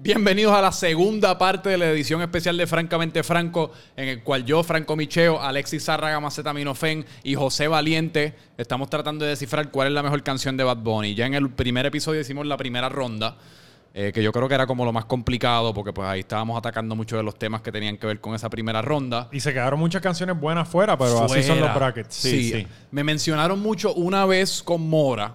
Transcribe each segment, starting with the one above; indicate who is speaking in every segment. Speaker 1: Bienvenidos a la segunda parte de la edición especial de Francamente Franco, en el cual yo, Franco Micheo, Alexis Zárraga, Maceta Minofen y José Valiente estamos tratando de descifrar cuál es la mejor canción de Bad Bunny. Ya en el primer episodio hicimos la primera ronda, eh, que yo creo que era como lo más complicado, porque pues ahí estábamos atacando muchos de los temas que tenían que ver con esa primera ronda.
Speaker 2: Y se quedaron muchas canciones buenas fuera, pero así son
Speaker 1: Fuera.
Speaker 2: los brackets.
Speaker 1: Sí, Me mencionaron mucho una vez con Mora.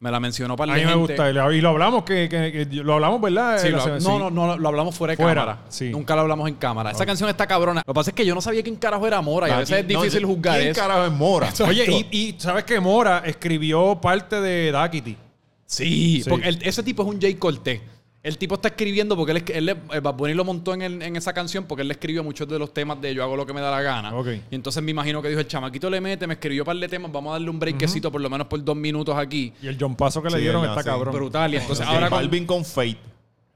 Speaker 1: Me la mencionó para
Speaker 2: A mí me gusta. Y lo- Y lo hablamos, que, que- que- lo hablamos, ¿verdad?
Speaker 1: Sí,
Speaker 2: La
Speaker 1: lo- no,
Speaker 2: semana- sí.
Speaker 1: no, no, lo hablamos fuera de
Speaker 2: Fuera,
Speaker 1: cámara.
Speaker 2: sí.
Speaker 1: Nunca lo hablamos en cámara. Esa canción está cabrona. Lo que pasa es que yo no sabía quién carajo era Mora
Speaker 2: Ah,
Speaker 1: y a veces es
Speaker 3: No,
Speaker 1: difícil
Speaker 3: ¿quién
Speaker 1: juzgar eso.
Speaker 3: carajo es Mora?
Speaker 2: Oye, y, y sabes que Mora escribió parte de Daquiti.
Speaker 1: Sí,
Speaker 2: Sí.
Speaker 1: porque el- ese tipo es un Jay Cortés. El tipo está escribiendo porque él, es- él le- eh, Bad Bunny lo montó en, el- en esa canción porque él le escribió muchos de los temas de Yo hago lo que me da la gana.
Speaker 2: Ok.
Speaker 1: Y entonces me imagino que dijo, el chamaquito le mete, me escribió un par de temas, vamos a darle un breakcito por lo menos por dos minutos aquí.
Speaker 2: Y el John Paso que le
Speaker 3: Sí,
Speaker 2: dieron
Speaker 3: verdad,
Speaker 2: está
Speaker 3: sí.
Speaker 2: cabrón.
Speaker 1: Brutal. Y entonces
Speaker 3: Sí,
Speaker 1: ahora con-
Speaker 3: Balvin con Fate.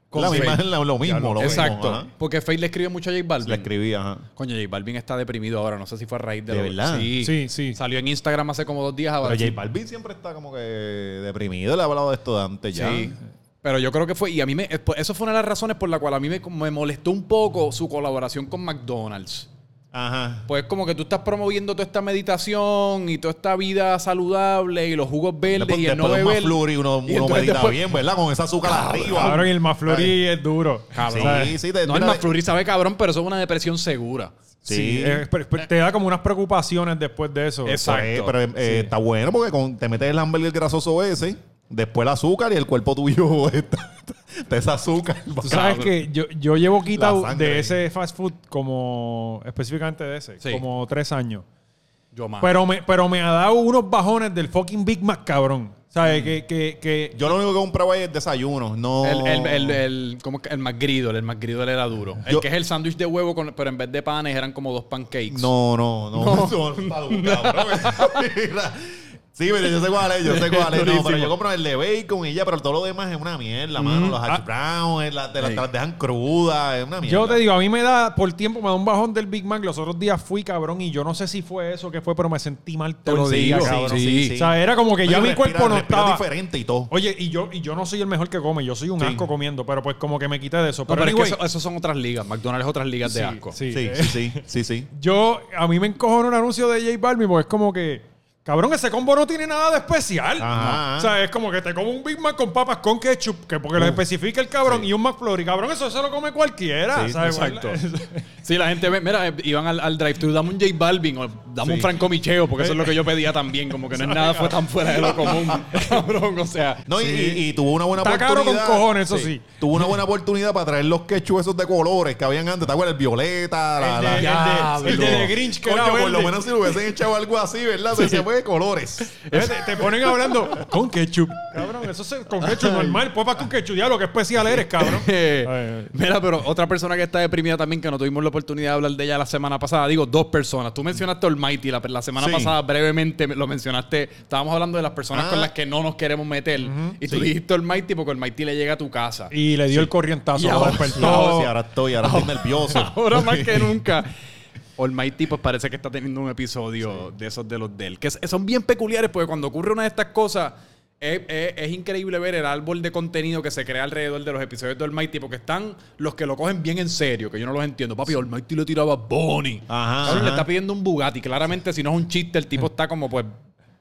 Speaker 1: Con
Speaker 3: la
Speaker 1: Fate.
Speaker 3: misma- lo- lo mismo, lo mismo,
Speaker 1: Exacto.
Speaker 3: ajá.
Speaker 1: Porque Faith le escribió mucho a J Balvin.
Speaker 3: La escribí, ajá.
Speaker 1: Coño, J Balvin está deprimido ahora. No sé si fue a raíz de,
Speaker 3: ¿De
Speaker 1: lo-
Speaker 3: verdad?
Speaker 1: Sí.
Speaker 2: Sí, sí.
Speaker 1: Salió en Instagram hace como dos días.
Speaker 3: Pero
Speaker 1: ahora
Speaker 3: J Balvin siempre está como que deprimido. Le ha hablado de esto antes ya.
Speaker 1: Sí. Pero yo creo que fue, y a mí me, pues, eso fue una de las razones por la cual a mí me, me molestó un poco su colaboración con McDonald's.
Speaker 3: Ajá.
Speaker 1: Pues como que tú estás promoviendo toda esta meditación y toda esta vida saludable y los jugos verdes
Speaker 3: Después,
Speaker 1: y el no
Speaker 3: después de un
Speaker 1: beber.
Speaker 3: McFlurry uno,
Speaker 1: Y
Speaker 3: uno
Speaker 1: entonces
Speaker 3: medita
Speaker 1: después-
Speaker 3: bien, ¿verdad? Con esa azúcar arriba.
Speaker 2: Cabrón, y el Maflori es duro.
Speaker 3: Sí,
Speaker 2: O sea,
Speaker 3: sí, te-
Speaker 1: No, el
Speaker 3: mira,
Speaker 1: McFlurry sabe cabrón, pero eso es una depresión segura.
Speaker 3: Sí.
Speaker 2: sí, es- pero- pero te da como unas preocupaciones después de eso. Pues,
Speaker 1: Exacto.
Speaker 3: Eh, pero eh, está bueno porque con- te metes el hamburger grasoso ese, después el azúcar y el cuerpo tuyo está, está ese azúcar.
Speaker 2: Tú sabes que yo, yo llevo
Speaker 3: La
Speaker 2: quitado
Speaker 3: sangre.
Speaker 2: de ese fast food como específicamente de ese,
Speaker 1: Sí.
Speaker 2: como tres años.
Speaker 1: Yo más.
Speaker 2: Pero me, pero me ha dado unos bajones del fucking Big Mac, cabrón. ¿Sabes? Que, que, que
Speaker 3: Yo lo único que compraba es desayuno, no...
Speaker 1: El, el, el, el, ¿cómo es que? el McGriddle, el McGriddle era duro. el
Speaker 3: Yo-
Speaker 1: que es el sándwich de huevo, con- pero en vez de panes eran como dos pancakes.
Speaker 3: No, no, no. Eso no está duro, cabrón. Mira. sí, pero yo sé cuál es, yo sé cuál es. No, pero
Speaker 1: Durísimo.
Speaker 3: yo compro el de bacon y ya, pero todo lo demás es una
Speaker 2: Mm.
Speaker 3: mierda, mano. Los hash browns, eh, la- te, las- te las dejan crudas, es una mierda.
Speaker 2: Ah. Yo te digo, a mí me da, por tiempo, me da un bajón del Big Mac. Los otros días fui, cabrón, y yo no sé si fue eso que fue, pero me sentí mal todo
Speaker 1: lo
Speaker 2: el día,
Speaker 1: digo, sí,
Speaker 2: cabrón.
Speaker 1: sí.
Speaker 2: O sea, era como que ya
Speaker 3: Oye,
Speaker 2: mi
Speaker 3: respira-
Speaker 2: cuerpo no
Speaker 3: respira
Speaker 2: estaba...
Speaker 3: diferente y todo.
Speaker 2: Oye, y yo, y yo no soy el mejor que come, yo soy un
Speaker 3: Sí.
Speaker 2: asco comiendo, pero pues como que me quité de eso.
Speaker 1: No,
Speaker 2: Pero,
Speaker 1: pero es que eso,
Speaker 2: anyway,
Speaker 1: eso son otras ligas. McDonald's es otras ligas de asco.
Speaker 2: sí,
Speaker 3: Sí,
Speaker 2: eh,
Speaker 3: sí, sí, sí, sí.
Speaker 2: Yo, a mí me encojona un anuncio de J Balvin porque es como que, cabrón, ese combo no tiene nada de especial.
Speaker 3: Ajá.
Speaker 2: O sea, es como que te como un Big Mac con papas con ketchup, que porque lo especifica el cabrón, y un McFlurry. Cabrón, eso se lo come cualquiera.
Speaker 3: Sí,
Speaker 2: ¿sabes?
Speaker 1: Exacto. Sí, la gente ve, mira, eh, iban al, al drive-thru, dame un J Balvin o dame un Franco Micheo, porque eso es lo que yo pedía también, como que no es nada, fue tan fuera de lo común, cabrón, o sea.
Speaker 3: No, y- y, y tuvo una buena
Speaker 2: Está caro
Speaker 3: oportunidad.
Speaker 2: con cojones, eso sí.
Speaker 3: Tuvo una buena oportunidad para traer los ketchup esos de colores que habían antes. ¿Te acuerdas? El violeta, la...
Speaker 2: El
Speaker 3: la-
Speaker 2: de-
Speaker 1: Diablo.
Speaker 2: el de, el de The Grinch que
Speaker 3: Coño,
Speaker 2: era
Speaker 3: por lo
Speaker 2: verde.
Speaker 3: menos si le hubiesen echado algo así, ¿verdad? Se decía, pues, de colores.
Speaker 2: Eh, Te, te ponen hablando con ketchup. Cabrón, eso es con ketchup normal. Papas con ketchup, ya lo que especial eres, cabrón.
Speaker 1: Eh,
Speaker 2: Ay, ay.
Speaker 1: Mira, pero otra persona que está deprimida también, que no tuvimos la oportunidad de hablar de ella la semana pasada. Digo, dos personas. Tú mencionaste a Almighty la, la semana
Speaker 3: Sí.
Speaker 1: pasada, brevemente lo mencionaste. Estábamos hablando de las personas
Speaker 3: Ah.
Speaker 1: con las que no nos queremos meter. Y tú dijiste Almighty porque Almighty le llega a tu casa.
Speaker 2: Y le dio el corrientazo,
Speaker 1: Y
Speaker 2: lo
Speaker 1: ahora-
Speaker 3: Sí,
Speaker 2: despertó.
Speaker 3: ahora estoy, ahora estoy nervioso.
Speaker 1: Ahora más que nunca. Almighty pues parece que está teniendo un episodio de esos de los de él. Que es- son bien peculiares porque cuando ocurre una de estas cosas es, es- es increíble ver el árbol de contenido que se crea alrededor de los episodios de Almighty porque están los que lo cogen bien en serio, que yo no los entiendo. Papi, Almighty le tiraba a Bonnie.
Speaker 3: Ajá,
Speaker 1: Cabrón, Le
Speaker 3: ajá.
Speaker 1: está pidiendo un Bugatti. Claramente si no es un chiste, el tipo está como pues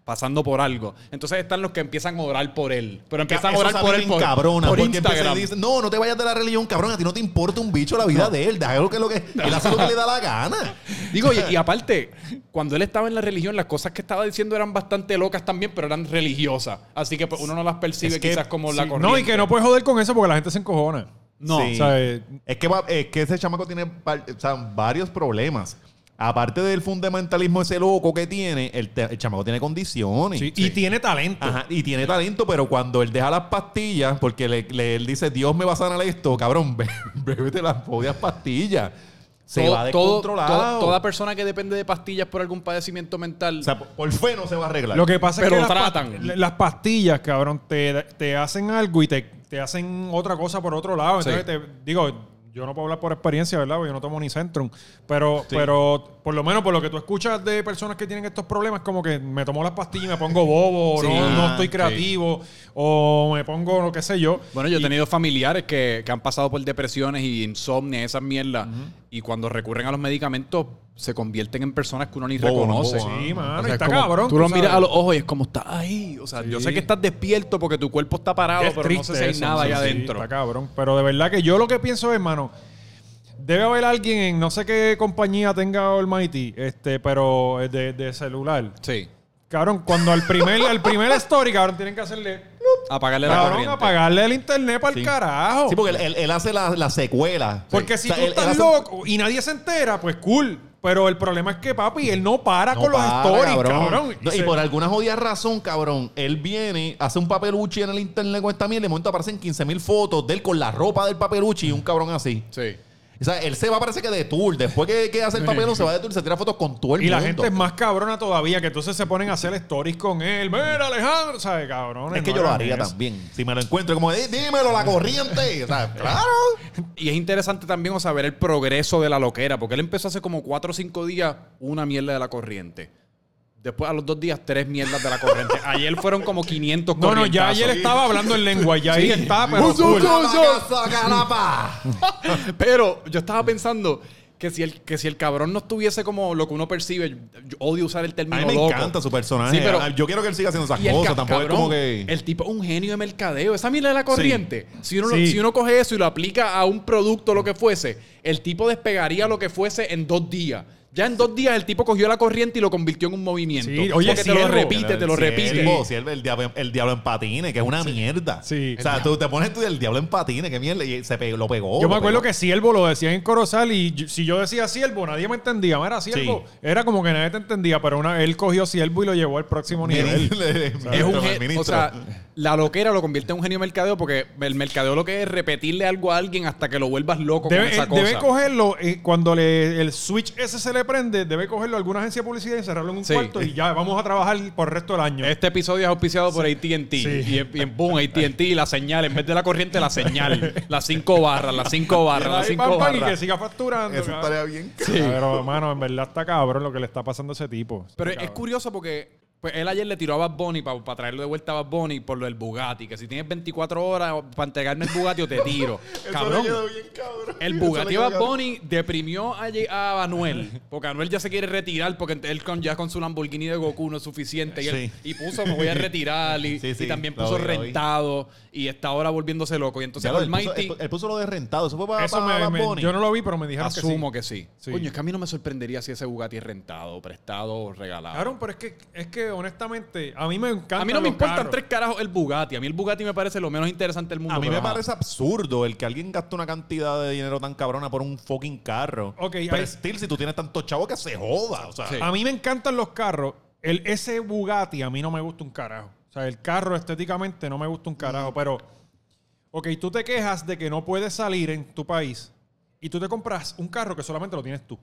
Speaker 1: pasando por algo. Entonces están los que empiezan a orar por él. Pero empiezan a
Speaker 3: Eso
Speaker 1: orar
Speaker 3: saben
Speaker 1: por
Speaker 3: bien
Speaker 1: él por,
Speaker 3: cabrona,
Speaker 1: por
Speaker 3: porque empiezan
Speaker 1: Instagram.
Speaker 3: y dicen, no, no te vayas de la religión, cabrón. A ti no te importa un bicho la vida de él. Déjalo que lo que... Él hace lo que le da la gana.
Speaker 1: Digo, y, y aparte, cuando él estaba en la religión, las cosas que estaba diciendo eran bastante locas también, pero eran religiosas. Así que pues, uno no las percibe
Speaker 3: Es que,
Speaker 1: quizás como la
Speaker 2: Sí,
Speaker 1: corriente.
Speaker 2: No, y que no puedes joder con eso porque la gente se encojona.
Speaker 1: No.
Speaker 3: Sí.
Speaker 2: O sea, eh,
Speaker 3: Es que, va- es que ese chamaco tiene par- o sea, varios problemas. Aparte del fundamentalismo ese loco que tiene, el, te- el chamaco tiene condiciones.
Speaker 2: sí, Y tiene talento.
Speaker 3: Ajá, y tiene talento, pero cuando él deja las pastillas, porque le, le- él dice, Dios me va a sanar esto, cabrón, be- bébete las jodidas pastillas. Se
Speaker 1: Todo-
Speaker 3: va
Speaker 1: todo-
Speaker 3: descontrolado.
Speaker 1: todo- toda persona que depende de pastillas por algún padecimiento mental.
Speaker 3: o sea, por- por fe no se va a arreglar.
Speaker 2: Lo que pasa
Speaker 1: Pero
Speaker 2: es que las
Speaker 1: tratan.
Speaker 2: pa- las, pastillas, cabrón, te, te hacen algo y te, te hacen otra cosa por otro lado. Entonces,
Speaker 1: Sí.
Speaker 2: te- digo, yo no puedo hablar por experiencia, ¿verdad? Porque yo no tomo ni Centrum. Pero,
Speaker 3: Sí.
Speaker 2: pero por lo menos por lo que tú escuchas de personas que tienen estos problemas, como que me tomo las pastillas y me pongo bobo, o
Speaker 1: Sí.
Speaker 2: no, no estoy
Speaker 1: Ah,
Speaker 2: creativo, o me pongo lo que sé yo.
Speaker 1: Bueno, yo he tenido familiares que, que han pasado por depresiones y insomnio, esas mierdas. Y cuando recurren a los medicamentos, se convierten en personas que uno ni
Speaker 3: Bobo,
Speaker 1: reconoce.
Speaker 3: bobo,
Speaker 2: Sí,
Speaker 3: Ah,
Speaker 2: mano,
Speaker 1: O
Speaker 2: y
Speaker 1: sea, es
Speaker 2: está
Speaker 1: como-
Speaker 2: cabrón.
Speaker 1: Tú lo
Speaker 2: sabes.
Speaker 1: miras a los ojos y es como está ahí. O sea, yo
Speaker 2: Sí.
Speaker 1: sé que estás despierto porque tu cuerpo está parado,
Speaker 2: Es
Speaker 1: pero no sé si hay
Speaker 2: triste eso,
Speaker 1: nada
Speaker 2: sí,
Speaker 1: allá
Speaker 2: sí,
Speaker 1: adentro.
Speaker 2: Está cabrón. Pero de verdad que yo lo que pienso es, mano, debe haber alguien en no sé qué compañía tenga Almighty, este, pero eh, de, de celular.
Speaker 1: Sí.
Speaker 2: Cabrón, cuando al primer, al primer story, cabrón, tienen que hacerle.
Speaker 1: Apagarle la
Speaker 2: Cabrón,
Speaker 1: corriente.
Speaker 2: apagarle el internet para el
Speaker 3: Sí.
Speaker 2: carajo.
Speaker 3: Sí, porque él, él- él hace la, la secuela.
Speaker 2: Porque
Speaker 3: Sí.
Speaker 2: si
Speaker 3: O sea,
Speaker 2: tú
Speaker 3: él- él
Speaker 2: estás
Speaker 3: hace-
Speaker 2: loco y nadie se entera, pues cool. Pero el problema es que, papi, él no para
Speaker 3: No
Speaker 2: con los
Speaker 3: para,
Speaker 2: stories, cabrón.
Speaker 3: No, y
Speaker 2: se-
Speaker 3: por alguna jodida razón, cabrón, él viene, hace un papeluchi en el internet con esta mierda y de momento aparecen 15 mil fotos de él con la ropa del papeluchi y un cabrón así.
Speaker 1: Sí.
Speaker 3: O sea, él se va, parece que de tour. Después que, que hace el papelón, se va de tour y se tira fotos con todo el
Speaker 2: Y
Speaker 3: mundo.
Speaker 2: la gente es más cabrona todavía, que entonces se ponen a hacer stories con él. Mira, Alejandro, ¿sabes, cabrón?
Speaker 3: Es que yo lo haría también. Si me lo encuentro, como, "Eh, dímelo, la corriente. O sea, claro.
Speaker 1: Y es interesante también, o sea, ver el progreso de la loquera, porque él empezó hace como 4 o 5 días una mierda de la corriente. Después a los dos días, tres mierdas de la corriente. Ayer fueron como 500
Speaker 2: No, no, ya
Speaker 1: corrientazos.
Speaker 2: ayer estaba hablando en lengua, ya ahí está, pero
Speaker 1: Uso,
Speaker 2: full.
Speaker 1: uso.
Speaker 3: Sacarapa.
Speaker 1: Pero yo estaba pensando que si, el, que si el cabrón no estuviese como lo que uno percibe, yo, yo odio usar el
Speaker 3: A
Speaker 1: término
Speaker 3: mí me
Speaker 1: loco.
Speaker 3: encanta su personaje.
Speaker 1: Sí, pero-
Speaker 3: yo quiero que él siga haciendo esas
Speaker 1: Y el
Speaker 3: cosas.
Speaker 1: ca-
Speaker 3: Tampoco es
Speaker 1: cabrón,
Speaker 3: como que.
Speaker 1: El tipo es un genio de mercadeo. Esa mierda de la corriente. Si, uno, lo-
Speaker 2: Sí.
Speaker 1: si uno coge eso y lo aplica a un producto, lo que fuese, el tipo despegaría lo que fuese en dos días. Ya en dos días el tipo cogió la corriente y lo convirtió en un movimiento.
Speaker 2: Sí, oye,
Speaker 1: Porque te lo
Speaker 2: cierro.
Speaker 1: repite, te lo repite.
Speaker 3: Siervo, siervo, el, diablo, el diablo en patines, que es una mierda.
Speaker 2: Sí.
Speaker 3: O sea, tú te pones tú y el diablo en patines, que mierda. Y se pe- lo pegó.
Speaker 2: Yo me
Speaker 3: lo
Speaker 2: acuerdo
Speaker 3: pegó.
Speaker 2: que Siervo lo decían en Corozal y yo- si yo decía Siervo, nadie me entendía. Mira, Siervo, era como que nadie te entendía, pero una, él cogió Siervo y lo llevó al próximo nivel.
Speaker 1: Es un
Speaker 3: Ministro,
Speaker 1: gen-
Speaker 3: ministro.
Speaker 1: o sea, la loquera lo convierte en un genio de mercadeo porque el mercadeo lo que es repetirle algo a alguien hasta que lo vuelvas loco
Speaker 2: Debe,
Speaker 1: con esa
Speaker 2: eh,
Speaker 1: cosa.
Speaker 2: debe cogerlo, eh, cuando le- el switch ese se le prende, debe cogerlo a alguna agencia de publicidad y encerrarlo en un
Speaker 1: Sí.
Speaker 2: cuarto y ya vamos a trabajar por el resto del año.
Speaker 1: Este episodio es auspiciado por ATT. Y, en- y en boom, ATT, la señal. En vez de la corriente, la señal. Las cinco barras, las cinco barras, las
Speaker 2: Ahí,
Speaker 1: cinco
Speaker 2: pam, pam, y que
Speaker 1: barras.
Speaker 2: siga facturando.
Speaker 3: Eso
Speaker 2: cabrón.
Speaker 3: estaría bien.
Speaker 2: Pero, hermano, en verdad está cabrón lo que le está pasando a ese tipo.
Speaker 1: Pero es curioso porque pues, él ayer le tiró a Bad Bunny para traerlo de vuelta a Bad Bunny por lo del Bugatti. Que si tienes 24 horas para entregarme el Bugatti o te tiro. Cabrón. El Bugatti a Bad Bunny deprimió a, Ye- a Anuel. Porque Anuel ya se quiere retirar porque él con, ya con su Lamborghini de Goku no es suficiente. Y, él-
Speaker 3: Sí.
Speaker 1: y puso me voy a retirar. Y,
Speaker 3: Sí,
Speaker 1: y
Speaker 3: sí,
Speaker 1: también
Speaker 3: lo
Speaker 1: puso
Speaker 3: vi, lo vi.
Speaker 1: rentado. Y está ahora volviéndose loco. Y entonces
Speaker 3: Ya lo- él, puso,
Speaker 1: Almighty...
Speaker 3: él- él puso lo de rentado. Eso fue para,
Speaker 2: Eso
Speaker 3: para
Speaker 2: me,
Speaker 3: Bad
Speaker 2: me-
Speaker 3: Bunny.
Speaker 2: yo no lo vi, pero me dijeron que sí.
Speaker 1: Asumo que sí.
Speaker 2: Sí.
Speaker 1: Coño, es que a mí no me sorprendería si ese Bugatti es rentado, prestado o regalado.
Speaker 2: Cabrón, pero es que, es que honestamente, a mí me encanta.
Speaker 1: a mí no me importan tres carajos el Bugatti. A mí el Bugatti me parece lo menos interesante del mundo.
Speaker 3: A mí
Speaker 1: pero
Speaker 3: me
Speaker 1: ajá.
Speaker 3: parece absurdo el que alguien gaste una cantidad de dinero tan cabrona por un fucking carro.
Speaker 2: Ok,
Speaker 3: Pero
Speaker 2: ahí-
Speaker 3: still, si tú tienes tanto chavo que se joda. O sea,
Speaker 1: Sí.
Speaker 2: A mí me encantan los carros. El, ese Bugatti a mí no me gusta un carajo. O sea, el carro estéticamente no me gusta un carajo, pero. Ok, tú te quejas de que no puedes salir en tu país y tú te compras un carro que solamente lo tienes tú.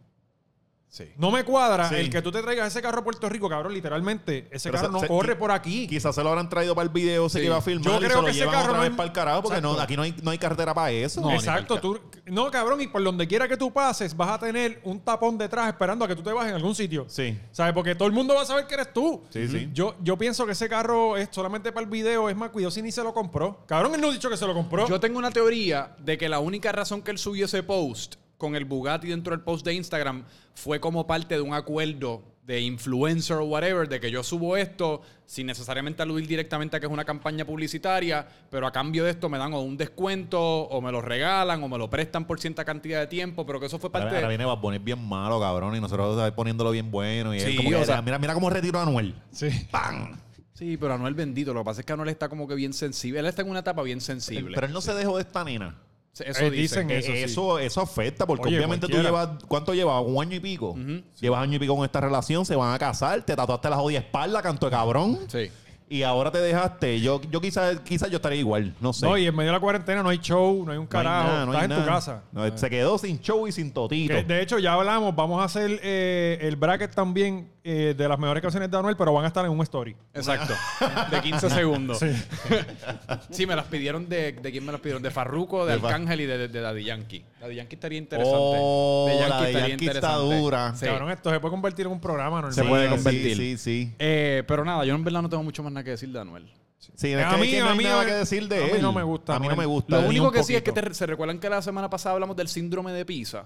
Speaker 1: Sí.
Speaker 2: No me cuadra
Speaker 3: Sí.
Speaker 2: el que tú te traigas ese carro a Puerto Rico, cabrón. Literalmente, ese
Speaker 3: Pero
Speaker 2: carro
Speaker 3: se-
Speaker 2: no
Speaker 3: se-
Speaker 2: corre
Speaker 3: qui-
Speaker 2: por aquí.
Speaker 3: Quizás se lo habrán traído para el video, se
Speaker 1: Sí.
Speaker 3: que iba a filmar
Speaker 2: Yo
Speaker 3: y
Speaker 2: creo
Speaker 3: se lo
Speaker 2: que ese
Speaker 3: llevan
Speaker 2: carro
Speaker 3: otra
Speaker 2: no
Speaker 3: vez
Speaker 2: es-
Speaker 3: para el carajo porque no,
Speaker 2: Exacto.
Speaker 3: aquí no hay, no hay carretera para eso.
Speaker 1: No, ni
Speaker 2: Exacto,
Speaker 1: cerca.
Speaker 2: tú, no cabrón, y por donde quiera que tú pases vas a tener un tapón detrás esperando a que tú te bajes en algún sitio.
Speaker 3: Sí.
Speaker 2: ¿Sabes? Porque todo el mundo va a saber que eres tú.
Speaker 3: Sí, sí.
Speaker 2: Yo, yo pienso que ese carro es solamente para el video, es más cuidado si ni se lo compró. Cabrón, él no ha dicho que se lo compró.
Speaker 1: Yo tengo una teoría de que la única razón que él subió ese post con el Bugatti dentro del post de Instagram fue como parte de un acuerdo de influencer o whatever, de que yo subo esto sin necesariamente aludir directamente a que es una campaña publicitaria, pero a cambio de esto me dan o un descuento, o me lo regalan, o me lo prestan por cierta cantidad de tiempo, pero que eso fue parte
Speaker 3: Ahora, ahora
Speaker 1: de...
Speaker 3: viene Bad Bunny bien malo, cabrón, y nosotros ¿sabes? poniéndolo bien bueno. Y él
Speaker 1: Sí,
Speaker 3: como que,
Speaker 1: o sea-
Speaker 3: mira, mira cómo retiró a Anuel.
Speaker 2: Sí.
Speaker 3: ¡Pam!
Speaker 1: Sí, pero Anuel bendito, lo que pasa es que Anuel está como que bien sensible, él está en una etapa bien sensible.
Speaker 3: Pero él no se dejó de esta nena.
Speaker 1: Eso
Speaker 2: Eh,
Speaker 1: dicen.
Speaker 2: dicen
Speaker 3: Eh,
Speaker 2: Eso
Speaker 3: Eso,
Speaker 2: sí.
Speaker 3: eso, afecta porque
Speaker 2: Oye,
Speaker 3: obviamente tú
Speaker 2: cualquiera.
Speaker 3: llevas, ¿cuánto llevas? Un año y pico. Llevas año y pico con esta relación, se van a casar, te tatuaste la jodida espalda, canto de cabrón.
Speaker 1: Sí.
Speaker 3: Y, y ahora te dejaste. Yo, yo quizás quizás yo estaría igual, no sé.
Speaker 2: No, y en medio de la cuarentena no hay show, no hay un
Speaker 3: No hay
Speaker 2: carajo.
Speaker 3: nada, no hay
Speaker 2: Estás en tu
Speaker 3: nada.
Speaker 2: casa.
Speaker 3: No, Se quedó sin show y sin totito.
Speaker 2: Que, de hecho, ya hablamos, vamos a hacer eh, el bracket también eh, de las mejores canciones de Anuel, pero van a estar en un story.
Speaker 1: Exacto. De 15 segundos. Sí. me las pidieron de. ¿De quién me las pidieron? De Farruko, de,
Speaker 3: De Fa-
Speaker 1: Arcángel y de, de, de Daddy Yankee. Daddy Yankee estaría interesante.
Speaker 3: Oh, la de Yankee está dura.
Speaker 1: Sí.
Speaker 2: Cabrón, esto se puede convertir en un programa normal.
Speaker 1: Se puede
Speaker 3: Sí,
Speaker 1: convertir.
Speaker 3: Sí, sí,
Speaker 1: Eh, pero nada, yo en verdad no tengo mucho más nada que decir de Anuel.
Speaker 3: sí. Sí, es
Speaker 2: Eh, A
Speaker 3: que- es
Speaker 2: mí-
Speaker 3: que no
Speaker 2: a
Speaker 3: hay
Speaker 2: mí-
Speaker 3: nada que decir de
Speaker 2: a mí
Speaker 3: él.
Speaker 2: no me gusta,
Speaker 3: A mí no
Speaker 2: Noel.
Speaker 3: me gusta.
Speaker 1: Lo
Speaker 3: ni
Speaker 1: único
Speaker 3: un
Speaker 1: que sí es que
Speaker 3: poquito.
Speaker 1: te- se recuerdan que la semana pasada hablamos del síndrome de Pisa.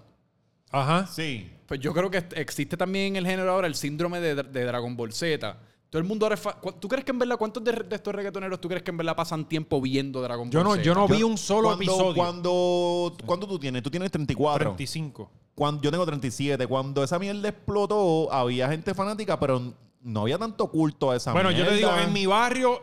Speaker 2: Ajá.
Speaker 3: Sí.
Speaker 1: Pues yo creo que existe también en el género ahora el síndrome de, de Dragon Ball Z. Todo el mundo ahora es fa- ¿Cu- ¿Tú crees que en verdad cuántos de, de estos reggaetoneros tú crees que en verdad pasan tiempo viendo Dragon
Speaker 2: Yo
Speaker 1: Ball
Speaker 2: no,
Speaker 1: Z?
Speaker 2: yo no vi
Speaker 3: Yo-
Speaker 2: un solo
Speaker 3: cuando-
Speaker 2: episodio.
Speaker 3: Cuando, ¿Cuánto tú tienes? Tú tienes 34.
Speaker 2: 35.
Speaker 3: Cuando, yo tengo 37. Cuando esa mierda explotó, había gente fanática, pero no había tanto culto a esa
Speaker 2: Bueno,
Speaker 3: mierda.
Speaker 2: yo te digo, en mi barrio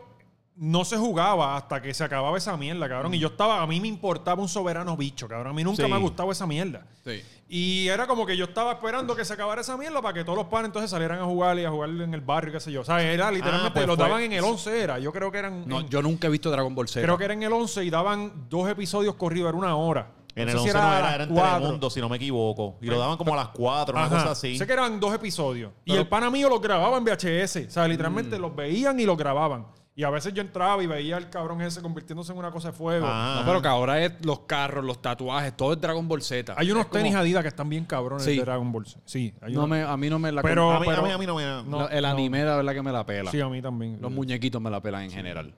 Speaker 2: no se jugaba hasta que se acababa esa mierda, cabrón. Y yo estaba, a mí me importaba un soberano bicho, cabrón. A mí nunca
Speaker 3: Sí.
Speaker 2: me ha gustado esa mierda.
Speaker 1: Sí.
Speaker 2: Y era como que yo estaba esperando que se acabara esa mierda para que todos los panes entonces salieran a jugar y a jugar en el barrio, qué sé yo. O sea, era literalmente,
Speaker 3: pues
Speaker 2: los
Speaker 3: fue-
Speaker 2: daban en el 11, era. Yo creo que eran.
Speaker 1: No,
Speaker 2: en-
Speaker 1: yo nunca he visto Dragon Ball Z.
Speaker 2: creo que era en el 11 y daban dos episodios corridos, era una hora.
Speaker 3: En
Speaker 2: No
Speaker 3: el
Speaker 2: sé si
Speaker 3: 11 no
Speaker 2: a
Speaker 3: era,
Speaker 2: las
Speaker 3: era en
Speaker 2: cuatro.
Speaker 3: Telemundo, si no me equivoco. Y lo daban como a las 4, una
Speaker 2: Ajá.
Speaker 3: cosa así.
Speaker 2: Sé que eran dos episodios. y
Speaker 1: Pero-
Speaker 2: el pana mío los grababa en VHS. O sea,
Speaker 3: Mm.
Speaker 2: literalmente los veían y los grababan. Y a veces yo entraba y veía al cabrón ese convirtiéndose en una cosa de fuego.
Speaker 3: Ah,
Speaker 1: No, pero que ahora es los carros, los tatuajes, todo es Dragon Ball Z.
Speaker 2: Hay
Speaker 1: Es
Speaker 2: unos
Speaker 1: como-
Speaker 2: tenis Adidas que están bien cabrones
Speaker 1: Sí.
Speaker 2: de Dragon Ball. Z. Sí, hay
Speaker 1: No
Speaker 2: unos-
Speaker 1: me, a mí no me la
Speaker 2: Pero-
Speaker 3: a, mí,
Speaker 2: pero-
Speaker 3: a mí- a mí no me...
Speaker 2: no,
Speaker 1: la- el
Speaker 2: no.
Speaker 1: anime, la verdad que me la pela.
Speaker 2: Sí, a mí también.
Speaker 1: Los muñequitos me la pelan en general.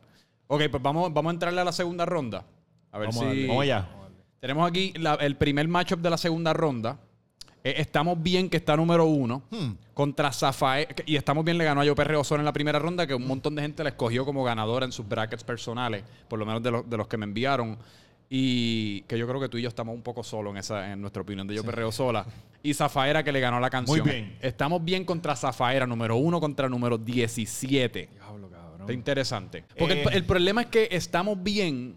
Speaker 1: Ok, pues vamos, vamos a entrarle a la segunda ronda. A ver
Speaker 2: Vamos a
Speaker 1: si.
Speaker 2: darle.
Speaker 3: Vamos allá.
Speaker 1: Tenemos aquí la- el primer matchup de la segunda ronda. Eh, estamos bien que está número uno contra Zafael. que- Y estamos bien le ganó a Yo Perreo Solo en la primera ronda, que un montón de gente la escogió como ganadora en sus brackets personales, por lo menos de, los- de los que me enviaron. Y que yo creo que tú y yo estamos un poco solos en, esa, en nuestra opinión de Yo Perreo Sola. Y Zafaera que le ganó la canción.
Speaker 3: bien.
Speaker 1: Estamos bien contra Zafaera, número uno contra número 17.
Speaker 2: Diablo, cabrón.
Speaker 1: Está interesante. Porque el,
Speaker 3: Eh.
Speaker 1: el problema es que estamos bien.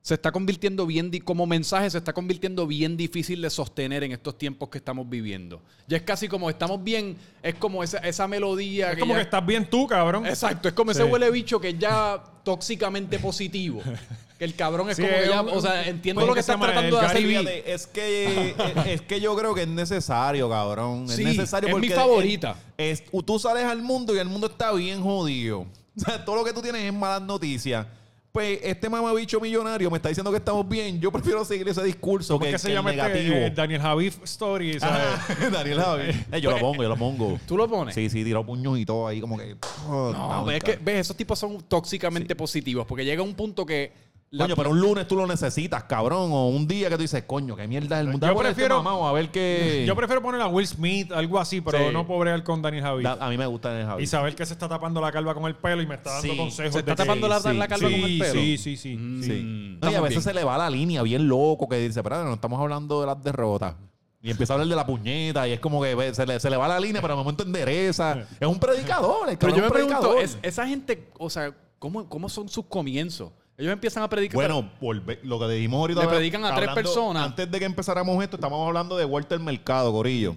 Speaker 1: Se está convirtiendo bien, di- como mensaje, se está convirtiendo bien difícil de sostener en estos tiempos que estamos viviendo. Ya es casi como estamos bien, es como esa, esa melodía.
Speaker 2: Es como
Speaker 1: ya-
Speaker 2: que estás bien tú, cabrón.
Speaker 1: Exacto, es como
Speaker 2: Sí.
Speaker 1: ese huele bicho que es ya tóxicamente positivo. Que el cabrón es
Speaker 2: Sí,
Speaker 1: como
Speaker 2: es
Speaker 1: ya,
Speaker 2: un-
Speaker 1: o sea, entiendo
Speaker 2: pues,
Speaker 1: lo que
Speaker 2: ¿qué se
Speaker 1: estás
Speaker 2: llama?
Speaker 1: tratando
Speaker 2: El
Speaker 1: de hacer.
Speaker 2: Gary
Speaker 1: y-
Speaker 2: Vee.
Speaker 3: Fíjate, es que, es- es que yo creo que es necesario, cabrón.
Speaker 1: Sí,
Speaker 3: es necesario
Speaker 1: es mi
Speaker 3: porque
Speaker 1: favorita.
Speaker 3: es- tú sales al mundo y el mundo está bien jodido. O sea, todo lo que tú tienes es malas noticias. Pues este mamabicho millonario me está diciendo que estamos bien. Yo prefiero seguir ese discurso
Speaker 2: ¿Cómo
Speaker 3: que,
Speaker 2: es que
Speaker 3: que
Speaker 2: se
Speaker 3: el
Speaker 2: llama este,
Speaker 3: negativo.
Speaker 2: eh, Daniel Javif
Speaker 1: Ah,
Speaker 2: Story? ¿sabes?
Speaker 3: Ajá, Daniel Javi. Eh, yo lo pongo, yo lo pongo.
Speaker 1: ¿Tú lo pones?
Speaker 3: Sí, sí, tiro puños y todo ahí como que... oh,
Speaker 1: No, ves, que, ves, esos tipos son tóxicamente positivos porque llega un punto que... la-
Speaker 3: Coño, pero un lunes tú lo necesitas, cabrón. O un día que tú dices, coño, qué mierda es el mundo.
Speaker 2: Yo
Speaker 3: Ah, por este
Speaker 2: prefiero-
Speaker 3: mamado, a ver qué...
Speaker 2: Yo prefiero poner a Will Smith, algo así, pero
Speaker 1: Sí.
Speaker 2: no pobrear con Daniel Javif.
Speaker 3: Da- a mí me gusta el Javi.
Speaker 2: Y saber que se está tapando la calva con el pelo y me está dando
Speaker 3: Sí,
Speaker 2: consejos.
Speaker 1: se está
Speaker 2: de que-
Speaker 1: tapando la,
Speaker 3: sí,
Speaker 1: la calva
Speaker 2: sí,
Speaker 1: con el pelo.
Speaker 2: Sí, sí, sí.
Speaker 3: Sí.
Speaker 1: Mm,
Speaker 3: No, y a
Speaker 1: estamos
Speaker 3: veces
Speaker 1: bien.
Speaker 3: se le va la línea bien loco que dice, pero no estamos hablando de las derrotas. Y empieza a hablar de la puñeta y es como que ve, se le, se le va la línea, pero de momento endereza. Es un predicador, el
Speaker 1: Pero yo
Speaker 3: cabrón
Speaker 1: me
Speaker 3: es un
Speaker 1: pregunto,
Speaker 3: predicador.
Speaker 1: es- esa gente, o sea, ¿cómo, ¿cómo son sus comienzos? Ellos empiezan a predicar.
Speaker 3: Bueno, volve- lo que dijimos ahorita.
Speaker 1: Le predican a tres personas.
Speaker 3: Antes de que empezáramos esto, estábamos hablando de Walter Mercado, Gorillo.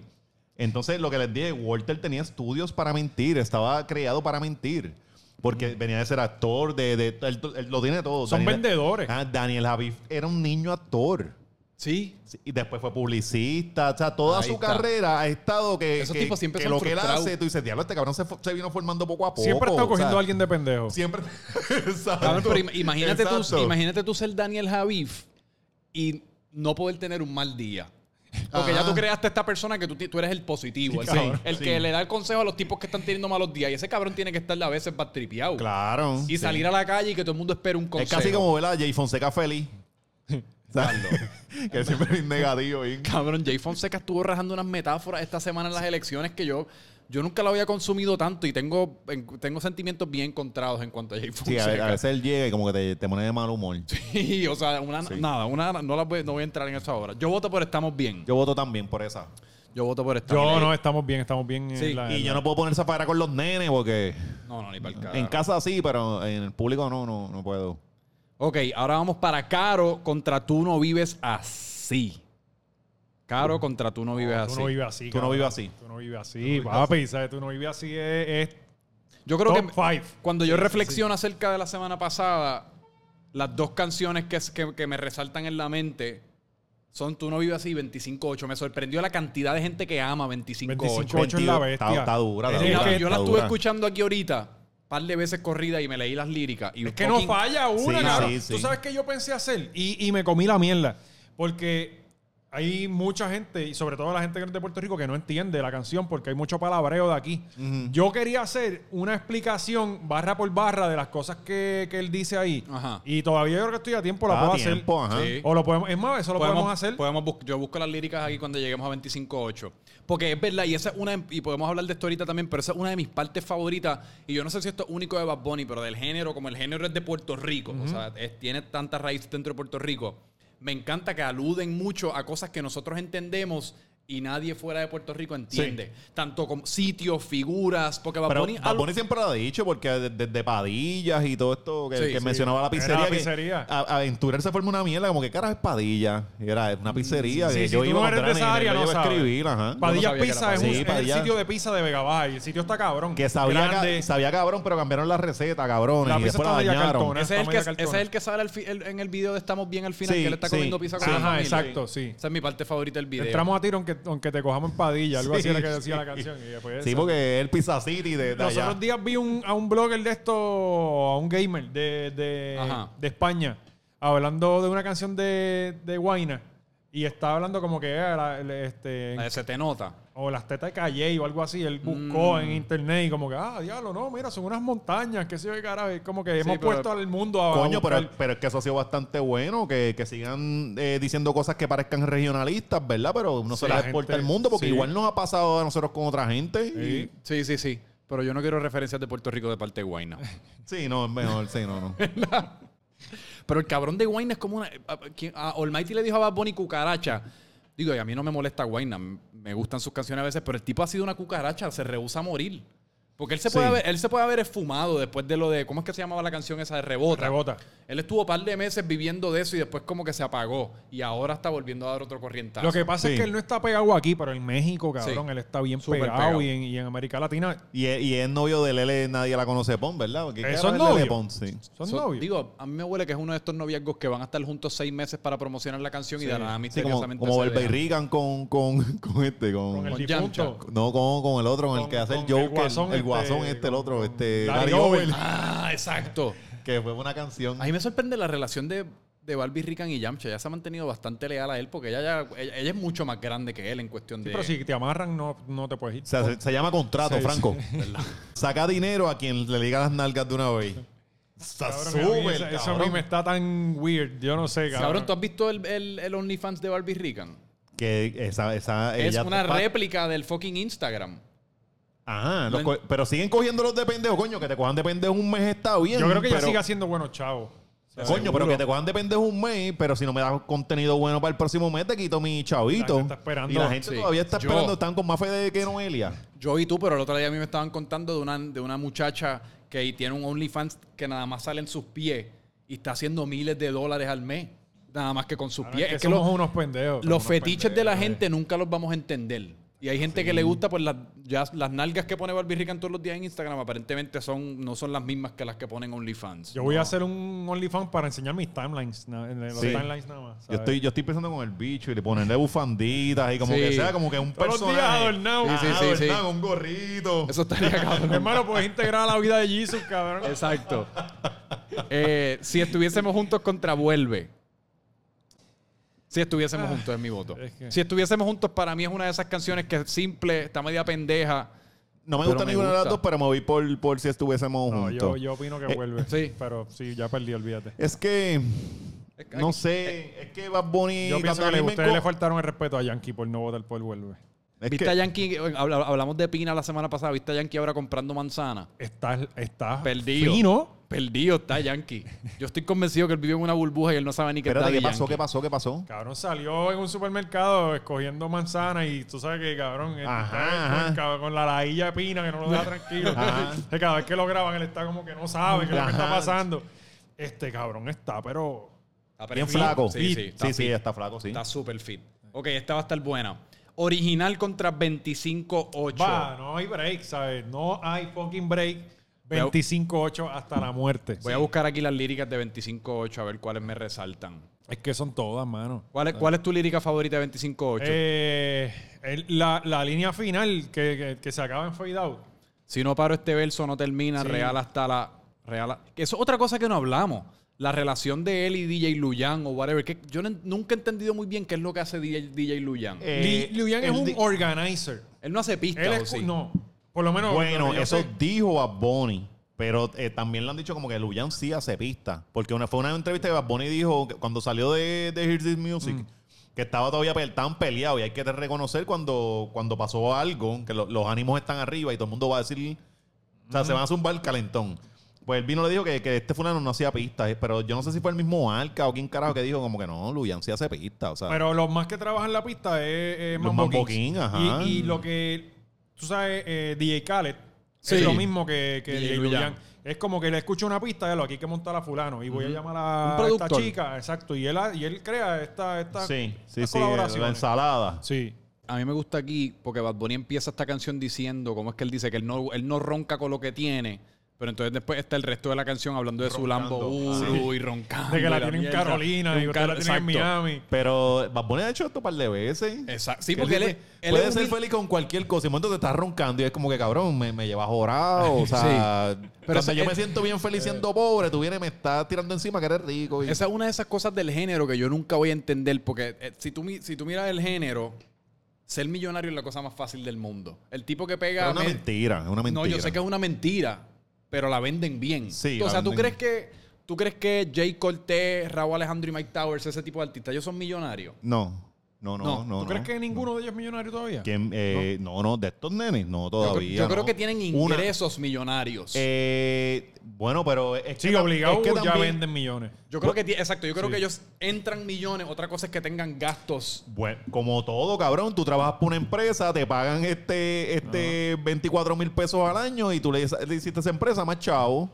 Speaker 3: Entonces, lo que les dije, Walter tenía estudios para mentir, estaba creado para mentir.
Speaker 1: Mm.
Speaker 3: Porque venía de ser actor, de, de- él, él lo tiene todo.
Speaker 2: Son vendedores.
Speaker 3: Ah, Daniel Javif era un niño actor.
Speaker 1: sí.
Speaker 3: Sí, Y después fue publicista. O sea, toda
Speaker 1: Ahí
Speaker 3: su
Speaker 1: está.
Speaker 3: carrera ha estado que,
Speaker 1: Esos
Speaker 3: que-
Speaker 1: tipos siempre
Speaker 3: que
Speaker 1: son
Speaker 3: lo que él
Speaker 1: frustrados.
Speaker 3: hace, tú dices, diablo, este cabrón se, fu- se vino formando poco a poco.
Speaker 2: Siempre está
Speaker 3: o
Speaker 2: cogiendo
Speaker 3: sea,
Speaker 2: a alguien de pendejo.
Speaker 3: Siempre. Exacto.
Speaker 1: Cabrón, Ah, pero im- imagínate, tú,
Speaker 3: Exacto.
Speaker 1: imagínate tú ser Daniel Javif y no poder tener un mal día. Porque ya
Speaker 3: Ajá.
Speaker 1: tú creaste esta persona que tú, ti- tú eres el positivo, el,
Speaker 3: Sí,
Speaker 1: que-
Speaker 3: cabrón,
Speaker 1: el
Speaker 3: sí.
Speaker 1: que le da el consejo a los tipos que están teniendo malos días. Y ese cabrón tiene que estar a veces tripeado.
Speaker 3: Claro.
Speaker 1: Y
Speaker 3: sí.
Speaker 1: salir a la calle y que todo el mundo espere un consejo.
Speaker 3: Es casi como ver a Jay Fonseca feliz. Saldo. que siempre es negativo. bien.
Speaker 1: Cabrón, Jay Fonseca estuvo rajando unas metáforas esta semana en las elecciones que yo, yo nunca lo había consumido tanto y tengo, en- tengo sentimientos bien encontrados en cuanto a Jay
Speaker 3: Sí, a,
Speaker 1: Fonseca.
Speaker 3: ve- a veces él llega y como que te, te pone de mal humor.
Speaker 1: Sí, o sea, una, nada, una, no, las voy, no voy a entrar en eso ahora. Yo voto por estamos bien. Yo,
Speaker 3: Yo voto también por esa.
Speaker 1: voto por estamos
Speaker 2: Yo
Speaker 1: bien.
Speaker 2: no, estamos bien, estamos bien. en
Speaker 1: Sí,
Speaker 2: la-
Speaker 3: eh. Y
Speaker 2: en
Speaker 3: yo
Speaker 2: la-
Speaker 3: no puedo poner esa para con los nenes porque
Speaker 1: No, no, ni para el
Speaker 3: en casa sí, pero en el público no, no, no puedo.
Speaker 1: Ok, ahora vamos para Caro contra tú no vives así. Caro contra tú no vives
Speaker 2: Tú
Speaker 1: así.
Speaker 2: no vives así.
Speaker 3: Tú no
Speaker 2: cabrón.
Speaker 3: vives así.
Speaker 2: Tú no vives así, papi. ¿sabes? Tú no vives así. Es, es
Speaker 1: Yo creo
Speaker 2: Top
Speaker 1: que
Speaker 2: five.
Speaker 1: cuando yo reflexiono acerca de la semana pasada, las dos canciones que, es- que, que me resaltan en la mente son Tú no vives así 25-8. Me sorprendió la cantidad de gente que ama 25-8.
Speaker 2: 25-8. Cocho es la bestia.
Speaker 3: Está, está dura, está
Speaker 2: Es que
Speaker 3: dura,
Speaker 1: Yo la
Speaker 3: está
Speaker 1: estuve
Speaker 3: dura.
Speaker 1: escuchando aquí ahorita, un par de veces corrida y me leí las líricas. Y
Speaker 2: Es que no
Speaker 1: fucking-
Speaker 2: falla una,
Speaker 3: Sí,
Speaker 2: cabrón.
Speaker 3: sí, sí.
Speaker 2: Tú sabes que yo pensé hacer y, y me comí la mierda. Porque hay mucha gente, y sobre todo la gente que no es de Puerto Rico, que no entiende la canción porque hay mucho palabreo de aquí. Yo quería hacer una explicación barra por barra de las cosas que, que él dice ahí.
Speaker 1: Ajá.
Speaker 2: Y todavía yo creo que estoy a tiempo, la
Speaker 3: Está
Speaker 2: puedo
Speaker 3: a tiempo,
Speaker 2: hacer.
Speaker 3: ajá.
Speaker 1: Sí.
Speaker 2: O lo podemos, es más, eso lo podemos, hacer.
Speaker 1: podemos bus- yo busco las líricas aquí cuando lleguemos a 25.8. Porque es verdad, y esa es una, y podemos hablar de esto ahorita también, pero esa es una de mis partes favoritas. Y yo no sé si esto es único de Bad Bunny, pero del género, como el género es de Puerto Rico, o sea, es- tiene tanta raíz dentro de Puerto Rico. Me encanta que aluden mucho a cosas que nosotros entendemos y nadie fuera de Puerto Rico entiende. Tanto como sitios, figuras, porque Bad
Speaker 3: Pero
Speaker 1: Bunny.
Speaker 3: Bad Bunny siempre lo ha dicho, porque de- desde Padillas y todo esto que,
Speaker 1: Sí,
Speaker 3: que
Speaker 1: sí.
Speaker 3: mencionaba la
Speaker 2: Era
Speaker 3: pizzería.
Speaker 2: la
Speaker 3: que
Speaker 2: pizzería.
Speaker 3: a- Aventurar se forma una mierda, como que cara es Padilla. Y Era una pizzería
Speaker 2: Sí,
Speaker 3: que
Speaker 2: si
Speaker 3: yo
Speaker 2: tú
Speaker 3: iba
Speaker 2: no
Speaker 3: a
Speaker 2: eres de esa área,
Speaker 3: yo
Speaker 2: no
Speaker 3: iba a
Speaker 2: sabes.
Speaker 3: escribir, ajá.
Speaker 2: Padilla
Speaker 1: sabía que era
Speaker 2: Pizza es, un-
Speaker 3: Padilla. Sí,
Speaker 2: es
Speaker 3: Padilla.
Speaker 2: el sitio de pizza de Vega Baja. Y el sitio está cabrón.
Speaker 3: Que sabía, ca-
Speaker 2: grande.
Speaker 3: sabía cabrón, pero cambiaron las recetas, cabrones.
Speaker 2: La
Speaker 3: y
Speaker 2: pizza
Speaker 3: después la
Speaker 2: estaba ya
Speaker 3: dañaron.
Speaker 2: cartona.
Speaker 1: Ese es, el que,
Speaker 2: Pamela Cartona.
Speaker 1: ese es el que sale al fi- el- en el video de Estamos Bien al final,
Speaker 3: Sí,
Speaker 1: que él está
Speaker 3: sí,
Speaker 1: comiendo pizza con
Speaker 2: sí.
Speaker 1: la
Speaker 2: Ajá,
Speaker 1: familia.
Speaker 2: exacto, sí.
Speaker 1: Esa es mi parte favorita del video.
Speaker 2: Entramos a tiro aunque, aunque te cojamos en Padilla. Algo así
Speaker 3: Sí,
Speaker 2: era que decía
Speaker 3: sí.
Speaker 2: la canción. Y después
Speaker 3: Sí,
Speaker 2: esa.
Speaker 3: porque es el Pizza City de, de
Speaker 2: Los
Speaker 3: allá.
Speaker 2: otros días vi un- a un blogger de esto, a un gamer de, de,
Speaker 1: Ajá.
Speaker 2: de España, hablando de una canción de, de Guaina. Y estaba hablando como que era el, este,
Speaker 1: La de se te nota.
Speaker 2: o las tetas de Calle o algo así. Él
Speaker 1: Mm.
Speaker 2: buscó en internet y como que, ah, diablo, no, mira, son unas montañas, qué sé yo, qué carajo. Y Como que hemos
Speaker 1: pero-
Speaker 2: puesto al mundo a
Speaker 3: Coño, pero,
Speaker 2: buscar-
Speaker 3: pero es que eso ha sido bastante bueno, que, que sigan eh, diciendo cosas que parezcan regionalistas, ¿verdad? Pero no se
Speaker 2: Sí, la
Speaker 3: las
Speaker 2: gente-
Speaker 3: exporta al mundo, porque
Speaker 2: sí.
Speaker 3: igual nos ha pasado a nosotros con otra gente. y-
Speaker 1: Sí, sí, sí. Pero yo no quiero referencias de Puerto Rico de parte de Guayna.
Speaker 3: Sí, no, es mejor, sí, no, no.
Speaker 1: Pero el cabrón de Guayna es como una. a- a- quien- a Almighty le dijo a Bad Bunny cucaracha. Digo, y a mí no me molesta Guayna. m- Me gustan sus canciones a veces, pero el tipo ha sido una cucaracha. Se rehúsa a morir. Porque él se, puede
Speaker 3: Sí.
Speaker 1: haber, él se puede haber esfumado después de lo de. ¿Cómo es que se llamaba la canción esa de rebota?
Speaker 2: rebota.
Speaker 1: Él estuvo un par de meses viviendo de eso y después como que se apagó. Y ahora está volviendo a dar otro corrientazo.
Speaker 2: Lo que pasa es
Speaker 3: Sí.
Speaker 2: que él no está pegado aquí, pero en México, cabrón,
Speaker 1: Sí.
Speaker 2: él está bien
Speaker 1: Súper
Speaker 2: pegado,
Speaker 1: pegado.
Speaker 2: Y, en, y en América Latina
Speaker 3: Y, es- y es novio de Lele, nadie la conoce, Pon, ¿verdad? Porque
Speaker 2: Eh,
Speaker 3: ¿qué
Speaker 2: son
Speaker 3: era de
Speaker 2: novios.
Speaker 3: Lele Pons? Sí.
Speaker 2: son
Speaker 1: So,
Speaker 2: novios.
Speaker 1: Digo, a mí me huele que es uno de estos noviazgos que van a estar juntos seis meses para promocionar la canción y de la nada
Speaker 3: Sí, como,
Speaker 1: misteriosamente
Speaker 3: como
Speaker 1: se
Speaker 3: Belba y
Speaker 1: dejan.
Speaker 3: Reagan con, con, con este, con...
Speaker 2: con el
Speaker 1: con
Speaker 2: difunto.
Speaker 1: Yamcha.
Speaker 3: no, con, con el otro, con, el
Speaker 2: Con-
Speaker 3: que hace el
Speaker 2: con
Speaker 3: Joker,
Speaker 2: el guasón
Speaker 3: el guasón,
Speaker 2: este,
Speaker 3: este, el
Speaker 2: con-
Speaker 3: otro,
Speaker 2: con
Speaker 3: este,
Speaker 2: Larry
Speaker 3: Larry
Speaker 2: Over.
Speaker 3: Over,
Speaker 1: Ah, exacto.
Speaker 3: que fue una canción.
Speaker 1: A mí me sorprende la relación de, de Barbie Rican y Yamcha. Ella se ha mantenido bastante leal a él porque ella, ya- ella, ella es mucho más grande que él en cuestión
Speaker 2: Sí,
Speaker 1: de...
Speaker 2: pero si te amarran, no, no te puedes ir.
Speaker 3: O sea, se, se llama contrato,
Speaker 2: Sí,
Speaker 3: Franco. Saca dinero a quien le diga las nalgas de una vez. O sea,
Speaker 2: Cabrón,
Speaker 3: sube,
Speaker 2: a mí
Speaker 3: el
Speaker 2: eso, eso a
Speaker 3: cabrón.
Speaker 2: mí me está tan weird. Yo no sé, cabrón.
Speaker 1: Cabrón, ¿tú has visto el, el- el OnlyFans de Barbie Rican?
Speaker 3: Que esa, esa,
Speaker 1: Es
Speaker 3: ella-
Speaker 1: una
Speaker 3: pa-
Speaker 1: réplica del fucking Instagram.
Speaker 3: Ajá, los
Speaker 1: No
Speaker 3: co- pero siguen cogiendo los de pendejo, coño, que te cojan de pendejo un mes está bien.
Speaker 2: Yo creo que
Speaker 3: pero,
Speaker 2: ella sigue haciendo buenos chavos. O sea,
Speaker 3: Coño,
Speaker 2: seguro.
Speaker 3: pero que te cojan de pendejo un mes, pero si no me das contenido bueno para el próximo mes, te quito mi
Speaker 2: La
Speaker 3: chavito.
Speaker 2: gente está esperando.
Speaker 3: Y la gente
Speaker 1: Sí.
Speaker 3: todavía está
Speaker 1: Yo-
Speaker 3: esperando, están con más fe de que Noelia.
Speaker 1: Yo y tú, pero el otro día a mí me estaban contando de una, de una muchacha que ahí tiene un OnlyFans que nada más sale en sus pies y está haciendo miles de dólares al mes. Nada más que con sus
Speaker 2: Cabrón,
Speaker 1: pies.
Speaker 2: Ah, que
Speaker 1: Es que
Speaker 2: somos
Speaker 1: los,
Speaker 2: unos pendejos.
Speaker 1: los
Speaker 2: somos unos eh.
Speaker 1: fetiches de la
Speaker 2: pendejos,
Speaker 1: gente nunca los vamos a entender. Y hay gente que le gusta, pues las, ya las nalgas que pone Barbie Rican todos los días en Instagram aparentemente son, no son las mismas que las que ponen
Speaker 2: eh.
Speaker 1: OnlyFans.
Speaker 2: Yo voy a hacer un OnlyFans para enseñar mis timelines. na- en Los
Speaker 3: Sí.
Speaker 2: timelines nada más.
Speaker 3: Yo
Speaker 2: ¿sabes?
Speaker 3: estoy, yo estoy pensando con el bicho y le ponerle bufanditas y como
Speaker 1: Sí.
Speaker 3: que sea como que un
Speaker 2: Todos los días
Speaker 3: personaje.
Speaker 2: adornado.
Speaker 3: Ajá,
Speaker 1: Sí, sí, sí, sí.
Speaker 3: adornado, un gorrito.
Speaker 1: Eso estaría cabrón.
Speaker 2: Hermano, puedes integrar a la vida de Jesus, Ah, cabrón.
Speaker 1: Exacto. Eh, si estuviésemos juntos contra Vuelve. Si estuviésemos juntos es mi voto.
Speaker 2: Ah, es que-
Speaker 1: Si estuviésemos juntos para mí es una de esas canciones que es simple, está media pendeja.
Speaker 3: No me
Speaker 1: Pero
Speaker 3: gusta
Speaker 1: me
Speaker 3: ninguna de las
Speaker 1: gusta.
Speaker 3: dos, pero me voy por, por si estuviésemos
Speaker 2: No,
Speaker 3: juntos.
Speaker 2: yo, yo opino
Speaker 3: Eh,
Speaker 2: que vuelve.
Speaker 1: sí.
Speaker 2: Pero sí, ya perdí, olvídate.
Speaker 3: Es que.
Speaker 1: Es que-
Speaker 3: No sé, es que Bad Bunny.
Speaker 2: eh, Yo pienso
Speaker 3: cuando
Speaker 2: que le-
Speaker 3: a mí me
Speaker 2: ustedes le
Speaker 3: enco-
Speaker 2: faltaron el respeto a Yankee por no votar por vuelve.
Speaker 3: Es
Speaker 1: ¿Viste
Speaker 3: que-
Speaker 1: a Yankee? eh, Habla- Hablamos de Pina la semana pasada. ¿Viste a Yankee ahora comprando manzana?
Speaker 2: Estás, estás
Speaker 1: Perdido.
Speaker 2: fino.
Speaker 1: Perdido está Yankee. Yo estoy convencido que él vive en una burbuja y él no sabe ni qué
Speaker 3: Espérate,
Speaker 1: está
Speaker 3: ¿qué
Speaker 1: de
Speaker 3: pasó? ¿Qué
Speaker 1: Yankee.
Speaker 3: pasó? ¿Qué pasó?
Speaker 2: Cabrón salió en un supermercado escogiendo manzanas y tú sabes que cabrón él
Speaker 3: Ajá,
Speaker 2: está con-
Speaker 3: ajá.
Speaker 2: cabrón, con la ladilla de pina que no lo deja tranquilo.
Speaker 3: Ajá.
Speaker 2: Que Cada vez que lo graban él está como que no sabe qué es lo que está
Speaker 3: Ajá.
Speaker 2: pasando. Este cabrón está, pero
Speaker 1: Está
Speaker 3: Bien
Speaker 1: fit.
Speaker 3: flaco.
Speaker 1: Sí, sí.
Speaker 3: sí,
Speaker 1: Está fit.
Speaker 3: está flaco, sí.
Speaker 1: Está súper fit. Ok, esta va a estar buena. Original contra 25-8.
Speaker 2: va, no hay break, ¿sabes? No hay fucking break. 25-8 hasta la muerte.
Speaker 1: Voy a buscar aquí las líricas de 25-8 a ver cuáles me resaltan.
Speaker 2: Es que son todas, mano.
Speaker 1: ¿Cuál es, cuál es tu lírica favorita de 25-8?
Speaker 2: Ah. Eh, el- la, la línea final que, que- que se acaba en fade out.
Speaker 1: Si no paro este verso, no termina.
Speaker 2: Sí.
Speaker 1: Real hasta la. Real a- que Eso es otra cosa que no hablamos. La relación de él y DJ Luyan o whatever. Que yo no en- nunca he entendido muy bien qué es lo que hace DJ, DJ Luyan.
Speaker 3: Eh,
Speaker 2: Li- Liu Yang es
Speaker 3: él
Speaker 2: un
Speaker 3: di-
Speaker 2: organizer.
Speaker 1: él no hace pistas.
Speaker 2: Él
Speaker 1: ¿o
Speaker 2: es,
Speaker 1: Oh, sí?
Speaker 2: No, por lo menos.
Speaker 3: Bueno,
Speaker 2: lo que yo
Speaker 3: eso
Speaker 2: sé-
Speaker 3: dijo a Bonnie. Pero eh, también le han dicho como que Luyan sí hace pista. Porque una, fue una entrevista que Bad Bunny dijo que cuando salió de, de Hear This Music
Speaker 2: Mm.
Speaker 3: que estaba todavía pe- tan peleado. Y hay que reconocer cuando, cuando pasó algo, que lo- los ánimos están arriba y todo el mundo va a decir. O sea, se van a zumbar calentón. Pues el vino le dijo que, que este fulano no hacía pistas. eh, Pero yo no sé si fue el mismo Arca o quién carajo que dijo como que no, Luyan sí hace pistas. O sea,
Speaker 2: Pero los más que trabajan la pista es, es
Speaker 3: Los
Speaker 2: Mambo
Speaker 3: Mambo
Speaker 2: Kings.
Speaker 3: Kings, ajá.
Speaker 2: Y, y lo que tú sabes, eh, DJ Khaled
Speaker 1: Sí.
Speaker 2: es lo mismo que, que
Speaker 1: DJ
Speaker 2: DJ
Speaker 1: Luyan.
Speaker 2: Luyan. Es como que le escucho una pista, ya lo aquí hay que montar a fulano y voy a llamar a
Speaker 1: Un
Speaker 2: esta
Speaker 1: productor.
Speaker 2: chica, exacto. Y él, ha- y él crea esta, esta,
Speaker 3: sí, sí,
Speaker 2: estas
Speaker 3: sí. La
Speaker 2: colaboraciones.
Speaker 3: ensalada.
Speaker 2: Sí.
Speaker 1: A mí me gusta aquí porque Bad Bunny empieza esta canción diciendo cómo es que él dice que él no, él no ronca con lo que tiene. Pero entonces después está el resto de la canción hablando de
Speaker 3: Roncando. ah.
Speaker 1: su Lambo Uru y roncando.
Speaker 2: De que
Speaker 1: y
Speaker 2: la tienen en
Speaker 1: mierda.
Speaker 2: Carolina,
Speaker 1: De
Speaker 2: y
Speaker 1: un
Speaker 2: usted la
Speaker 1: car-
Speaker 2: tienen en
Speaker 1: exacto.
Speaker 2: Miami.
Speaker 3: Pero Bad Bunny ha hecho esto un par de veces.
Speaker 1: Exacto. Sí,
Speaker 3: Que
Speaker 1: porque
Speaker 3: él
Speaker 1: él, es-
Speaker 3: dice,
Speaker 1: él
Speaker 3: puede
Speaker 1: es
Speaker 3: ser
Speaker 1: humil-
Speaker 3: feliz con cualquier cosa. Y en momento te estás roncando y es como que, cabrón, me, me llevas jorado. O sea,
Speaker 1: Pero
Speaker 3: pero
Speaker 1: esa-
Speaker 3: yo
Speaker 1: eh,
Speaker 3: me siento bien feliz siendo pobre. Tú vienes, me estás tirando encima que eres rico. Y...
Speaker 1: Esa es una de esas cosas del género que yo nunca voy a entender, porque eh, si, tú, mi- si tú miras el género, ser millonario es la cosa más fácil del mundo. El tipo que
Speaker 3: Pero
Speaker 1: pega...
Speaker 3: es una
Speaker 1: me-
Speaker 3: mentira, es una mentira.
Speaker 1: No, yo sé que es una mentira, pero la venden bien.
Speaker 3: Sí,
Speaker 1: o
Speaker 3: la
Speaker 1: sea, ¿tú crees
Speaker 3: venden.
Speaker 1: que tú crees que Jay Cortez, Raúl Alejandro y Mike Towers, ese tipo de artistas, ellos son millonarios?
Speaker 3: No, no, no,
Speaker 1: No,
Speaker 3: no.
Speaker 1: ¿tú
Speaker 2: ¿Tú
Speaker 3: no.
Speaker 2: crees que ninguno de ellos es millonario todavía?
Speaker 3: ¿Quién, eh, no. no, de estos nenes, no
Speaker 1: Yo cre-
Speaker 3: todavía.
Speaker 1: yo, creo
Speaker 3: no.
Speaker 1: que tienen
Speaker 3: Una-
Speaker 1: ingresos millonarios.
Speaker 3: eh, bueno, pero es
Speaker 2: Sí,
Speaker 3: que. tam-
Speaker 2: obligado
Speaker 3: es que
Speaker 2: ya
Speaker 3: también-
Speaker 2: venden millones.
Speaker 1: yo creo que ti- exacto, yo creo
Speaker 2: Sí.
Speaker 1: que ellos entran millones, otra cosa es que tengan gastos.
Speaker 3: Bueno, como todo, cabrón, tú trabajas por una empresa, te pagan este, este 24 mil pesos al año y tú le, le hiciste a esa empresa más chavo.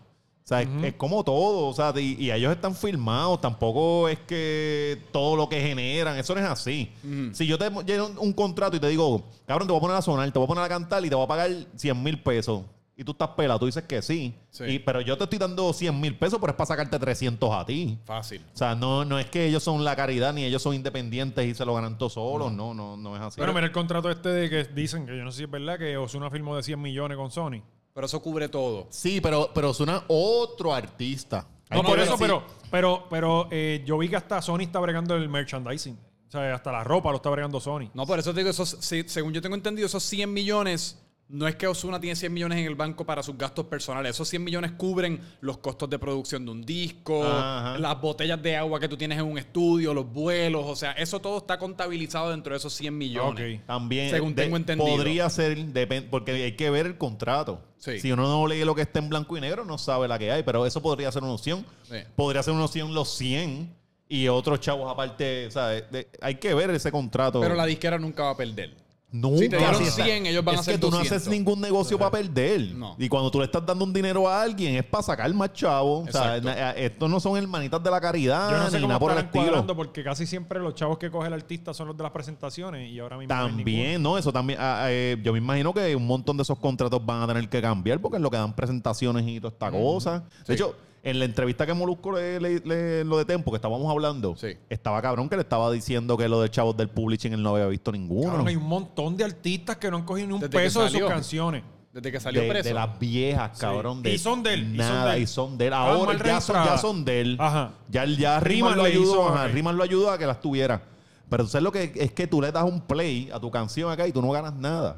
Speaker 3: O sea, es- es, como todo, o sea, y, y ellos están firmados, tampoco es que todo lo que generan, eso no es así. Si yo te mo- lleno un, un contrato y te digo, cabrón, te voy a poner a sonar, te voy a poner a cantar y te voy a pagar 100 mil pesos. Y tú estás pelado, tú dices que sí.
Speaker 1: Sí.
Speaker 3: Y- pero yo te estoy dando 100 mil pesos, pero es para sacarte 300 a ti.
Speaker 1: Fácil.
Speaker 3: O sea, no, no es que ellos son la caridad ni ellos son independientes y se lo ganan todos solos. No, no, no es así.
Speaker 2: Pero mira el contrato este de que dicen, que yo no sé si es verdad, que Osuna firmó de 100 millones con Sony.
Speaker 1: Pero eso cubre todo.
Speaker 3: sí, pero, pero suena otro artista.
Speaker 2: No,
Speaker 3: Hay que
Speaker 2: por
Speaker 3: ver
Speaker 2: eso,
Speaker 3: si-
Speaker 2: pero, pero, pero eh, yo vi que hasta Sony está bregando el merchandising. O sea, hasta la ropa lo está bregando Sony.
Speaker 1: No, por eso te digo, esos, sí, según yo tengo entendido, esos 100 millones, no es que Osuna tiene 100 millones en el banco para sus gastos personales. Esos 100 millones cubren los costos de producción de un disco,
Speaker 3: Ajá.
Speaker 1: las botellas de agua que tú tienes en un estudio, los vuelos, o sea, eso todo está contabilizado dentro de esos 100 millones.
Speaker 2: Ok.
Speaker 3: También
Speaker 1: Según
Speaker 3: de-
Speaker 1: tengo entendido.
Speaker 3: podría ser, depen- porque hay que ver el contrato.
Speaker 1: Sí.
Speaker 3: Si uno no lee lo que está en blanco y negro, no sabe la que hay, pero eso podría ser una opción.
Speaker 1: Sí.
Speaker 3: Podría ser una opción los 100 y otros chavos aparte. O sea, de- de- hay que ver ese contrato.
Speaker 1: Pero la disquera nunca va a perder.
Speaker 3: Nunca.
Speaker 1: Si te dieron
Speaker 3: Así está.
Speaker 1: 100, ellos van
Speaker 3: es
Speaker 1: a hacer
Speaker 3: que tú
Speaker 1: 200.
Speaker 3: no haces ningún negocio para perder.
Speaker 1: No.
Speaker 3: Y cuando tú le estás dando un dinero a alguien es para sacar más chavo. O sea,
Speaker 1: Exacto.
Speaker 3: na- eh, estos no son hermanitas de la caridad
Speaker 2: Yo no sé
Speaker 3: Ah, ni
Speaker 2: cómo
Speaker 3: nada por el
Speaker 2: estarán
Speaker 3: estilo.
Speaker 2: cuadrando porque casi siempre los chavos que coge el artista son los de las presentaciones y ahora mismo no hay ninguno.
Speaker 3: También, ¿no? Eso también. ah, eh, yo me imagino que un montón de esos contratos van a tener que cambiar porque es lo que dan presentaciones y toda esta cosa. De hecho, en la entrevista que Molusco le, le- le- lo de Tempo, que estábamos hablando,
Speaker 1: Sí.
Speaker 3: estaba cabrón que le estaba diciendo que lo de chavos del publishing él no había visto ninguno.
Speaker 2: Cabrón, hay un montón de artistas que no han cogido ni un
Speaker 1: Desde que
Speaker 2: peso de sus
Speaker 1: salió.
Speaker 2: canciones.
Speaker 1: Desde que salió
Speaker 3: de,
Speaker 1: preso.
Speaker 3: de las viejas, cabrón.
Speaker 2: Sí.
Speaker 3: De
Speaker 2: Y son de él, y son de
Speaker 3: Nada,
Speaker 2: él.
Speaker 3: y son de él.
Speaker 2: Estaban
Speaker 3: Ahora
Speaker 2: mal
Speaker 3: ya son, ya
Speaker 2: registradas.
Speaker 3: son de él.
Speaker 2: Ajá.
Speaker 3: Ya, ya
Speaker 2: Rimas
Speaker 3: Rimas lo
Speaker 2: le
Speaker 3: ayudó.
Speaker 2: hizo,
Speaker 3: ajá,
Speaker 2: ok.
Speaker 3: Rimas lo ayudó a que las tuviera. Pero tú sabes lo que es que tú le das un play a tu canción acá y tú no ganas nada.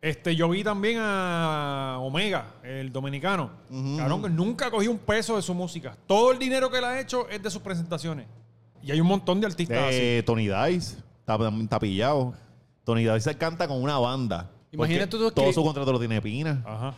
Speaker 2: Este, yo vi también a Omega, el dominicano. Cabrón, que nunca cogió un peso de su música. Todo el dinero que él ha hecho es de sus presentaciones. Y hay un montón de artistas así.
Speaker 3: Eh, Tony Dice está, está pillado. Tony Dice se canta con una banda.
Speaker 1: Imagínate
Speaker 3: Porque
Speaker 1: tú que-
Speaker 3: Todo su contrato lo tiene Pina.
Speaker 2: Ajá.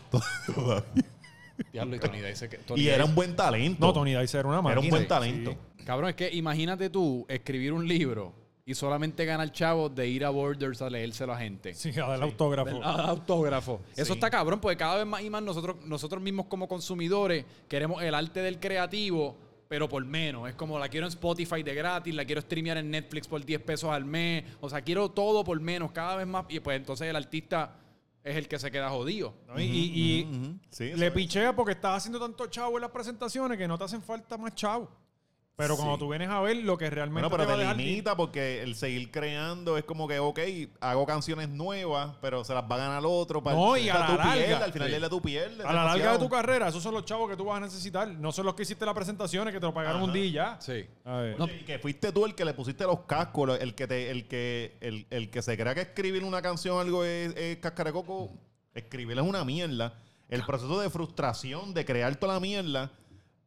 Speaker 1: Diablo, y Tony dice que. Tony
Speaker 3: y era
Speaker 1: Dice-
Speaker 3: un buen talento.
Speaker 2: No, Tony Dice era una máquina.
Speaker 3: Era un buen talento.
Speaker 1: Cabrón, es que imagínate tú escribir un libro y solamente ganar chavos de ir a Borders a leérselo a gente.
Speaker 2: Sí, a dar autógrafo.
Speaker 1: A dar autógrafo. Eso está cabrón, porque cada vez más y más nosotros, nosotros mismos como consumidores queremos el arte del creativo, pero por menos. Es como la quiero en Spotify de gratis, la quiero streamear en Netflix por 10 pesos al mes. O sea, quiero todo por menos, cada vez más. Y pues entonces el artista es el que se queda jodido.
Speaker 2: ¿no? Y, y- y
Speaker 3: Sí,
Speaker 2: le
Speaker 3: eso es.
Speaker 2: pichea porque estás haciendo tanto chavo en las presentaciones que no te hacen falta más chavo. Pero cuando
Speaker 3: Sí.
Speaker 2: tú vienes a ver lo que realmente
Speaker 3: Bueno, pero
Speaker 2: te va a
Speaker 3: te
Speaker 2: dejar-
Speaker 3: limita porque el seguir creando es como que, ok, hago canciones nuevas, pero se las va a ganar otro. para-
Speaker 2: No, y a
Speaker 3: para
Speaker 2: la
Speaker 3: tú
Speaker 2: larga.
Speaker 3: pierdes, al final
Speaker 1: Sí.
Speaker 3: de la tú pierdes.
Speaker 2: A la larga de
Speaker 3: demasiado.
Speaker 2: tu carrera, esos son los chavos que tú vas a necesitar. No son los que hiciste las presentaciones que te lo pagaron
Speaker 3: Ajá.
Speaker 2: un día y ya.
Speaker 1: Sí.
Speaker 2: A ver.
Speaker 1: No,
Speaker 3: Y que fuiste tú el que le pusiste los cascos, lo- el que te, el que, el, el que se crea que escribir una canción o algo es, es cascaracoco, escribirla es una mierda. El proceso de frustración de crear toda la mierda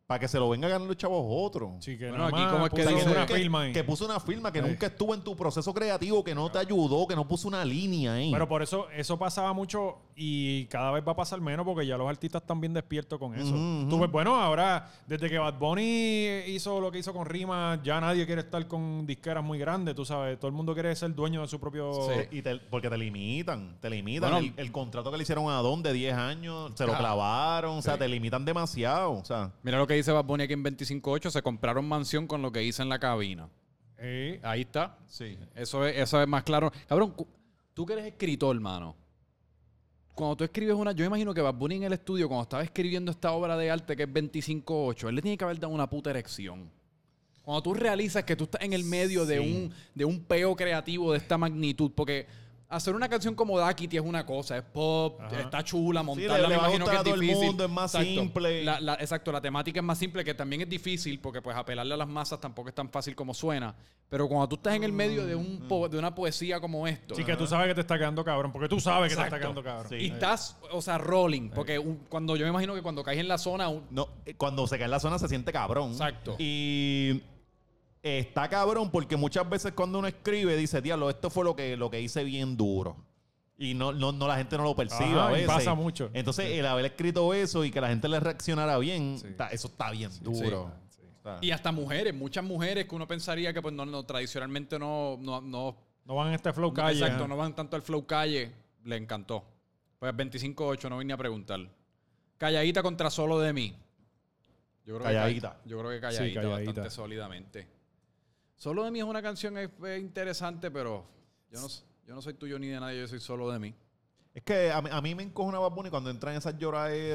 Speaker 3: para que se lo venga a ganar los chavos otros.
Speaker 2: Sí, que
Speaker 1: Bueno,
Speaker 2: nada
Speaker 1: aquí
Speaker 2: más
Speaker 1: como es que
Speaker 2: puso
Speaker 1: dice-
Speaker 2: una
Speaker 3: que,
Speaker 2: firma ahí. Eh.
Speaker 3: que puso una firma que
Speaker 2: Sí.
Speaker 3: nunca estuvo en tu proceso creativo, que no te ayudó, que no puso una línea ahí.
Speaker 2: Pero por eso, eso pasaba mucho y cada vez va a pasar menos porque ya los artistas están bien despiertos con eso.
Speaker 3: Ujú, ujú.
Speaker 2: Tú ves, bueno, ahora, desde que Bad Bunny hizo lo que hizo con Rima, ya nadie quiere estar con disqueras muy grandes, tú sabes. Todo el mundo quiere ser dueño de su propio...
Speaker 1: Sí.
Speaker 3: Y te- porque te limitan, te limitan.
Speaker 1: Bueno.
Speaker 3: el, el contrato que le hicieron a Don de 10 años, se lo
Speaker 1: Ah.
Speaker 3: clavaron, o sea,
Speaker 1: Sí.
Speaker 3: te limitan demasiado. O sea,
Speaker 1: Mira lo que dice Bad Bunny aquí en 25.8. Se compraron mansión con lo que hice en la cabina.
Speaker 2: Eh,
Speaker 1: Ahí está.
Speaker 3: sí.
Speaker 1: Eso es, eso es más claro. Cabrón, cu- tú que eres escritor, hermano. Cuando tú escribes una... Yo imagino que Bad Bunny en el estudio, cuando estaba escribiendo esta obra de arte que es 25.8, él le tiene que haber dado una puta erección. Cuando tú realizas que tú estás en el medio de,
Speaker 3: Sí.
Speaker 1: un, de un peo creativo de esta magnitud, porque hacer una canción como Daquiti es una cosa, es pop,
Speaker 2: Ajá.
Speaker 1: está chula, montarla
Speaker 3: le- le
Speaker 1: me
Speaker 3: va a
Speaker 1: imagino que
Speaker 3: gustar
Speaker 1: es
Speaker 3: a todo el
Speaker 1: difícil.
Speaker 3: mundo, es más simple.
Speaker 1: La- la- exacto, la temática es más simple, que también es difícil, porque pues apelarle a las masas tampoco es tan fácil como suena. Pero cuando tú estás en el medio de, un po- de una poesía como esto,
Speaker 2: sí, que tú sabes que te está quedando cabrón, porque tú sabes que te está
Speaker 1: Exacto.
Speaker 2: quedando cabrón.
Speaker 1: y estás, o sea, rolling, porque un- cuando yo me imagino que cuando caes en la zona, un-
Speaker 3: No, eh, cuando se cae en la zona se siente cabrón.
Speaker 1: Exacto.
Speaker 3: Y está cabrón porque muchas veces cuando uno escribe dice, diablo, esto fue lo que, lo que hice bien duro. Y no, no, no, la gente no lo percibe
Speaker 2: Ajá,
Speaker 3: a
Speaker 2: y
Speaker 3: veces.
Speaker 2: pasa mucho.
Speaker 3: Entonces, el haber escrito eso y que la gente le reaccionara bien, está- eso está bien duro. Está-
Speaker 1: y hasta mujeres, muchas mujeres que uno pensaría que pues no, no, tradicionalmente no, no, no
Speaker 2: No van en este flow calle.
Speaker 1: Exacto,
Speaker 2: ¿eh?
Speaker 1: no van tanto al flow calle. Le encantó. Pues 25-8, no vine a preguntar. Calladita contra solo de mí. Yo creo
Speaker 3: Calladita.
Speaker 1: Que, call- yo creo que calladita,
Speaker 2: Sí, calladita.
Speaker 1: bastante sólidamente. Solo de mí es una canción eh, eh, interesante, pero yo no, s- yo no soy tuyo ni de nadie, yo soy solo de mí.
Speaker 3: Es que a mí, a mí me encojona Bad Bunny cuando entra en esas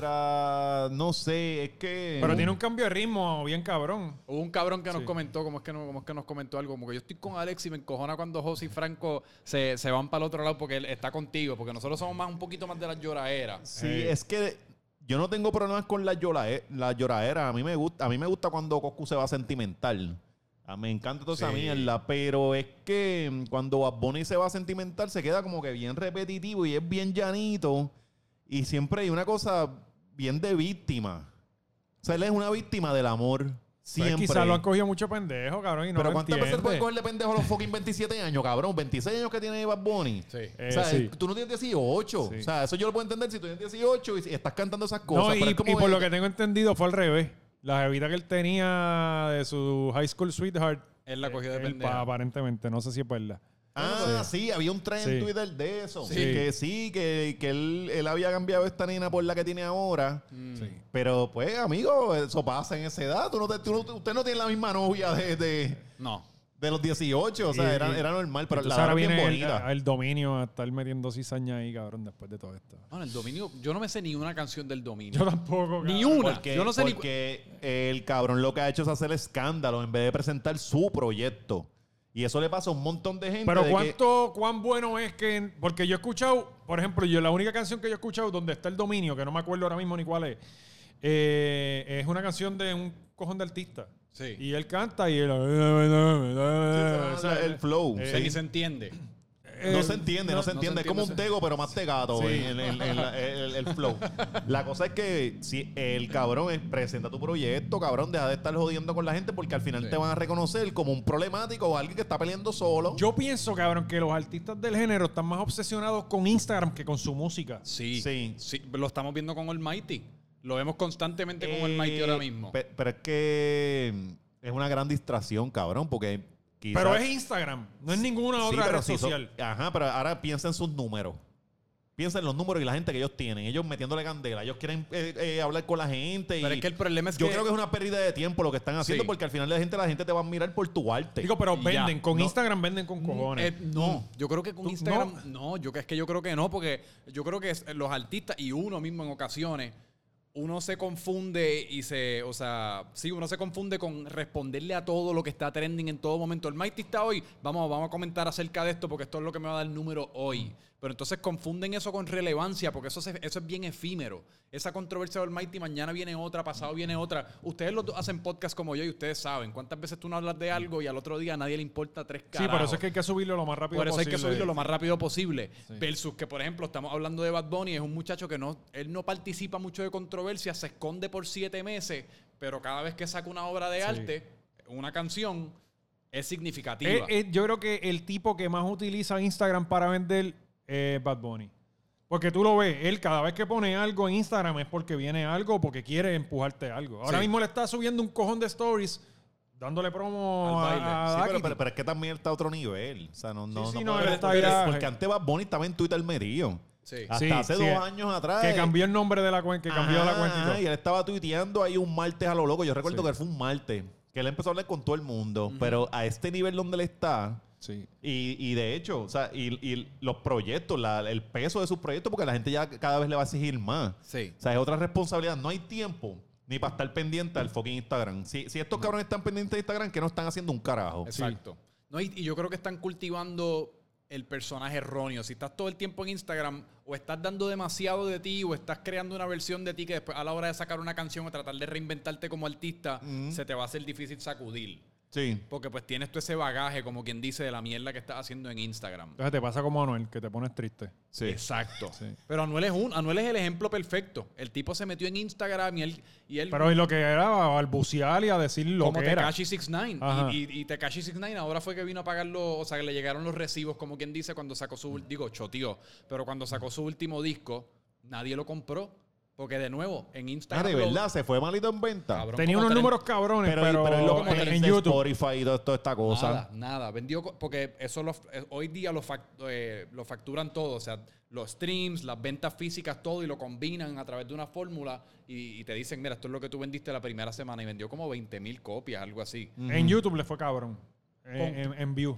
Speaker 3: lloraderas, no sé, es que...
Speaker 2: Pero tiene un cambio de ritmo bien cabrón.
Speaker 1: Hubo un cabrón que nos comentó, como es que, no, como es que nos comentó algo, como que yo estoy con Alex y me encojona cuando José y Franco se, se van para el otro lado porque él está contigo, porque nosotros somos más un poquito más de las lloraderas.
Speaker 3: Sí,
Speaker 2: Ey.
Speaker 3: es que yo no tengo problemas con la, llora, la lloradera. A mí, me gusta, a mí me gusta cuando Coscu se va sentimental. A- me encanta toda esa
Speaker 1: Sí.
Speaker 3: mierda, pero es que mm, cuando Bad Bunny se va sentimental se queda como que bien repetitivo y es bien llanito. Y siempre hay una cosa bien de víctima. O sea, él es una víctima del amor. Siempre.
Speaker 2: Pues Quizás lo han cogido mucho pendejo, cabrón, y no
Speaker 3: pero
Speaker 2: lo
Speaker 3: ¿cuántas veces
Speaker 2: entiende.
Speaker 3: puedes cogerle pendejo a los fucking 27 años, cabrón? 26 años que tiene Bad Bunny.
Speaker 1: Sí.
Speaker 2: Eh,
Speaker 3: o sea,
Speaker 2: sí.
Speaker 3: tú no tienes 18.
Speaker 2: Sí.
Speaker 3: O sea, eso yo lo puedo entender si tú tienes 18 y y estás cantando esas cosas.
Speaker 2: No, y,
Speaker 3: pero es como
Speaker 2: y por
Speaker 3: que-
Speaker 2: lo que tengo entendido fue al revés. La jevita que él tenía de su high school sweetheart.
Speaker 1: Él la cogió de
Speaker 2: él
Speaker 1: pendeja.
Speaker 2: pa- Aparentemente, no sé si es verdad.
Speaker 3: Ah, sí. había un tren en
Speaker 2: Sí.
Speaker 3: Twitter de eso.
Speaker 1: Sí.
Speaker 3: Que sí, que, que él, él había cambiado esta nena por la que tiene ahora.
Speaker 2: Sí.
Speaker 3: Mm. Pero pues, amigo, eso pasa en esa edad. Tú no te- tú no- usted no tiene la misma novia de, de-
Speaker 1: No.
Speaker 3: de los 18. O sea,
Speaker 2: Y-
Speaker 3: era,
Speaker 2: y-
Speaker 3: era normal, pero
Speaker 2: Entonces
Speaker 3: la
Speaker 2: ahora
Speaker 3: verdad es bien
Speaker 2: viene el,
Speaker 3: bonita.
Speaker 2: el dominio a estar metiendo cizaña ahí, cabrón, después de todo esto.
Speaker 1: Bueno, el dominio, yo no me sé ni una canción del dominio.
Speaker 2: Yo tampoco,
Speaker 1: Ni
Speaker 2: cabrón.
Speaker 1: una.
Speaker 3: Porque,
Speaker 1: yo no sé ni cu-
Speaker 3: porque el cabrón lo que ha hecho es hacer escándalo en vez de presentar su proyecto. Y eso le pasa a un montón de gente. de
Speaker 2: Pero
Speaker 3: que-
Speaker 2: cuánto, cuán bueno es que... Porque yo he escuchado, por ejemplo, yo la única canción que yo he escuchado donde está el dominio, que no me acuerdo ahora mismo ni cuál es, eh, es una canción de un cojón de artista.
Speaker 1: Sí.
Speaker 2: Y él canta y él...
Speaker 3: Eh, O sea, el flow.
Speaker 1: O sea,
Speaker 3: sí.
Speaker 1: ni se entiende.
Speaker 3: no se entiende, no, se
Speaker 1: Eh, no
Speaker 3: entiende.
Speaker 1: se
Speaker 3: es como un
Speaker 1: entiende,
Speaker 3: tego, pero más tegato
Speaker 2: Sí.
Speaker 3: en, en- en- en la- el, el flow. La cosa es que si el cabrón es- presenta tu proyecto, cabrón, deja de estar jodiendo con la gente porque al final
Speaker 1: Sí.
Speaker 3: te van a reconocer como un problemático o alguien que está peleando solo.
Speaker 2: Yo pienso, cabrón, que los artistas del género están más obsesionados con Instagram que con su música.
Speaker 1: Sí, sí.
Speaker 3: Sí.
Speaker 1: Lo estamos viendo con Almighty. Lo vemos constantemente con Almighty
Speaker 3: Eh,
Speaker 1: ahora mismo.
Speaker 3: pe- Pero es que es una gran distracción, cabrón, porque quizás...
Speaker 2: Pero es Instagram, no es ninguna
Speaker 3: Sí,
Speaker 2: otra
Speaker 3: pero
Speaker 2: red
Speaker 3: si son-
Speaker 2: social.
Speaker 3: ajá, pero ahora piensa en sus números. Piensa en los números y la gente que ellos tienen. Ellos metiéndole candela. Ellos quieren eh, eh, hablar con la gente.
Speaker 1: Pero
Speaker 3: y
Speaker 1: es que el problema es
Speaker 3: yo
Speaker 1: que-
Speaker 3: creo que es una pérdida de tiempo lo que están haciendo
Speaker 1: Sí.
Speaker 3: porque al final la gente, la gente te va a mirar por tu arte.
Speaker 2: Digo, pero
Speaker 1: Ya,
Speaker 2: venden. Con
Speaker 1: no.
Speaker 2: Instagram venden con cojones. Mm.
Speaker 1: Eh, no, yo creo que con
Speaker 2: ¿Tú
Speaker 1: Instagram. No, yo que es que yo creo que no, porque yo creo que es- eh, los artistas y uno mismo en ocasiones, uno se confunde y se. O sea, sí, uno se confunde con responderle a todo lo que está trending en todo momento. El Mighty está hoy, vamos, vamos a comentar acerca de esto porque esto es lo que me va a dar número hoy. Pero entonces confunden eso con relevancia porque eso, se- eso es bien efímero. Esa controversia del Mighty, mañana viene otra, pasado viene otra. Ustedes los dos hacen podcast como yo y ustedes saben cuántas veces tú no hablas de algo y al otro día a nadie le importa tres
Speaker 2: sí,
Speaker 1: carajos.
Speaker 2: por eso es que hay que subirlo lo más rápido
Speaker 1: Por eso hay
Speaker 2: posible.
Speaker 1: que subirlo lo más rápido posible. Versus que, por ejemplo, estamos hablando de Bad Bunny, es un muchacho que no, él no participa mucho de controversia, se esconde por siete meses, pero cada vez que saca una obra de arte, una canción, es significativa.
Speaker 2: Eh, eh, yo creo que el tipo que más utiliza Instagram para vender es Bad Bunny. Porque tú lo ves, él cada vez que pone algo en Instagram es porque viene algo, porque quiere empujarte algo. Ahora
Speaker 1: Sí.
Speaker 2: mismo le está subiendo un cojón de stories dándole promo
Speaker 1: Al
Speaker 2: a,
Speaker 1: baile.
Speaker 2: a
Speaker 3: Sí, pero,
Speaker 2: Daquiti.
Speaker 3: pero- pero es que también está a otro nivel. O sea, no, no,
Speaker 2: sí,
Speaker 3: no
Speaker 2: no,
Speaker 3: podemos-
Speaker 2: él está
Speaker 3: porque,
Speaker 2: allá.
Speaker 3: porque antes Bad Bunny estaba en Twitter Merío.
Speaker 1: Sí.
Speaker 3: Hasta
Speaker 2: Sí,
Speaker 3: hace
Speaker 2: sí,
Speaker 3: dos
Speaker 2: eh,
Speaker 3: años atrás.
Speaker 2: que
Speaker 3: eh,
Speaker 2: cambió el nombre de la cuenta, que cambió la
Speaker 3: Ajá,
Speaker 2: cuenta y todo.
Speaker 3: ajá, Y él estaba tuiteando ahí un martes a lo loco. Yo recuerdo
Speaker 4: Sí.
Speaker 3: que fue un martes. Que él empezó a hablar con todo el mundo. Pero a este nivel donde él está.
Speaker 4: Sí.
Speaker 3: Y, y de hecho, o sea, y, y los proyectos, la- el peso de sus proyectos, porque la gente ya cada vez le va a exigir más.
Speaker 1: Sí.
Speaker 3: O sea, es otra responsabilidad. No hay tiempo ni para estar pendiente al fucking Instagram. Si, si estos cabrones están pendientes de Instagram, que no están haciendo un carajo.
Speaker 1: Exacto. No, y, y yo creo que están cultivando el personaje erróneo. Si estás todo el tiempo en Instagram, o estás dando demasiado de ti, o estás creando una versión de ti que después a la hora de sacar una canción o tratar de reinventarte como artista, se te va a hacer difícil sacudir.
Speaker 3: Sí.
Speaker 1: Porque pues tienes todo ese bagaje, como quien dice, de la mierda que estás haciendo en Instagram.
Speaker 2: Entonces te pasa como Anuel, que te pones triste.
Speaker 3: Sí.
Speaker 1: Exacto.
Speaker 4: Sí.
Speaker 1: Pero Anuel es un, Anuel es el ejemplo perfecto. El tipo se metió en Instagram y él, y él
Speaker 2: Pero y lo que era, a balbucear y a decir lo
Speaker 1: como
Speaker 2: que era.
Speaker 1: Tekashi 69.
Speaker 2: Ajá.
Speaker 1: Y, y, y Tekashi 69 ahora fue que vino a pagar los, o sea, que le llegaron los recibos, como quien dice, cuando sacó su, ul- digo, choteó, pero cuando sacó su último disco, nadie lo compró. Porque de nuevo, en
Speaker 3: Ah,
Speaker 1: Instagram.
Speaker 3: de
Speaker 1: lo-
Speaker 3: verdad, se fue malito en venta.
Speaker 1: Cabrón,
Speaker 2: Tenía
Speaker 1: como
Speaker 2: unos
Speaker 1: tres-
Speaker 2: números cabrones,
Speaker 3: Pero,
Speaker 2: pero,
Speaker 3: pero es lo que
Speaker 2: en,
Speaker 3: en,
Speaker 2: en YouTube.
Speaker 3: Spotify y todo- toda esta cosa.
Speaker 1: Nada, nada. Vendió co- porque eso lo- eh, hoy día lo, fac- eh, lo facturan todo. O sea, los streams, las ventas físicas, todo, y lo combinan a través de una fórmula y, y te dicen, mira, esto es lo que tú vendiste la primera semana y vendió como 20 mil copias, algo así.
Speaker 2: En YouTube le fue cabrón. En, en- en view.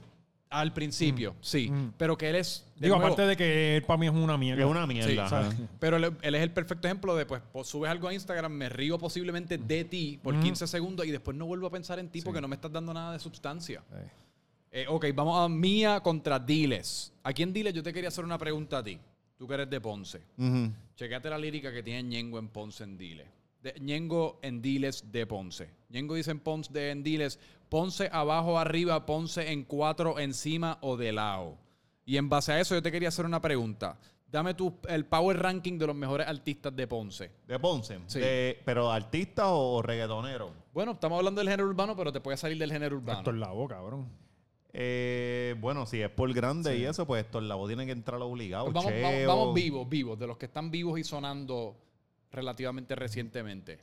Speaker 1: Al principio, sí. Pero que él es... de
Speaker 2: Mm. Digo,
Speaker 1: nuevo,
Speaker 2: aparte de que él para mí es una mierda.
Speaker 3: Es una
Speaker 1: Sí,
Speaker 3: mierda.
Speaker 1: ¿sabes? pero él, él es el perfecto ejemplo de, pues, pues, subes algo a Instagram, me río posiblemente de
Speaker 2: Mm.
Speaker 1: ti por 15 segundos y después no vuelvo a pensar en ti porque no me estás dando nada de sustancia.
Speaker 4: Eh.
Speaker 1: Eh, ok, vamos a Mía contra Diles. Aquí en Diles yo te quería hacer una pregunta a ti. Tú que eres de Ponce.
Speaker 3: Ujú.
Speaker 1: Chequéate la lírica que tiene Ñengo en Ponce en Diles. De- Ñengo en Diles de Ponce. Ñengo dice en Ponce de en Diles, Ponce abajo, arriba, Ponce en cuatro, encima o de lado. Y en base a eso yo te quería hacer una pregunta. Dame tu, el power ranking de los mejores artistas de Ponce.
Speaker 3: De Ponce.
Speaker 1: Sí.
Speaker 3: De- pero artista o reggaetonero.
Speaker 1: Bueno, estamos hablando del género urbano, pero te puedes salir del género urbano.
Speaker 2: Esto es la boca, cabrón.
Speaker 3: Eh, bueno, si es por grande y eso, pues estos voz tienen que entrar obligado.
Speaker 1: Pues vamos, vamos-
Speaker 3: Cheo.
Speaker 1: vamos vivos, vivos, de los que están vivos y sonando relativamente recientemente.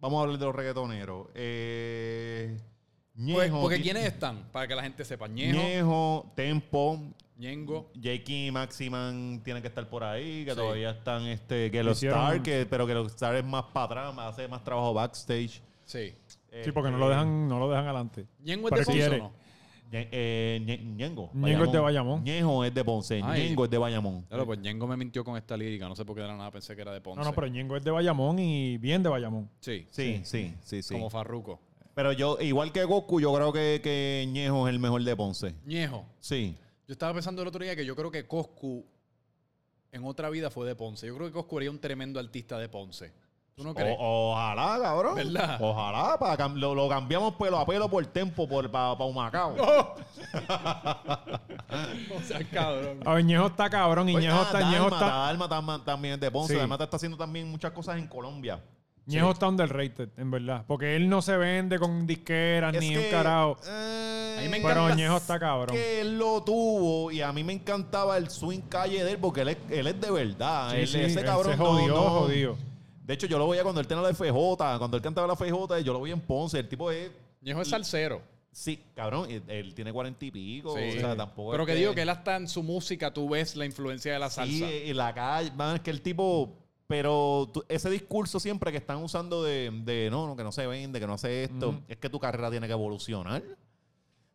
Speaker 3: Vamos a hablar de los reggaetoneros. Eh,
Speaker 1: Pues,
Speaker 3: Ñejo,
Speaker 1: porque
Speaker 3: Ñe-
Speaker 1: ¿quiénes están? Para que la gente sepa. Ñejo,
Speaker 3: Ñejo, Tempo,
Speaker 1: Ñengo.
Speaker 3: Jakey Maximan tienen que estar por ahí, que
Speaker 1: Sí.
Speaker 3: todavía están este, que los
Speaker 2: Hicieron-
Speaker 3: Star, que, pero que los Star es más para atrás, más- hace más trabajo backstage.
Speaker 1: Sí.
Speaker 3: Eh,
Speaker 2: Sí, porque no lo dejan, no lo dejan adelante.
Speaker 1: ¿Ñengo es
Speaker 2: Pero
Speaker 1: de Ponce o
Speaker 2: quiere.
Speaker 1: no?
Speaker 3: Ñe- eh, Ñe- Ñengo.
Speaker 2: Ñengo es de Bayamón.
Speaker 3: Ñejo es de Ponce.
Speaker 1: Ay.
Speaker 3: Ñengo es de Bayamón.
Speaker 1: Claro, pues Ñengo me mintió con esta lírica. No sé por qué de la nada pensé que era de Ponce.
Speaker 2: No, no, pero Ñengo es de Bayamón y bien de Bayamón.
Speaker 1: Sí,
Speaker 3: Sí, sí, sí, sí.
Speaker 1: como Farruco.
Speaker 3: Pero yo, igual que Goku, yo creo que, que Ñejo es el mejor de Ponce.
Speaker 1: Ñejo.
Speaker 3: Sí.
Speaker 1: Yo estaba pensando el otro día que yo creo que Coscu en otra vida fue de Ponce. Yo creo que Coscu era un tremendo artista de Ponce. ¿Tú
Speaker 2: Oh,
Speaker 1: no crees?
Speaker 3: O- ojalá, cabrón.
Speaker 1: ¿Verdad?
Speaker 3: Ojalá. pa' cam- lo, lo cambiamos pelo a pelo por tempo por, para Humacao.
Speaker 1: Oh, O sea, cabrón.
Speaker 2: A ver, Ñejo está cabrón y
Speaker 3: Oye,
Speaker 2: Ñejo
Speaker 3: ah,
Speaker 2: está,
Speaker 3: Dalma,
Speaker 2: Ñejo está,
Speaker 3: Dalma tam- también es de Ponce.
Speaker 2: Sí.
Speaker 3: Dalma está haciendo también muchas cosas en Colombia.
Speaker 2: Ñejo está underrated, en verdad. Porque él no se vende con disqueras
Speaker 3: Es
Speaker 2: ni
Speaker 3: que,
Speaker 2: un carajo.
Speaker 3: eh,
Speaker 1: A mí me
Speaker 2: Pero
Speaker 1: encanta
Speaker 2: Ñejo está cabrón.
Speaker 3: que él lo tuvo y a mí me encantaba el swing calle de él porque él es, él es de verdad.
Speaker 2: Sí,
Speaker 3: él,
Speaker 2: sí,
Speaker 3: ese
Speaker 2: él
Speaker 3: cabrón
Speaker 2: se
Speaker 3: no-
Speaker 2: jodió,
Speaker 3: no-
Speaker 2: jodió.
Speaker 3: De hecho, yo lo veía cuando él tenía la FJ, cuando él cantaba la FJ, yo lo veía en Ponce. El tipo es
Speaker 1: Ñejo es salsero.
Speaker 3: Sí, cabrón, él, él tiene cuarenta y pico.
Speaker 1: Sí.
Speaker 3: O sea, tampoco.
Speaker 1: Pero
Speaker 3: es
Speaker 1: que digo que él hasta en su música tú ves la influencia de la salsa.
Speaker 3: Sí, eh, y la calle, man, es que el tipo. Pero tú- ese discurso siempre que están usando de, de, no, no, que no se vende, que no hace esto, es que tu carrera tiene que evolucionar.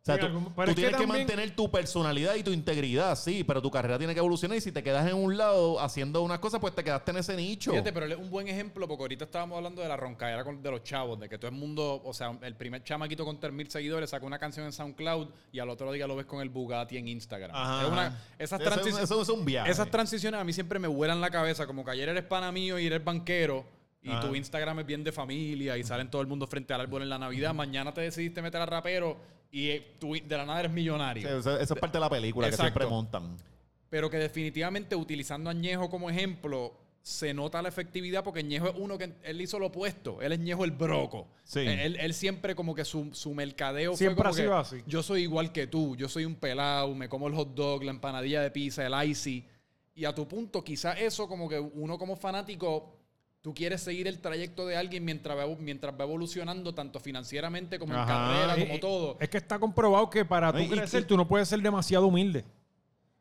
Speaker 3: O sea,
Speaker 2: Sí,
Speaker 3: tú,
Speaker 2: algún-
Speaker 3: tú
Speaker 2: pero es que
Speaker 3: tienes que,
Speaker 2: también-
Speaker 3: mantener tu personalidad y tu integridad, sí, pero tu carrera tiene que evolucionar y si te quedas en un lado haciendo unas cosas, pues te quedaste en ese nicho.
Speaker 1: Fíjate, pero él es un buen ejemplo porque ahorita estábamos hablando de la roncadera con- de los chavos, de que todo el mundo, o sea, el primer chamaquito con 3.000 seguidores saca una canción en SoundCloud y al otro día lo ves con el Bugatti en Instagram.
Speaker 3: Ajá.
Speaker 1: Es una- esas,
Speaker 3: Eso-
Speaker 1: transi-
Speaker 3: eso es un viaje.
Speaker 1: esas transiciones a mí siempre me vuelan la cabeza, como que ayer eres pana mío y eres banquero. Y
Speaker 3: Ajá.
Speaker 1: tu Instagram es bien de familia y salen todo el mundo frente al árbol en la Navidad. Mañana te decidiste meter al rapero y eh, tú de la nada eres
Speaker 3: Sí,
Speaker 1: millonario.
Speaker 3: eso, eso es parte de la película
Speaker 1: Exacto.
Speaker 3: que siempre montan.
Speaker 1: pero que definitivamente utilizando a Ñejo como ejemplo se nota la efectividad porque Ñejo es uno que él hizo lo opuesto. Él es Ñejo el broco.
Speaker 3: Sí.
Speaker 1: Él, él siempre como que su, su mercadeo
Speaker 2: Siempre
Speaker 1: fue
Speaker 2: ha
Speaker 1: como que,
Speaker 2: sido así.
Speaker 1: Yo soy igual que tú. Yo soy un pelado. Me como el hot dog, la empanadilla de pizza, el icy. Y a tu punto, quizás eso como que uno como fanático... Tú quieres seguir el trayecto de alguien mientras va, mientras va evolucionando tanto financieramente como en
Speaker 3: Ajá.
Speaker 1: carrera,
Speaker 2: Eh,
Speaker 1: como
Speaker 2: eh,
Speaker 1: todo.
Speaker 2: Es que está comprobado que para tú
Speaker 3: No, y- y-
Speaker 2: crecer
Speaker 3: y-
Speaker 2: tú no puedes ser demasiado humilde.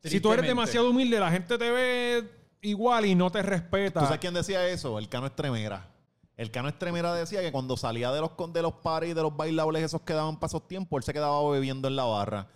Speaker 2: Si tú eres
Speaker 1: Tristemente.
Speaker 2: demasiado humilde, la gente te ve igual y no te respeta.
Speaker 3: ¿Tú sabes quién decía eso? El Cano Estremera. El Cano Estremera decía que cuando salía de los, con- de los paris, de los bailables esos que daban pasos tiempo, él se quedaba bebiendo en la barra.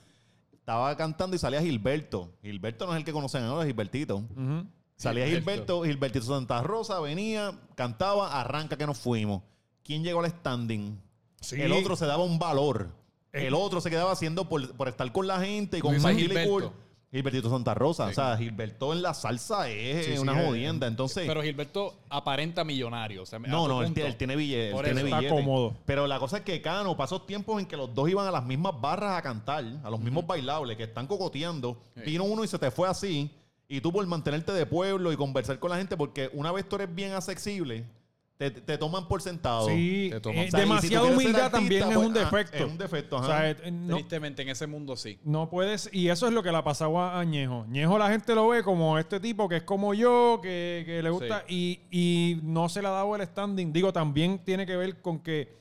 Speaker 3: Estaba cantando y salía Gilberto. Gilberto no es el que conocen ahora, es Gilbertito.
Speaker 2: Ujú.
Speaker 3: Salía
Speaker 1: Gilberto.
Speaker 3: Gilberto, Gilbertito Santa Rosa, venía, cantaba, arranca que nos fuimos. ¿Quién llegó al standing?
Speaker 2: Sí.
Speaker 3: El otro se daba un valor.
Speaker 2: Eh.
Speaker 3: El otro se quedaba haciendo por, por estar con la gente y
Speaker 1: Luisa
Speaker 3: compartir y
Speaker 1: Gilberto.
Speaker 3: cool. Gilbertito Santa Rosa. O sea, Gilberto en la salsa es
Speaker 2: Sí, sí,
Speaker 3: una
Speaker 2: eh.
Speaker 3: jodienda. Entonces,
Speaker 1: Pero Gilberto aparenta millonario. o sea, a
Speaker 3: no,
Speaker 1: tu
Speaker 3: no, él
Speaker 1: punto.
Speaker 3: tiene, él tiene billete.
Speaker 1: Por
Speaker 3: él tiene
Speaker 1: eso.
Speaker 2: Está
Speaker 3: billete.
Speaker 2: cómodo.
Speaker 3: Pero la cosa es que Cano pasó tiempos en que los dos iban a las mismas barras a cantar, a los mismos bailables que están cocoteando.
Speaker 1: Sí.
Speaker 3: Vino uno y se te fue así. Y tú por mantenerte de pueblo y conversar con la gente, porque una vez tú eres bien accesible, te, te toman por sentado.
Speaker 2: Sí,
Speaker 1: Te toman-
Speaker 2: eh,
Speaker 3: O sea, y si tú
Speaker 2: demasiada
Speaker 3: quieres ser
Speaker 2: humildad
Speaker 3: artista,
Speaker 2: también es
Speaker 3: pues,
Speaker 2: un
Speaker 3: ah,
Speaker 2: defecto.
Speaker 3: es un defecto, ajá.
Speaker 2: O sea, eh, no,
Speaker 1: Tristemente, en ese mundo sí.
Speaker 2: no puedes. Y eso es lo que le ha pasado a a Ñejo. Ñejo la gente lo ve como este tipo que es como yo, que, que le gusta. Y, y no se le ha dado el standing. Digo, también tiene que ver con que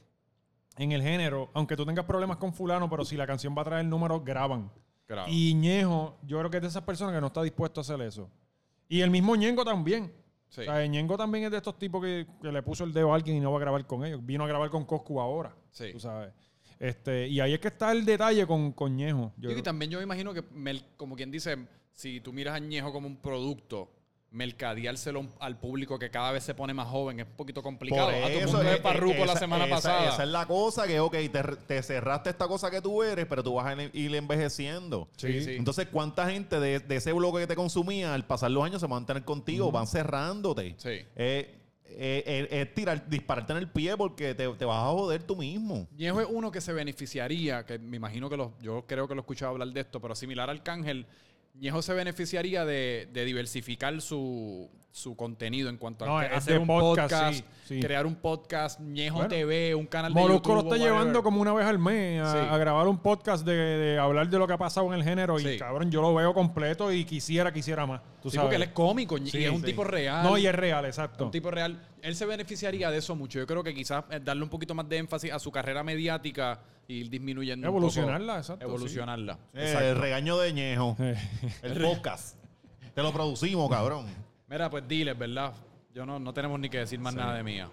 Speaker 2: en el género, aunque tú tengas problemas con fulano, pero si la canción va a traer números, graban.
Speaker 1: Claro.
Speaker 2: Y Ñejo, yo creo que es de esas personas que no está dispuesto a hacer eso. Y el mismo Ñengo también.
Speaker 1: Sí.
Speaker 2: O sea, Ñengo también es de estos tipos que, que le puso el dedo a alguien y no va a grabar con ellos. Vino a grabar con Coscu ahora.
Speaker 1: Sí.
Speaker 2: Tú sabes. Este, y ahí es que está el detalle con, con Ñejo. Yo
Speaker 1: Digo, y
Speaker 2: creo-
Speaker 1: también yo me imagino que, mel- como quien dice, si tú miras a Ñejo como un producto, mercadeárselo al público que cada vez se pone más joven es un poquito complicado.
Speaker 3: Por
Speaker 1: a tu
Speaker 3: eso
Speaker 1: mundo de
Speaker 3: es- eh,
Speaker 1: parruco la
Speaker 3: esa-
Speaker 1: semana
Speaker 3: esa-
Speaker 1: pasada.
Speaker 3: Esa es la cosa que, ok, te, te cerraste esta cosa que tú eres, pero tú vas a ir envejeciendo.
Speaker 1: Sí, sí.
Speaker 3: Entonces, ¿cuánta gente de, de ese bloque que te consumía al pasar los años se van a mantener contigo? Van cerrándote.
Speaker 1: Sí.
Speaker 3: Eh, eh, eh, es tirar, dispararte en el pie porque te, te vas a joder tú mismo.
Speaker 1: Ñejo es uno que se beneficiaría, que me imagino que los, yo creo que lo he escuchado hablar de esto, pero similar al Cángel, Ñejo se beneficiaría de, de diversificar su, su contenido en cuanto a
Speaker 2: No,
Speaker 1: que-
Speaker 2: es
Speaker 1: hacer
Speaker 2: de
Speaker 1: un podcast,
Speaker 2: podcast, sí, sí.
Speaker 1: crear podcast, Ñejo
Speaker 2: Bueno,
Speaker 1: TV, un canal de
Speaker 2: Molusco
Speaker 1: YouTube.
Speaker 2: lo está
Speaker 1: o
Speaker 2: llevando
Speaker 1: whatever.
Speaker 2: como una vez al mes a,
Speaker 1: Sí.
Speaker 2: a grabar un podcast de, de hablar de lo que ha pasado en el género.
Speaker 1: Sí.
Speaker 2: Y cabrón, yo lo veo completo y quisiera, quisiera más. Tú
Speaker 1: Sí,
Speaker 2: sabes.
Speaker 1: porque él es cómico Ñe-
Speaker 2: Sí,
Speaker 1: y es un
Speaker 2: sí.
Speaker 1: tipo real.
Speaker 2: No, y es real, exacto.
Speaker 1: Un tipo real. Él se beneficiaría de eso mucho. Yo creo que quizás eh, darle un poquito más de énfasis a su carrera mediática y ir disminuyendo. un poco-
Speaker 2: Evolucionarla, exacto,
Speaker 1: Evolucionarla.
Speaker 3: Eh, el regaño de Ñejo.
Speaker 1: Eh.
Speaker 3: el podcast. Te lo producimos, cabrón.
Speaker 1: Mira, pues diles, ¿verdad? Yo no, no tenemos ni que decir más nada de mía.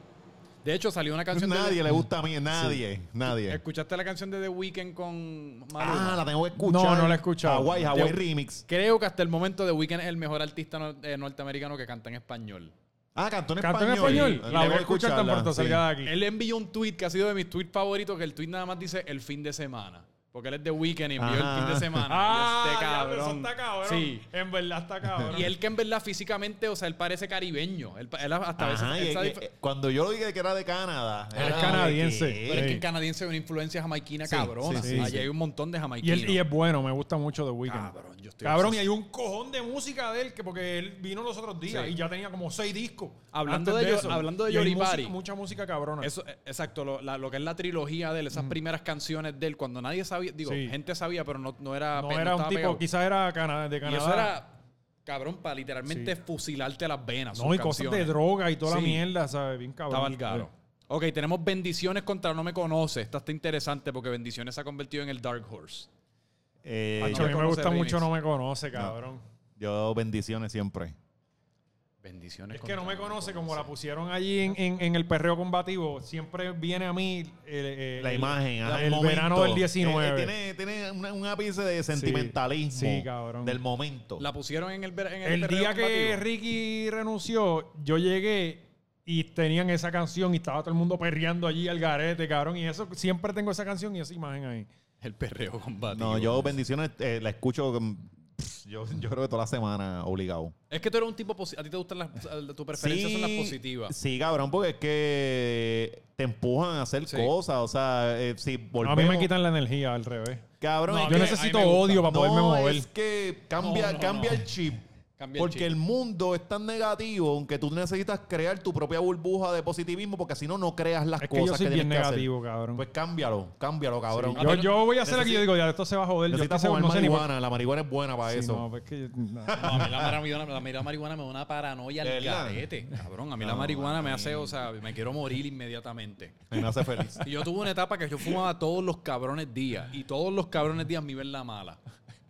Speaker 1: De hecho, salió una canción
Speaker 3: Nadie
Speaker 1: de.
Speaker 3: le gusta a mí, nadie. Nadie.
Speaker 1: ¿Escuchaste la canción de The Weeknd con Maluma?
Speaker 3: Ah, la tengo que escuchar.
Speaker 2: No, no la he escuchado.
Speaker 3: Hawaii, Hawaii
Speaker 1: Te-
Speaker 3: Remix.
Speaker 1: Creo que hasta el momento The Weeknd es el mejor artista no- eh, norteamericano que canta en español.
Speaker 3: Ah, cantó en
Speaker 2: Cantó en
Speaker 3: español.
Speaker 2: español. La voy
Speaker 3: Tengo
Speaker 2: a
Speaker 3: que
Speaker 2: escuchar tan
Speaker 3: escucharla,
Speaker 2: pronto
Speaker 3: sí.
Speaker 2: salga de aquí.
Speaker 1: Él envió un tweet que ha sido de mis tweets favoritos, que el tweet nada más dice el fin de semana. Porque él es de weekend y envió
Speaker 3: Ajá.
Speaker 1: el fin de semana. Y este
Speaker 2: Ah, diablo,
Speaker 1: cabrón.
Speaker 2: eso está cabrón.
Speaker 1: Sí.
Speaker 2: En verdad está cabrón.
Speaker 1: Y él que en verdad físicamente, o sea, él parece caribeño. Él, pa- él hasta a veces...
Speaker 3: Ajá, y- eh,
Speaker 1: él sabe-
Speaker 3: y- cuando yo lo dije que era de Canadá.
Speaker 2: Ah, es
Speaker 3: era-
Speaker 2: canadiense.
Speaker 3: ¿qué?
Speaker 1: pero es que
Speaker 2: Sí.
Speaker 1: en canadiense hay una influencia jamaiquina
Speaker 3: eh, Sí,
Speaker 1: cabrona.
Speaker 3: sí, sí,
Speaker 1: Allí
Speaker 3: sí.
Speaker 1: hay un montón de
Speaker 2: Y,
Speaker 1: jamaiquinos.
Speaker 2: él- y es bueno, me gusta mucho The Weeknd.
Speaker 1: Cabrón, yo estoy
Speaker 2: Cabrón,
Speaker 1: obses-
Speaker 2: y hay un cojón de música de él, que porque él vino los otros días
Speaker 1: Sí.
Speaker 2: y ya tenía como seis discos.
Speaker 1: Hablando
Speaker 2: antes
Speaker 1: de Yo- hablando de
Speaker 2: Y hay
Speaker 1: Yoribari.
Speaker 2: música- Mucha música cabrona.
Speaker 1: Eso, eh, exacto, lo, la- lo que es la trilogía de él, esas primeras canciones de él, cuando nadie sabía, digo,
Speaker 2: Sí.
Speaker 1: gente sabía, pero no, no era...
Speaker 2: no
Speaker 1: pe-
Speaker 2: era un
Speaker 1: estaba
Speaker 2: tipo,
Speaker 1: pegado.
Speaker 2: quizás era cana- de
Speaker 1: Y
Speaker 2: Canadá.
Speaker 1: eso era, cabrón, para literalmente
Speaker 2: Sí.
Speaker 1: fusilarte las venas.
Speaker 2: no,
Speaker 1: sus
Speaker 2: y cosas de
Speaker 1: canciones.
Speaker 2: droga y toda
Speaker 1: Sí.
Speaker 2: la mierda, ¿sabes? Bien cabrón.
Speaker 1: Estaba el garo. Ok, tenemos bendiciones contra No Me Conoce. Esta está interesante porque bendiciones se ha convertido en el Dark Horse.
Speaker 3: Eh,
Speaker 2: Macho,
Speaker 1: no
Speaker 2: a
Speaker 1: me
Speaker 2: mí me
Speaker 1: conoce
Speaker 2: gusta
Speaker 1: remix.
Speaker 2: mucho No Me Conoce, cabrón.
Speaker 3: yo bendiciones siempre.
Speaker 1: Bendiciones
Speaker 2: Es que No
Speaker 1: contra
Speaker 2: Me Conoce, como la pusieron allí en, en- en el perreo combativo, siempre viene a mí eh, eh,
Speaker 3: La
Speaker 2: el-
Speaker 3: imagen, ajá,
Speaker 2: el,
Speaker 3: momento.
Speaker 2: verano del 19.
Speaker 3: Eh, eh, tiene tiene una- un ápice de sentimentalismo
Speaker 2: Sí, cabrón.
Speaker 3: del momento.
Speaker 1: La pusieron en el, ver- en
Speaker 2: El
Speaker 1: perreo
Speaker 2: día que
Speaker 1: combativo.
Speaker 2: Ricky renunció, yo llegué y tenían esa canción y estaba todo el mundo perreando allí al garete, cabrón. Y eso siempre tengo esa canción y esa imagen ahí.
Speaker 1: El perreo combativo.
Speaker 3: no, yo bendiciones eh, la escucho mm, pff, yo, yo creo que toda la semana obligado.
Speaker 1: Es que tú eres un tipo posi- A ti te gustan las. Tu preferencia son las positivas.
Speaker 3: Sí, cabrón, porque es que te empujan a hacer
Speaker 1: Sí.
Speaker 3: cosas. O sea, eh, si
Speaker 2: a
Speaker 3: volvemos...
Speaker 2: mí me quitan la energía al revés.
Speaker 3: Cabrón,
Speaker 1: No, a
Speaker 3: es
Speaker 1: mí
Speaker 2: Yo
Speaker 1: me-
Speaker 3: que-
Speaker 2: necesito
Speaker 1: a mí me gusta.
Speaker 2: odio para poderme
Speaker 3: no,
Speaker 2: mover.
Speaker 3: Es que cambia,
Speaker 1: No, no,
Speaker 3: cambia
Speaker 1: no.
Speaker 3: el chip.
Speaker 1: Cambia el
Speaker 3: porque
Speaker 1: chip.
Speaker 3: el, mundo es tan negativo aunque tú necesitas crear tu propia burbuja de positivismo porque si no, no creas las
Speaker 2: Es que yo
Speaker 3: cosas que,
Speaker 2: soy
Speaker 3: tienes
Speaker 2: bien
Speaker 3: que hacer.
Speaker 2: negativo, cabrón.
Speaker 3: Pues cámbialo, cámbialo, cabrón.
Speaker 2: Yo, yo voy a hacer aquí,
Speaker 3: Necesi-
Speaker 2: yo digo, ya esto se va a joder. Yo
Speaker 3: Necesitas
Speaker 2: estoy
Speaker 3: fumar
Speaker 2: seguro, no sé ni por-
Speaker 3: marihuana. La marihuana es buena para
Speaker 2: Sí,
Speaker 3: eso.
Speaker 2: no, pues que yo- no.
Speaker 1: No, a mí la marihuana, la, mira marihuana me da una paranoia
Speaker 3: ¿De
Speaker 1: al
Speaker 3: verdad?
Speaker 1: garete, cabrón. A mí la
Speaker 3: No,
Speaker 1: marihuana me
Speaker 3: a
Speaker 1: hace, o sea, me quiero morir inmediatamente.
Speaker 3: Me hace feliz.
Speaker 1: Y yo tuve una etapa que yo fumaba todos los cabrones días. Y todos los cabrones días me ven la mala.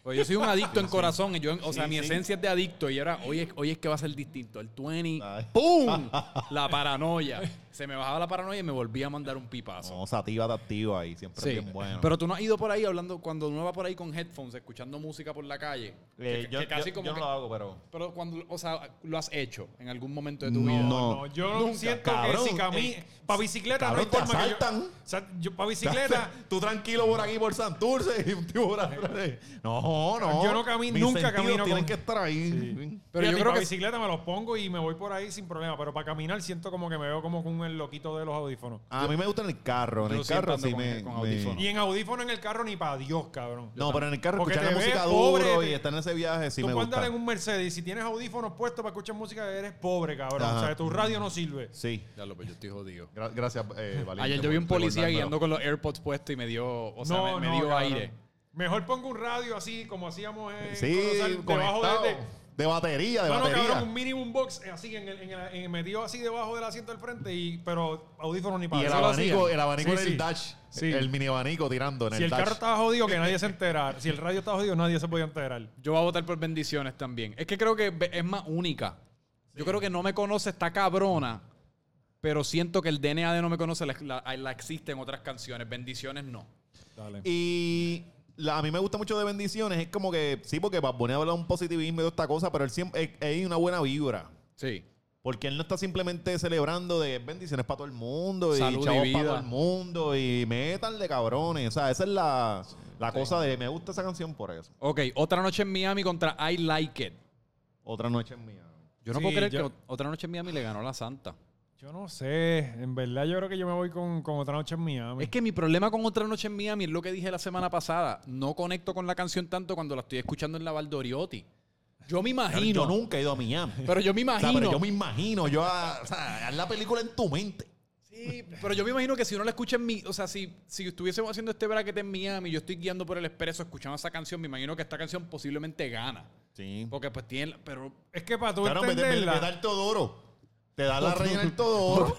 Speaker 1: Pues yo soy un adicto en corazón. y yo, o sea,
Speaker 3: Sí,
Speaker 1: mi
Speaker 3: sí.
Speaker 1: esencia es de adicto. Y ahora, hoy es, hoy es que va a ser distinto. El 20,
Speaker 3: Ay.
Speaker 1: ¡pum! La paranoia. Se me bajaba la paranoia y me volvía a mandar un pipazo.
Speaker 3: No, sativa te activa ahí. Siempre
Speaker 1: Sí,
Speaker 3: es bien bueno.
Speaker 1: pero tú no has ido por ahí hablando, cuando uno va por ahí con headphones, escuchando música por la calle,
Speaker 3: Eh,
Speaker 1: que,
Speaker 3: yo,
Speaker 1: que casi
Speaker 3: yo-
Speaker 1: como
Speaker 3: yo
Speaker 1: que-
Speaker 3: no lo hago, pero...
Speaker 1: Pero cuando, o sea, lo has hecho en algún momento de tu
Speaker 3: No,
Speaker 1: vida.
Speaker 2: No, no, yo
Speaker 3: Nunca,
Speaker 2: siento
Speaker 3: cabrón.
Speaker 2: que si cami...
Speaker 3: Eh,
Speaker 2: para bicicleta
Speaker 3: cabrón,
Speaker 2: no
Speaker 3: te
Speaker 2: hay forma que yo-
Speaker 3: asaltan.
Speaker 2: O sea, yo para bicicleta...
Speaker 3: Tú tranquilo por aquí, por Santurce. y un tipo por ahí. No, no.
Speaker 2: Yo no camino,
Speaker 3: Mis
Speaker 2: nunca
Speaker 3: sentidos
Speaker 2: camino
Speaker 3: tienen
Speaker 2: con-
Speaker 3: que estar ahí.
Speaker 1: Pero yo creo
Speaker 2: para
Speaker 1: que-
Speaker 2: bicicleta me los pongo y me voy por ahí sin problema, pero para caminar siento como que me veo como con el loquito de los audífonos.
Speaker 3: Ah, A mí me gusta en el carro. En
Speaker 1: yo
Speaker 3: el
Speaker 1: siempre
Speaker 3: carro
Speaker 1: ando
Speaker 3: sí
Speaker 1: con-
Speaker 3: me...
Speaker 1: con
Speaker 3: me-
Speaker 1: audífonos.
Speaker 2: Y en audífono en el carro ni para Dios, cabrón.
Speaker 3: No, pero en el carro
Speaker 2: Porque
Speaker 3: escuchar la
Speaker 2: te ves
Speaker 3: música
Speaker 2: pobre,
Speaker 3: duro
Speaker 2: te-
Speaker 3: y estar en ese viaje sí
Speaker 2: tú
Speaker 3: me
Speaker 2: cuando
Speaker 3: gusta.
Speaker 2: andas en un Mercedes y si tienes audífonos puestos para escuchar música eres pobre, cabrón.
Speaker 3: Ajá.
Speaker 2: O sea, tu radio no sirve.
Speaker 3: Sí.
Speaker 1: Ya lo, pues yo estoy jodido.
Speaker 3: Gra- gracias, eh, Valiente.
Speaker 1: Ayer yo vi
Speaker 3: por-
Speaker 1: un policía
Speaker 3: recordándolo.
Speaker 1: guiando con los AirPods puestos y me dio, o sea, me, me dio
Speaker 2: cabrón.
Speaker 1: aire.
Speaker 2: Mejor pongo un radio así como hacíamos en
Speaker 3: Sí,
Speaker 2: Colosal, debajo
Speaker 3: conectado.
Speaker 2: de,
Speaker 3: De,
Speaker 1: este.
Speaker 2: de-
Speaker 3: batería, de
Speaker 2: No, no,
Speaker 3: batería.
Speaker 2: cabrón, un minimum box eh, así en el, en el- en- metido así debajo del asiento del frente y pero audífonos ni para
Speaker 3: y el
Speaker 2: eso lo
Speaker 3: abanico,
Speaker 2: hacían.
Speaker 3: el abanico
Speaker 2: Sí,
Speaker 3: en el
Speaker 2: sí.
Speaker 3: dash.
Speaker 2: Sí.
Speaker 3: El mini abanico tirando en
Speaker 2: si
Speaker 3: el
Speaker 2: el
Speaker 3: dash.
Speaker 2: carro estaba jodido que nadie se enterara, si el radio estaba jodido nadie se podía enterar.
Speaker 1: Yo voy a votar por bendiciones también. Es que creo que be- es más única. Yo creo que no me conoce, está cabrona. Pero siento que el DNA de no me conoce la, la- la existe en otras canciones. Bendiciones no.
Speaker 3: Y la- a mí me gusta mucho de bendiciones. Es como que, sí, porque Bad Bunny habla de un positivismo y de esta cosa, pero él siempre eh, hay una buena vibra.
Speaker 1: Sí.
Speaker 3: Porque él no está simplemente celebrando de bendiciones para todo el mundo y
Speaker 1: Salud y
Speaker 3: chavos
Speaker 1: vida.
Speaker 3: para todo el mundo y métanle cabrones. O sea, esa es la, la cosa de me gusta esa canción por eso.
Speaker 1: Ok, otra noche en Miami contra I Like It.
Speaker 3: Otra noche en mía.
Speaker 1: Yo no
Speaker 2: Sí,
Speaker 1: puedo creer
Speaker 2: yo-
Speaker 1: que o- otra noche en Miami le ganó a la Santa.
Speaker 2: Yo no sé, en verdad yo creo que yo me voy con, con otra noche en Miami.
Speaker 1: Es que mi problema con Otra Noche en Miami es lo que dije la semana pasada. No conecto con la canción tanto cuando la estoy escuchando en la Valdoriotti. Yo me imagino.
Speaker 3: Yo nunca he ido a Miami.
Speaker 1: Pero yo me
Speaker 3: O sea,
Speaker 1: imagino.
Speaker 3: pero yo me imagino, yo a- o sea, haz la película en tu mente.
Speaker 1: Sí, pero yo me imagino que si uno la escucha en mi. O sea, si, si estuviésemos haciendo este bracket en Miami, yo estoy guiando por el expreso escuchando esa canción, me imagino que esta canción posiblemente gana.
Speaker 3: Sí.
Speaker 1: Porque pues tiene. la- Pero.
Speaker 2: Es que para tú
Speaker 3: Claro, me, me, me
Speaker 2: entenderla...
Speaker 3: da el Todoro. Te da la reina del Todoro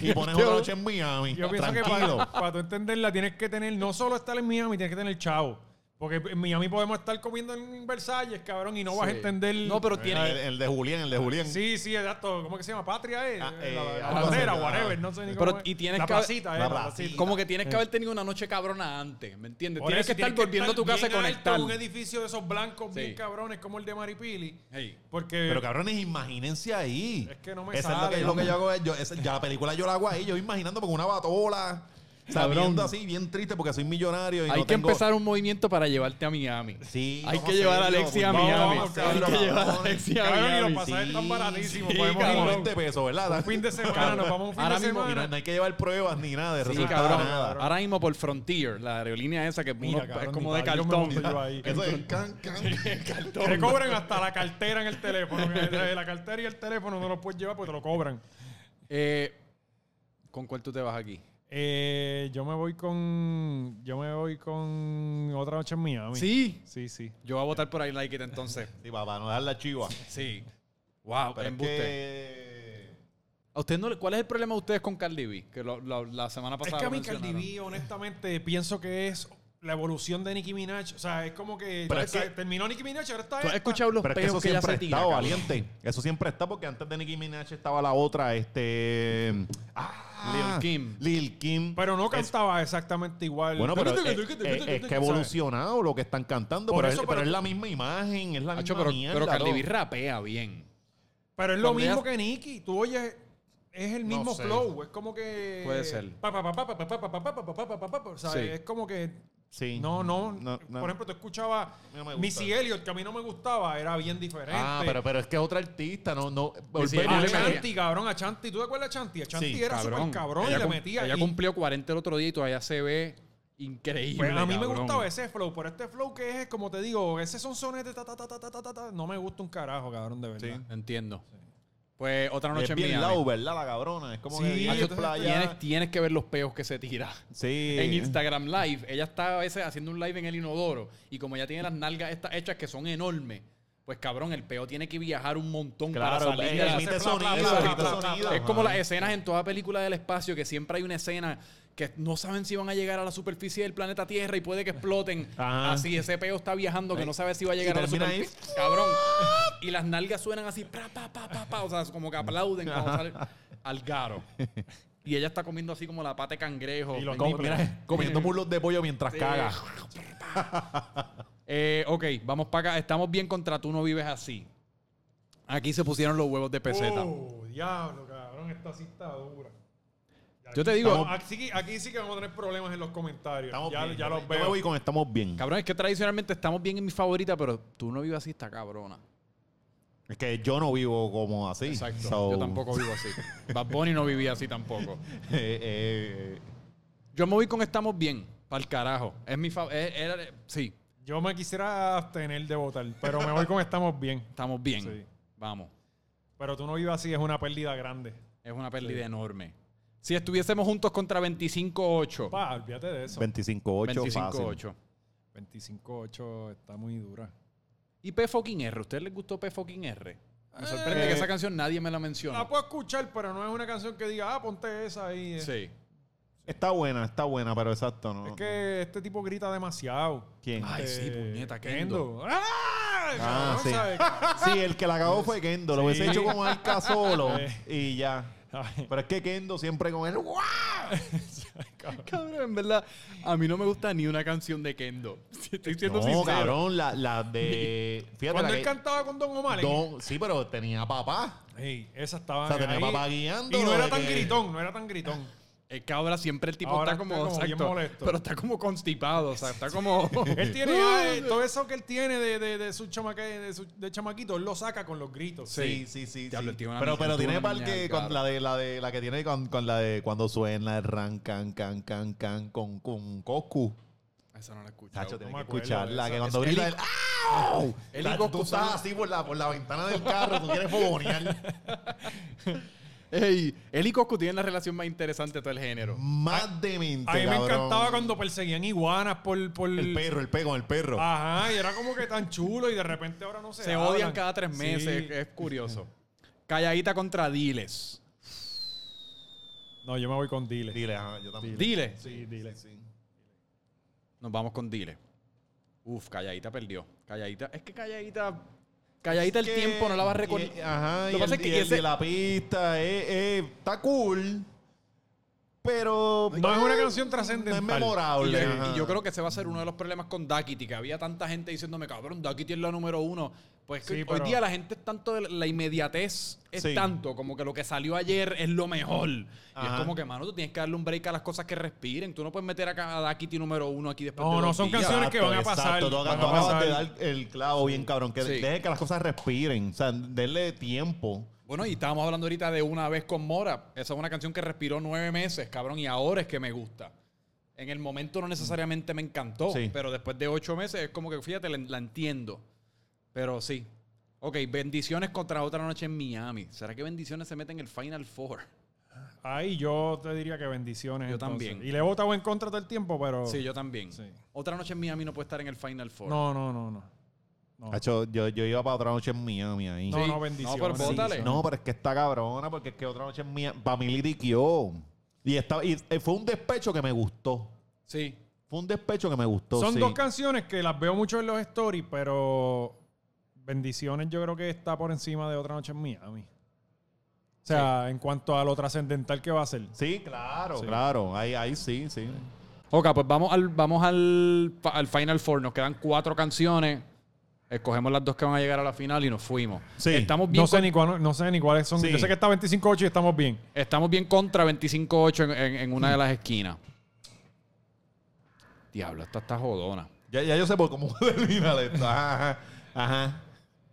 Speaker 3: y pones otra noche en Miami.
Speaker 2: Yo pienso que
Speaker 3: Tranquilo.
Speaker 2: para, para tú entenderla tienes que tener, no solo estar en Miami, tienes que tener chavo. Porque en Miami podemos estar comiendo en Versalles, cabrón, y no vas a
Speaker 1: Sí.
Speaker 2: entender. Eh,
Speaker 1: No, pero
Speaker 3: Mira, el,
Speaker 1: tiene.
Speaker 3: el de Julián, el de Julián.
Speaker 2: Sí, sí, exacto. ¿Cómo que se llama? Patria, eh.
Speaker 3: Ah,
Speaker 2: La-
Speaker 3: eh,
Speaker 2: la,
Speaker 3: algo
Speaker 2: bandera,
Speaker 3: así.
Speaker 2: whatever. No sé ni
Speaker 1: Pero-
Speaker 2: cómo. es.
Speaker 1: y tienes
Speaker 2: la
Speaker 1: que-
Speaker 2: placita, eh,
Speaker 3: la
Speaker 2: la
Speaker 3: placita.
Speaker 2: placita.
Speaker 1: Como que tienes que haber tenido una noche cabrona antes, ¿me entiendes?
Speaker 2: Por
Speaker 1: Tienes
Speaker 2: eso
Speaker 1: que estar volviendo a tu casa
Speaker 2: bien
Speaker 1: y conectar.
Speaker 2: alto, un edificio de esos blancos
Speaker 1: Sí.
Speaker 2: bien cabrones como el de Maripili.
Speaker 1: Hey.
Speaker 2: Porque.
Speaker 3: Pero cabrones, imagínense ahí.
Speaker 2: Es que no me
Speaker 3: Eso
Speaker 2: sale,
Speaker 3: es lo que, lo que yo
Speaker 2: no.
Speaker 3: hago. Yo, esa- ya la película yo la hago ahí. Yo imaginando con una batola. Sabiendo así, bien triste porque soy millonario. Y
Speaker 1: Hay
Speaker 3: no
Speaker 1: que
Speaker 3: tengo-
Speaker 1: empezar un movimiento para llevarte a Miami.
Speaker 3: Sí,
Speaker 1: Hay
Speaker 3: vamos
Speaker 1: que
Speaker 3: a
Speaker 1: llevar a
Speaker 3: hacerlo,
Speaker 1: Alexi a
Speaker 3: por favor,
Speaker 1: Miami.
Speaker 3: vamos a
Speaker 1: Hay
Speaker 3: hacerlo,
Speaker 1: que llevar a
Speaker 3: cabrones.
Speaker 1: Alexi a
Speaker 2: Cabrón, y los
Speaker 1: Miami.
Speaker 3: pues,
Speaker 2: pasajes están baratísimos.
Speaker 1: sí,
Speaker 2: podemos ir
Speaker 3: Como
Speaker 1: cabrón.
Speaker 3: 20 pesos, ¿verdad?
Speaker 2: un fin de semana, nos vamos un fin
Speaker 1: Ahora
Speaker 2: de
Speaker 1: mismo,
Speaker 3: Y
Speaker 2: semana.
Speaker 3: no, no hay que llevar pruebas ni nada de
Speaker 1: Sí,
Speaker 3: resultado,
Speaker 1: cabrón.
Speaker 3: nada.
Speaker 1: Ahora mismo por Frontier, la aerolínea esa que
Speaker 2: Mira,
Speaker 1: uno- es
Speaker 2: cabrón,
Speaker 1: como
Speaker 2: ni
Speaker 1: de
Speaker 2: pa' Dios me
Speaker 1: cartón.
Speaker 2: monto yo ahí.
Speaker 3: Eso es can, can.
Speaker 2: Te cobran hasta la cartera en el teléfono. que eh, La cartera y el teléfono no los puedes llevar porque te lo cobran.
Speaker 1: Eh, ¿Con cuál tú te vas aquí?
Speaker 2: Eh, yo me voy con. Yo me voy con otra noche en Miami.
Speaker 1: Sí.
Speaker 2: Sí, sí.
Speaker 1: Yo voy a votar por I Like It entonces.
Speaker 3: Sí, papá, no dar la chiva.
Speaker 1: Sí. Wow,
Speaker 3: Pero es
Speaker 1: embuste.
Speaker 3: que...
Speaker 1: ¿A usted no le- ¿Cuál es el problema de ustedes con Cardi B? Que lo- lo- la semana
Speaker 2: Es
Speaker 1: pasada
Speaker 2: que a
Speaker 1: lo
Speaker 2: mí Cardi
Speaker 1: mencionaron.
Speaker 2: B, honestamente, pienso que es la evolución de Nicki Minaj. O sea, es como que,
Speaker 3: Pero es
Speaker 2: o sea,
Speaker 3: que-
Speaker 2: terminó Nicki Minaj, ahora
Speaker 1: ¿Tú
Speaker 2: está
Speaker 1: has
Speaker 2: esta.
Speaker 1: escuchado los
Speaker 3: Pero es que eso
Speaker 1: peos que ella
Speaker 3: siempre ha
Speaker 1: se tira?
Speaker 3: estado,
Speaker 1: cabrón?
Speaker 3: valiente. Eso siempre está porque antes de Nicki Minaj estaba la otra, este... Ah,
Speaker 1: Lil Kim.
Speaker 3: Lil Kim.
Speaker 2: Pero no
Speaker 3: Es-
Speaker 2: cantaba exactamente igual.
Speaker 3: Bueno, pero es, es- es que ha
Speaker 2: ¿Sabes?
Speaker 3: evolucionado lo que están cantando,
Speaker 2: Por
Speaker 3: pero,
Speaker 2: eso,
Speaker 3: es, pero
Speaker 2: pero-
Speaker 3: es la misma imagen, es la misma
Speaker 1: Hacho, pero,
Speaker 3: mierda.
Speaker 1: pero Cardi
Speaker 3: ¿no?
Speaker 1: B rapea bien.
Speaker 2: Pero es lo
Speaker 1: Cuando
Speaker 2: mismo
Speaker 1: ella-
Speaker 2: que Nicki. Tú oyes, es el mismo
Speaker 3: sé.
Speaker 2: flow. Es como que.
Speaker 1: Puede ser.
Speaker 2: Pa, pa, pa, pa, pa, pa, pa, pa, pa, pa, pa, pa, pa, pa, pa, o sea,
Speaker 1: Sí.
Speaker 2: Es como que.
Speaker 3: Sí.
Speaker 2: No, no,
Speaker 3: No, no.
Speaker 2: Por ejemplo, tú escuchabas
Speaker 3: mí no me gusta.
Speaker 2: Missy Elliott, que a mí no me gustaba, era bien diferente.
Speaker 3: Ah, pero, pero es que es otra artista, no, no.
Speaker 1: Pues sí,
Speaker 3: volvemos-
Speaker 1: ella
Speaker 2: A
Speaker 1: le metía-
Speaker 2: Chanti, cabrón, a Chanti. ¿Tú te acuerdas de Chanti? A Chanti
Speaker 3: Sí,
Speaker 2: era súper cabrón y
Speaker 1: Ella
Speaker 2: le
Speaker 1: cum-
Speaker 2: metía.
Speaker 1: Ella
Speaker 2: y-
Speaker 1: cumplió 40 el otro día y todavía se ve increíble.
Speaker 2: Pues a mí me
Speaker 1: cabrón.
Speaker 2: gustaba ese flow, pero este flow que es, como te digo, ese son sonetes, ta, ta, ta, ta, ta, ta, ta, ta, no me gusta un carajo, cabrón, de verdad.
Speaker 1: Entiendo. Pues otra
Speaker 3: Es
Speaker 1: noche en
Speaker 3: bien
Speaker 1: Miami.
Speaker 3: low, ¿verdad? La cabrona. Es como
Speaker 2: Sí,
Speaker 3: que bien
Speaker 2: entonces
Speaker 1: Tienes, tienes que ver los peos que se tira.
Speaker 3: Sí.
Speaker 1: En Instagram Live, ella está a veces haciendo un live en el inodoro y como ya tiene las nalgas estas hechas que son enormes, pues cabrón, el peo tiene que viajar un montón
Speaker 3: Claro,
Speaker 1: para salir. de la-
Speaker 2: el
Speaker 3: emite
Speaker 2: hace bla, bla,
Speaker 3: sonido,
Speaker 2: bla,
Speaker 3: emite
Speaker 2: bla, bla, bla.
Speaker 3: sonido.
Speaker 1: Es como
Speaker 3: Ajá.
Speaker 1: las escenas en toda película del espacio que siempre hay una escena que no saben si van a llegar a la superficie del planeta Tierra y puede que exploten.
Speaker 3: Ajá.
Speaker 1: Así, ese peo está viajando que no sabe si va a llegar
Speaker 3: Y
Speaker 1: a la
Speaker 3: termina ahí.
Speaker 1: superficie. Cabrón. Y las nalgas suenan así, pra, pa, pa, pa, pa. O sea, es como que aplauden cuando sale al garo. Y ella está comiendo así como la pata de cangrejo.
Speaker 2: Y los
Speaker 3: Como-
Speaker 2: nipples.
Speaker 3: mira, comiendo muslos de pollo mientras caga.
Speaker 1: Eh, ok, vamos para acá. Estamos bien contra tú no vives así. Aquí se pusieron los huevos de peseta.
Speaker 2: Oh, diablo, cabrón, esta sí está dura.
Speaker 1: Yo te digo,
Speaker 2: Estamos- aquí, aquí sí que vamos a tener problemas en los comentarios.
Speaker 3: Estamos
Speaker 2: ya,
Speaker 3: bien.
Speaker 2: ya los
Speaker 3: Yo
Speaker 2: veo.
Speaker 3: me voy con estamos bien.
Speaker 1: cabrón, es que tradicionalmente estamos bien en mi favorita, pero tú no vives así, está cabrona.
Speaker 3: Es que yo no vivo como así.
Speaker 1: Exacto.
Speaker 3: So,
Speaker 1: Yo tampoco vivo así. Bad Bunny no vivía así tampoco.
Speaker 3: eh, eh, eh,
Speaker 1: Yo me voy con estamos bien, para el carajo. Es mi favorita. sí,
Speaker 2: Yo me quisiera abstener de votar, pero me voy con estamos bien.
Speaker 1: estamos bien.
Speaker 2: Sí.
Speaker 1: Vamos.
Speaker 2: Pero tú no vivas así, es una pérdida grande.
Speaker 1: Es una pérdida enorme. Si estuviésemos juntos contra 25-8.
Speaker 2: Pa, olvídate de eso.
Speaker 3: 25-8 fácil.
Speaker 1: 25-8.
Speaker 2: 25-8 está muy dura.
Speaker 1: ¿Y P fucking R? ¿A ustedes les gustó P fucking R? Me sorprende
Speaker 2: Eh.
Speaker 1: que esa canción nadie me la menciona.
Speaker 2: La puedo escuchar, pero no es una canción que diga, ah, ponte esa ahí. eh.
Speaker 1: Sí.
Speaker 3: Está buena, está buena, pero exacto, no.
Speaker 2: Es que este tipo grita demasiado. Eh,
Speaker 3: ¿Quién?
Speaker 1: Ay, sí, puñeta, Kendo.
Speaker 2: ¡Ah!
Speaker 3: Ah,
Speaker 2: Cabrón,
Speaker 3: sí.
Speaker 2: ¿sabes?
Speaker 3: Sí, el que la cagó fue Kendo. Lo hubiese
Speaker 2: Sí. Eh.
Speaker 3: hecho con Arca solo
Speaker 2: Sí.
Speaker 3: y ya.
Speaker 2: Ay.
Speaker 3: Pero es que Kendo siempre con él. ¡guau!
Speaker 1: Cabrón, en verdad, a mí no me gusta ni una canción de Kendo. Si Estoy siendo
Speaker 3: No,
Speaker 1: sincero.
Speaker 3: cabrón, la, la de. Fíjate,
Speaker 2: Cuando
Speaker 3: la
Speaker 2: él
Speaker 3: que-
Speaker 2: cantaba con Don Omar.
Speaker 3: Don- sí, pero tenía papá.
Speaker 2: Ey, esa estaba.
Speaker 3: O sea, tenía
Speaker 2: ahí.
Speaker 3: papá guiando
Speaker 2: Y no
Speaker 3: de
Speaker 2: era tan
Speaker 3: que-
Speaker 2: gritón, no era tan gritón.
Speaker 1: Es que ahora siempre el tipo
Speaker 2: Ahora
Speaker 1: está como,
Speaker 2: está como bien
Speaker 1: exacto,
Speaker 2: molesto.
Speaker 1: pero está como constipado, o sea, está como
Speaker 2: Él tiene ah, eh, todo eso que él tiene de, de, de su chamaque, de, su- de chamaquito, él lo saca con los gritos.
Speaker 3: Sí, sí, sí.
Speaker 1: Diablo,
Speaker 3: sí.
Speaker 1: tiene una
Speaker 3: Pero,
Speaker 1: niña-
Speaker 3: pero
Speaker 1: tuvo
Speaker 3: tiene
Speaker 1: una
Speaker 3: par
Speaker 1: niña
Speaker 3: que
Speaker 1: del
Speaker 3: con
Speaker 1: carajo.
Speaker 3: la de la de la que tiene con, con la de cuando suena el ran can can can can con con Goku.
Speaker 1: Esa no la escucho.
Speaker 3: Tacho,
Speaker 2: no
Speaker 3: tienes
Speaker 2: me
Speaker 3: que
Speaker 2: acuerdo de
Speaker 3: escucharla,
Speaker 2: esa.
Speaker 3: que cuando
Speaker 1: Es
Speaker 3: grita
Speaker 1: Eli-
Speaker 3: el ¡Au!
Speaker 1: Eli
Speaker 3: Tacho,
Speaker 1: Goku
Speaker 3: tú estás
Speaker 1: son-
Speaker 3: así por la, por la ventana del carro, tú quieres fogonear.
Speaker 1: Ey, él y Coscu tienen la relación más interesante de todo el género.
Speaker 2: Mm,
Speaker 3: Más demente,
Speaker 2: A mí me
Speaker 3: Este cabrón.
Speaker 2: encantaba cuando perseguían iguanas por. por...
Speaker 3: El perro, el pego, el perro.
Speaker 2: Ajá, y era como que tan chulo y de repente ahora no se
Speaker 1: Se
Speaker 2: hablan.
Speaker 1: odian cada tres
Speaker 2: Sí.
Speaker 1: meses, es curioso. Calladita contra Diles.
Speaker 2: No, yo me voy con Dile.
Speaker 3: Dile, ajá, yo también.
Speaker 1: Diles.
Speaker 2: Sí, Dile.
Speaker 1: Nos vamos con Diles. Uf, Calladita perdió. Calladita, es que Calladita Calladita el
Speaker 3: Que-
Speaker 1: tiempo no la va a recordar.
Speaker 3: y- Ajá,
Speaker 1: Lo
Speaker 3: y
Speaker 1: pasa
Speaker 3: el,
Speaker 1: es que
Speaker 3: y el
Speaker 1: ese-
Speaker 3: de la pista eh, eh, está cool, pero...
Speaker 2: No es una
Speaker 3: eh,
Speaker 2: canción
Speaker 3: No es
Speaker 2: trascendental.
Speaker 1: Y
Speaker 3: memorable.
Speaker 1: yo,
Speaker 3: ajá.
Speaker 1: y yo creo que ese va a ser uno de los problemas con Duckity, que había tanta gente diciéndome, cabrón, Duckity es la número uno. Pues que
Speaker 2: Sí,
Speaker 1: hoy
Speaker 2: pero-
Speaker 1: día la gente es tanto, de la- la inmediatez es
Speaker 3: Sí.
Speaker 1: tanto, como que lo que salió ayer es lo mejor. Y es
Speaker 3: Ajá.
Speaker 1: como que, mano, tú tienes que darle un break a las cosas que respiren. Tú no puedes meter acá a Duckity número uno aquí después
Speaker 2: No,
Speaker 1: de
Speaker 2: no,
Speaker 1: dos
Speaker 2: son
Speaker 1: días.
Speaker 2: canciones que van a pasar,
Speaker 3: Exacto, tú
Speaker 2: van a
Speaker 3: acabas
Speaker 2: pasar.
Speaker 3: de dar el clavo bien cabrón. Que
Speaker 1: Sí.
Speaker 3: deje que las cosas respiren. O sea, denle tiempo.
Speaker 1: Bueno, y estábamos hablando ahorita de Una vez con Mora. Esa es una canción que respiró nueve meses, cabrón, y ahora es que me gusta. En el momento no necesariamente me encantó,
Speaker 3: Sí.
Speaker 1: pero después de ocho meses es como que, fíjate, la, la entiendo. Pero sí. Ok, bendiciones contra otra noche en Miami. ¿Será que bendiciones se mete en el Final Four?
Speaker 2: Ahí yo te diría que bendiciones.
Speaker 1: Yo
Speaker 2: entonces.
Speaker 1: también.
Speaker 2: Y le he votado en contra todo el tiempo, pero.
Speaker 1: Sí, yo también.
Speaker 2: Sí.
Speaker 1: Otra noche en Miami no puede estar en el Final Four.
Speaker 2: No, no, no, no. No.
Speaker 3: Hacho, yo, yo iba para otra noche en Miami ahí.
Speaker 2: No, no, bendición.
Speaker 1: No, pero
Speaker 2: bendición.
Speaker 1: bótale.
Speaker 3: No, pero es que está cabrona, porque es que otra noche en Miami. Para mí liriqueó. Y, estaba- y eh, fue un despecho que me gustó.
Speaker 1: Sí.
Speaker 3: Fue un despecho que me gustó.
Speaker 2: Son
Speaker 3: sí.
Speaker 2: dos canciones que las veo mucho en los stories, pero Bendiciones yo creo que está por encima de Otra Noche en Miami. O sea, en cuanto a lo trascendental que va a ser.
Speaker 3: Sí, claro,
Speaker 2: Sí.
Speaker 3: claro. Ahí, ahí sí, sí.
Speaker 1: Ok, pues vamos al, vamos al, pa- al Final Four. Nos quedan cuatro canciones. Escogemos las dos que van a llegar a la final y nos fuimos.
Speaker 3: Sí.
Speaker 1: Estamos bien,
Speaker 2: No sé, ni cuál- no sé ni cuáles son.
Speaker 3: Sí.
Speaker 2: Yo sé que está 25-8 y estamos bien.
Speaker 1: con- estamos bien contra 25-8 en, en- en una de las esquinas. Diablo, esta está jodona.
Speaker 3: Ya, ya yo sé por cómo terminar esto. Ajá, ajá, ajá.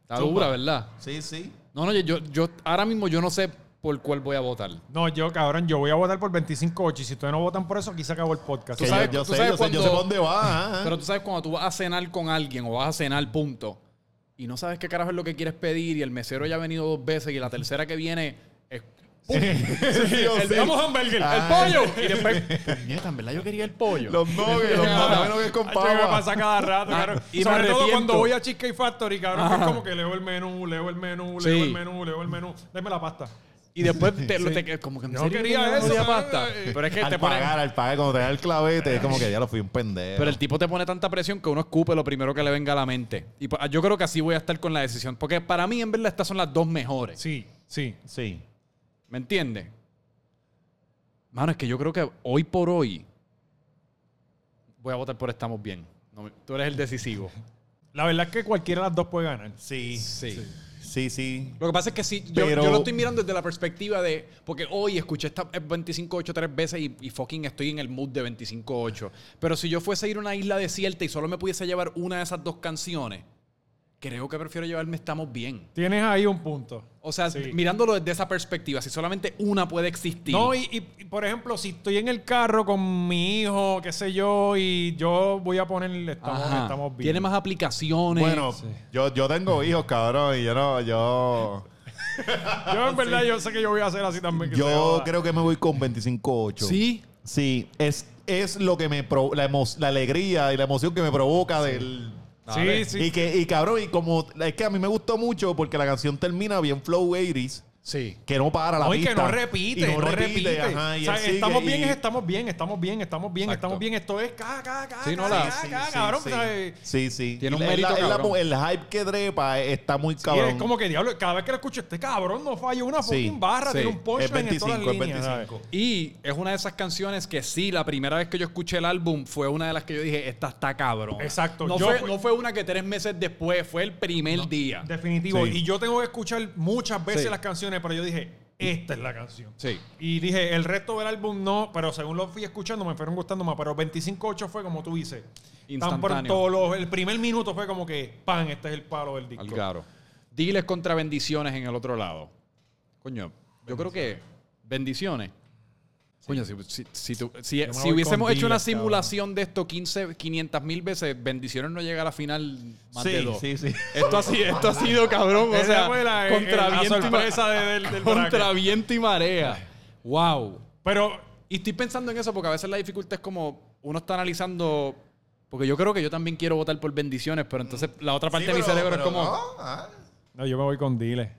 Speaker 1: Está
Speaker 3: Zumba.
Speaker 1: dura, ¿verdad?
Speaker 3: Sí, sí.
Speaker 1: No, no, yo, yo ahora mismo yo no sé por cuál voy a votar.
Speaker 2: No, yo, cabrón, yo voy a votar por 25-8 y si ustedes no votan por eso, aquí se acabó el podcast.
Speaker 1: Tú
Speaker 3: Que
Speaker 1: sabes-
Speaker 3: yo, yo
Speaker 1: tú
Speaker 3: sé,
Speaker 1: sabes
Speaker 3: yo sé, yo sé
Speaker 1: cuando-
Speaker 3: por dónde va. ajá, ajá.
Speaker 1: Pero tú sabes cuando tú vas a cenar con alguien o vas a cenar, punto, y no sabes qué carajo es lo que quieres pedir y el mesero ya ha venido dos veces y la tercera que viene es... ¡pum!
Speaker 3: Sí, o
Speaker 1: El-
Speaker 3: sí.
Speaker 1: Vamos hamburger,
Speaker 3: Ay.
Speaker 1: el pollo. Y después, puñeta, en verdad yo quería el pollo.
Speaker 3: Los nuggets, los
Speaker 1: Ajá.
Speaker 3: menos que es con
Speaker 2: Hacho, que me
Speaker 3: papa.
Speaker 2: pasa cada rato,
Speaker 1: Ah,
Speaker 2: cabrón.
Speaker 1: y me
Speaker 2: Sobre todo
Speaker 1: arrepiento.
Speaker 2: cuando voy a Cheesecake Factory, cabrón, que
Speaker 1: Ajá.
Speaker 2: es como que leo el menú, leo el menú,
Speaker 1: Sí.
Speaker 2: leo el menú, leo el menú. Deme la pasta.
Speaker 1: Y después te, lo- te- como que en
Speaker 2: Yo
Speaker 1: serio
Speaker 2: quería
Speaker 1: no
Speaker 2: eso,
Speaker 1: quería
Speaker 2: ¿sabes?
Speaker 1: pasta. Pero es que te
Speaker 3: Al
Speaker 1: pone,
Speaker 3: pagar, al pagar, cuando te da el clavete, es como que ya lo fui un pendejo.
Speaker 1: pero el tipo te pone tanta presión que uno escupe lo primero que le venga a la mente. Y pa- yo creo que así voy a estar con la decisión. Porque para mí, en verdad, estas son las dos mejores.
Speaker 2: Sí, sí.
Speaker 3: Sí.
Speaker 1: ¿Me entiendes? Mano, es que yo creo que hoy por hoy voy a votar por Estamos Bien. No me- tú eres el decisivo.
Speaker 2: La verdad es que cualquiera de las dos puede ganar.
Speaker 3: Sí.
Speaker 1: Sí.
Speaker 3: Sí, sí.
Speaker 1: Lo que pasa es que sí, yo,
Speaker 3: Pero-
Speaker 1: yo lo estoy mirando desde la perspectiva de. Porque hoy escuché esta 25-8 tres veces y, y fucking estoy en el mood de 25-8. Pero si yo fuese a ir a una isla desierta y solo me pudiese llevar una de esas dos canciones, creo que prefiero llevarme Estamos Bien.
Speaker 2: Tienes ahí un punto.
Speaker 1: O sea,
Speaker 2: Sí.
Speaker 1: mirándolo desde esa perspectiva, si solamente una puede existir.
Speaker 2: No, y, y- y, por ejemplo, si estoy en el carro con mi hijo, qué sé yo, y yo voy a ponerle estamos,
Speaker 1: Ajá.
Speaker 2: estamos bien.
Speaker 1: Tiene más aplicaciones.
Speaker 3: Bueno, yo, yo tengo hijos, cabrón, y yo no, yo...
Speaker 2: Yo en verdad yo sé que yo voy a hacer así también. que se
Speaker 3: Yo
Speaker 2: joda.
Speaker 3: creo que me voy con 25-8.
Speaker 1: Sí.
Speaker 3: Sí, es, es lo que me... pro- la, emo- la alegría y la emoción que me provoca del...
Speaker 1: Dale.
Speaker 2: Sí, sí.
Speaker 3: Y que, y cabrón, y como... Es que a mí me gustó mucho porque la canción termina bien flow 80s.
Speaker 1: Sí.
Speaker 3: Que no para la
Speaker 2: No, y que
Speaker 3: pista.
Speaker 2: no repite,
Speaker 3: Y
Speaker 2: no, repite.
Speaker 3: ajá, y
Speaker 2: O sea,
Speaker 3: él sigue,
Speaker 2: estamos bien,
Speaker 3: y-
Speaker 2: es estamos bien, estamos bien, estamos bien,
Speaker 1: Exacto.
Speaker 2: estamos bien. Esto es ca, ca, ca,
Speaker 1: Sí, no
Speaker 2: ca,
Speaker 1: la-
Speaker 2: ca,
Speaker 1: sí,
Speaker 2: ca,
Speaker 3: sí,
Speaker 2: cabrón.
Speaker 3: sí.
Speaker 2: o sea,
Speaker 3: Sí, sí.
Speaker 1: Tiene un
Speaker 3: Es
Speaker 1: mérito,
Speaker 3: es
Speaker 1: cabrón.
Speaker 3: el hype que trepa eh, está muy
Speaker 2: y
Speaker 3: cabrón.
Speaker 2: es como que diablo, cada vez que lo escucho, este cabrón no falla una
Speaker 3: Sí,
Speaker 2: fucking barra,
Speaker 1: sí.
Speaker 2: tiene un
Speaker 3: es
Speaker 2: punchline en
Speaker 3: 25,
Speaker 2: todas las
Speaker 3: es
Speaker 2: líneas.
Speaker 3: 25.
Speaker 2: ¿sabes?
Speaker 1: Y es una de esas canciones que sí, la primera vez que yo escuché el álbum fue una de las que yo dije, esta está cabrón.
Speaker 2: Exacto.
Speaker 1: No,
Speaker 2: Yo
Speaker 1: fue,
Speaker 2: fui-
Speaker 1: no fue una que tres meses después, fue el primer día.
Speaker 2: Definitivo.
Speaker 3: Sí.
Speaker 2: Y yo tengo que escuchar muchas veces
Speaker 1: Sí.
Speaker 2: las canciones, pero yo dije, esta es la canción.
Speaker 1: Sí.
Speaker 2: Y dije, el resto del álbum no, pero según lo fui escuchando, me fueron gustando más. Pero 25-8 fue como tú dices. Tan
Speaker 1: Instantáneo.
Speaker 2: pronto, los- el primer minuto fue como que, pan, este es el palo del disco.
Speaker 1: Algaro. Diles contra bendiciones en el otro lado. Coño, yo creo que bendiciones. Coño, si, si- si tú- si-
Speaker 2: me
Speaker 1: si
Speaker 2: voy
Speaker 1: hubiésemos
Speaker 2: con
Speaker 1: hecho una
Speaker 2: Diles, cabrón.
Speaker 1: simulación de esto 15, 500 mil veces, bendiciones no llega a la final más de dos.
Speaker 3: sí, sí.
Speaker 1: Esto ha, sido, esto ha sido cabrón. O
Speaker 2: Esa
Speaker 1: sea,
Speaker 2: fue la-
Speaker 1: contra,
Speaker 2: eh, la
Speaker 1: viento y ma-
Speaker 2: sorpresa de- del- del
Speaker 1: contra
Speaker 2: huracán.
Speaker 1: viento y marea. Wow.
Speaker 2: Pero
Speaker 1: Y estoy pensando en eso porque a veces la dificultad es como uno está analizando. Porque yo creo que yo también quiero votar por bendiciones, pero entonces la otra parte de mi cerebro es como.
Speaker 2: No, yo me voy con Dile.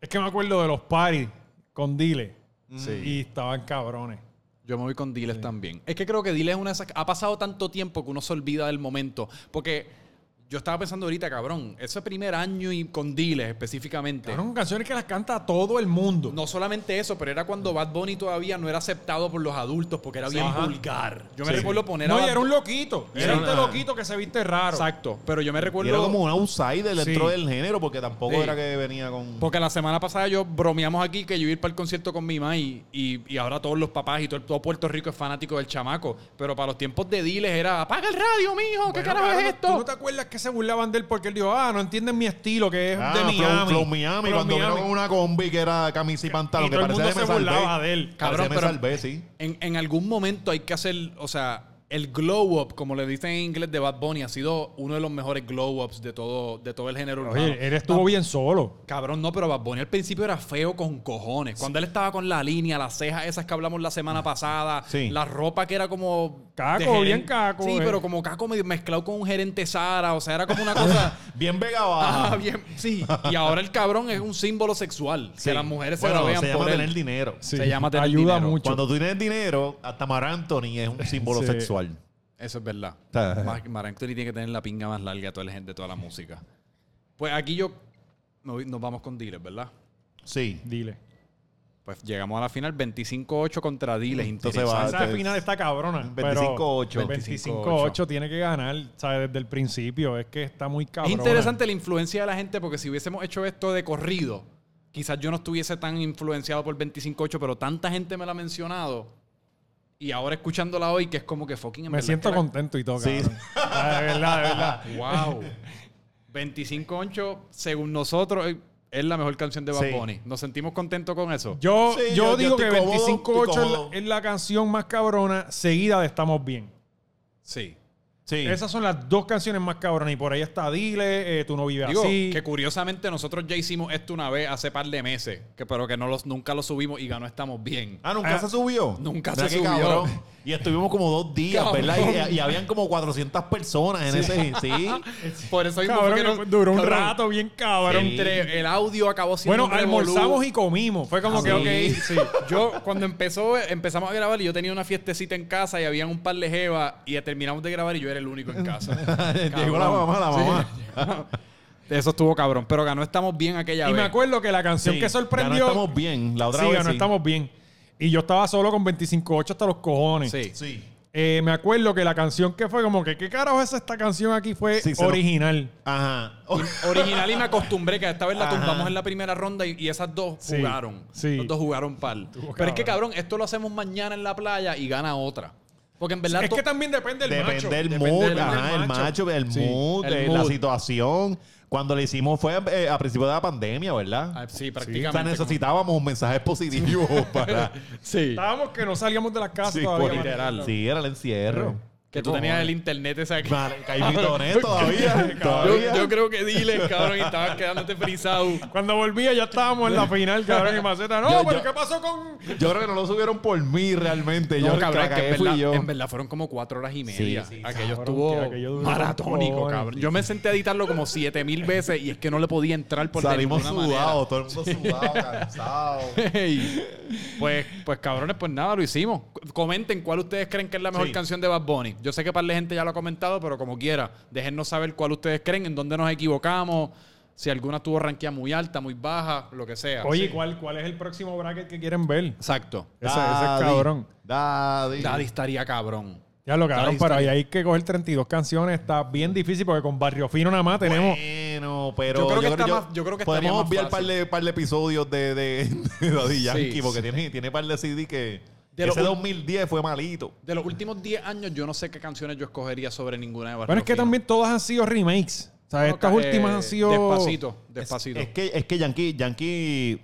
Speaker 2: Es que me acuerdo de los parties con Dile.
Speaker 3: Sí.
Speaker 2: Y estaban cabrones.
Speaker 1: Yo me voy con Diles también. Es que creo que Diles es una de esas- Ha pasado tanto tiempo que uno se olvida del momento. Porque yo estaba pensando ahorita, cabrón, ese primer año y con Diles específicamente.
Speaker 2: Fueron canciones que las canta todo el mundo.
Speaker 1: No solamente eso, pero era cuando Bad Bunny todavía no era aceptado por los adultos porque era bien
Speaker 2: Ajá.
Speaker 1: vulgar. Yo me
Speaker 2: Sí.
Speaker 1: recuerdo poner a
Speaker 2: No, y
Speaker 1: Bad-
Speaker 2: era un loquito.
Speaker 3: Y
Speaker 2: Era
Speaker 3: era
Speaker 2: este
Speaker 3: una-
Speaker 2: loquito que se viste raro.
Speaker 1: Exacto, pero yo me
Speaker 3: Y era
Speaker 1: recuerdo
Speaker 3: como un outsider dentro
Speaker 2: Sí.
Speaker 3: del género porque tampoco
Speaker 1: Sí.
Speaker 3: era que venía con...
Speaker 1: porque la semana pasada yo bromeamos aquí que yo iba a ir para el concierto con mi mamá y, y- y ahora todos los papás y todo, todo Puerto Rico es fanático del chamaco, pero para los tiempos de Diles era apaga el radio, mijo, ¿qué
Speaker 2: Bueno,
Speaker 1: carajo
Speaker 2: cabrón,
Speaker 1: es
Speaker 2: ¿tú
Speaker 1: esto?
Speaker 2: ¿No te acuerdas que se burlaban de él porque él dijo, ah, no entienden mi estilo, que es
Speaker 3: Ah,
Speaker 2: de Miami?
Speaker 3: Flow- Flow Miami,
Speaker 2: Flow
Speaker 3: cuando vino
Speaker 2: Miami.
Speaker 3: con una combi que era camisa y pantalón,
Speaker 2: y
Speaker 3: que
Speaker 2: todo el
Speaker 3: parecía
Speaker 2: mundo
Speaker 3: que
Speaker 2: se
Speaker 3: me salvé.
Speaker 2: burlaba de él.
Speaker 1: Cabrón,
Speaker 3: Parecía que me
Speaker 1: pero-
Speaker 3: salvé, sí.
Speaker 1: En, en algún momento hay que hacer, o sea, El glow up, como le dicen en inglés de Bad Bunny, ha sido uno de los mejores glow ups de todo, de todo el género urbano.
Speaker 2: Oye, él estuvo bien solo.
Speaker 1: Cabrón, no, pero Bad Bunny al principio era feo con cojones. Cuando él estaba con la línea, las cejas esas que hablamos la semana pasada,
Speaker 3: Sí.
Speaker 1: la ropa que era como.
Speaker 2: Caco,
Speaker 1: de geren-
Speaker 2: bien caco,
Speaker 1: Sí,
Speaker 2: eh.
Speaker 1: pero como caco medio mezclado con un gerente Sara. O sea, era como una cosa.
Speaker 3: Bien Vega
Speaker 1: Ah,
Speaker 3: Baja.
Speaker 1: bien. Sí. Y ahora el cabrón es un símbolo sexual.
Speaker 3: Sí.
Speaker 1: Que las mujeres
Speaker 3: Bueno,
Speaker 1: se la vean
Speaker 3: se llama
Speaker 1: por él.
Speaker 3: tener dinero.
Speaker 1: Se llama tener
Speaker 2: Ayuda
Speaker 1: dinero.
Speaker 2: mucho.
Speaker 3: Cuando tú tienes dinero, hasta Mar Anthony es un símbolo
Speaker 2: Sí.
Speaker 3: sexual.
Speaker 1: Eso es verdad.
Speaker 3: Está-
Speaker 1: Mar- Marc Anthony tiene que tener la pinga más larga de toda la gente, de toda la música. Pues aquí yo. me voy- Nos vamos con Diles, ¿verdad?
Speaker 3: Sí.
Speaker 2: Dile.
Speaker 1: Pues llegamos a la final 25-8 contra Diles.
Speaker 3: Entonces
Speaker 1: Interesante.
Speaker 3: va-
Speaker 2: Esa
Speaker 3: Entonces,
Speaker 2: final está cabrona.
Speaker 3: 25-8.
Speaker 2: 25-8 tiene que ganar, ¿sabes? Desde el principio. Es que está muy
Speaker 1: Es
Speaker 2: cabrona.
Speaker 1: interesante la influencia de la gente porque si hubiésemos hecho esto de corrido, quizás yo no estuviese tan influenciado por 25-8, pero tanta gente me la ha mencionado. Y ahora escuchándola hoy, que es como que fucking... en
Speaker 2: Me
Speaker 1: verdad
Speaker 2: siento
Speaker 1: que la-
Speaker 2: contento y todo,
Speaker 3: Sí.
Speaker 2: cabrón. Ah, de verdad, de verdad.
Speaker 1: Wow. 25-8, según nosotros, eh, es la mejor canción de Bad
Speaker 3: Sí.
Speaker 1: Bunny. Nos sentimos contentos con eso.
Speaker 2: Yo,
Speaker 3: Sí,
Speaker 2: yo
Speaker 3: yo- yo
Speaker 2: digo
Speaker 3: estoy
Speaker 2: que
Speaker 3: cómodo, estoy
Speaker 2: 25-8
Speaker 3: cómodo.
Speaker 2: es la- es la canción más cabrona, seguida de Estamos Bien.
Speaker 1: Sí.
Speaker 3: Sí.
Speaker 2: Esas son las dos canciones más cabronas. Y por ahí está Dile, eh, Tú no vives
Speaker 1: Digo,
Speaker 2: así.
Speaker 1: que curiosamente nosotros ya hicimos esto una vez hace par de meses, que, pero que no los, nunca lo subimos y ganó Estamos Bien.
Speaker 3: Ah, nunca
Speaker 2: Ah,
Speaker 3: se subió.
Speaker 1: nunca
Speaker 3: Mira
Speaker 1: se
Speaker 3: qué
Speaker 1: subió.
Speaker 3: Y estuvimos como dos días,
Speaker 1: Cabrón.
Speaker 3: ¿verdad? Y, y habían como 400 personas en ese. Sí.
Speaker 1: Por eso mismo fue
Speaker 2: Cabrón,
Speaker 1: que no-
Speaker 2: duró un
Speaker 1: cabrón,
Speaker 2: rato bien cabrón.
Speaker 1: Entre el audio acabó siendo
Speaker 2: Bueno,
Speaker 1: un revolú.
Speaker 2: almorzamos y comimos. Fue como
Speaker 3: Ah,
Speaker 1: Como
Speaker 2: que,
Speaker 1: que,
Speaker 2: ok,
Speaker 1: ok, sí. Yo, cuando empezó, empezamos a grabar y yo tenía una fiestecita en casa y había un par de jevas y terminamos de grabar y yo era el único en casa.
Speaker 3: Llegó la mamá, la mamá.
Speaker 1: Eso estuvo cabrón, pero ganó Estamos Bien aquella
Speaker 2: Y
Speaker 1: vez.
Speaker 2: me acuerdo que la canción
Speaker 3: Sí,
Speaker 2: que sorprendió.
Speaker 3: ganó estamos bien. La otra
Speaker 2: sí,
Speaker 3: vez.
Speaker 2: ganó
Speaker 3: sí.
Speaker 2: estamos bien. Y yo estaba solo con 25-8 hasta los cojones.
Speaker 1: Sí.
Speaker 3: Sí.
Speaker 2: Eh, me acuerdo que la canción que fue como que, ¿qué carajo es esta canción aquí? Fue
Speaker 3: Sí, se lo-
Speaker 2: original.
Speaker 3: Ajá.
Speaker 1: Original y me acostumbré que esta vez la
Speaker 3: Ajá.
Speaker 1: tumbamos en la primera ronda y, y esas dos
Speaker 2: Sí,
Speaker 1: jugaron.
Speaker 2: sí.
Speaker 1: Las dos jugaron par. Pero es que cabrón, esto lo hacemos mañana en la playa y gana otra. Porque en verdad
Speaker 2: es
Speaker 1: to-
Speaker 2: que también depende del macho.
Speaker 3: Depende del
Speaker 1: Depende
Speaker 3: mood,
Speaker 1: del
Speaker 3: ajá, el macho, el
Speaker 2: Sí,
Speaker 3: mood,
Speaker 1: el
Speaker 3: eh, la
Speaker 1: mood.
Speaker 3: situación. Cuando le hicimos fue eh, a principio de la pandemia, ¿verdad?
Speaker 1: Ah, sí,
Speaker 3: o sea,
Speaker 1: prácticamente.
Speaker 3: necesitábamos un mensaje positivo para...
Speaker 1: como- Sí.
Speaker 2: Estábamos que no salíamos de las casas
Speaker 3: Sí, pues,
Speaker 2: todavía.
Speaker 3: por-
Speaker 2: mano.
Speaker 1: Ah, literal.
Speaker 3: Sí, era el encierro.
Speaker 1: Que tú tenías el internet ese aquí.
Speaker 3: Caibitonet todavía.
Speaker 1: Yo,
Speaker 3: todavía.
Speaker 1: yo creo que dile, cabrón, y estabas quedándote frisado.
Speaker 2: Cuando volvía ya estábamos en la final, cabrón, y Maceta. No,
Speaker 3: Yo-
Speaker 2: pero
Speaker 3: yo-
Speaker 2: ¿qué pasó con...?
Speaker 3: Yo creo que no lo subieron por mí realmente.
Speaker 1: No,
Speaker 3: yo
Speaker 1: cabrón,
Speaker 3: la
Speaker 1: que en
Speaker 3: cagué,
Speaker 1: verdad,
Speaker 3: fui yo.
Speaker 1: en verdad fueron como cuatro horas y media.
Speaker 3: Sí, sí,
Speaker 1: aquello
Speaker 2: cabrón,
Speaker 1: estuvo
Speaker 2: que aquello duró
Speaker 1: maratónico,
Speaker 2: horas.
Speaker 1: cabrón. Yo me senté a editarlo como siete mil veces y es que no le podía entrar por de
Speaker 3: Salimos
Speaker 1: ninguna manera.
Speaker 3: sudados, todo el mundo sudado, cansado.
Speaker 1: Ey. Pues, pues cabrones, pues nada, lo hicimos. C- Comenten cuál ustedes creen que es la mejor
Speaker 3: Sí.
Speaker 1: canción de Bad Bunny. Yo sé que par de gente ya lo ha comentado, pero como quiera, déjennos saber cuál ustedes creen, en dónde nos equivocamos, si alguna tuvo rankeada muy alta, muy baja, lo que sea.
Speaker 2: Oye,
Speaker 1: Sí.
Speaker 2: ¿cuál, ¿cuál es el próximo bracket que quieren ver?
Speaker 1: Exacto.
Speaker 2: Ese, ese es cabrón.
Speaker 3: Daddy.
Speaker 1: Daddy estaría cabrón.
Speaker 2: Ya lo
Speaker 1: Daddy
Speaker 2: cabrón, pero ahí
Speaker 1: está-
Speaker 2: hay que coger 32 canciones. Está bien difícil porque con Barrio Fino nada más tenemos...
Speaker 3: Bueno, pero
Speaker 1: Yo creo que está más- yo creo que estaría
Speaker 3: podemos
Speaker 1: más
Speaker 3: obviar
Speaker 1: fácil.
Speaker 3: par de, par de episodios de, de, de Daddy Yankee
Speaker 1: Sí,
Speaker 3: porque tiene tiene par de CD que
Speaker 1: De
Speaker 3: ese
Speaker 1: lo-
Speaker 3: 2010 fue malito.
Speaker 1: De los últimos 10 años, yo no sé qué canciones yo escogería sobre ninguna de Barrio
Speaker 2: Bueno, es que
Speaker 1: Fino.
Speaker 2: también todas han sido remakes. O sea, estas
Speaker 1: Eh,
Speaker 2: últimas han sido.
Speaker 1: Despacito, despacito.
Speaker 3: Es que es que Yankee Yankee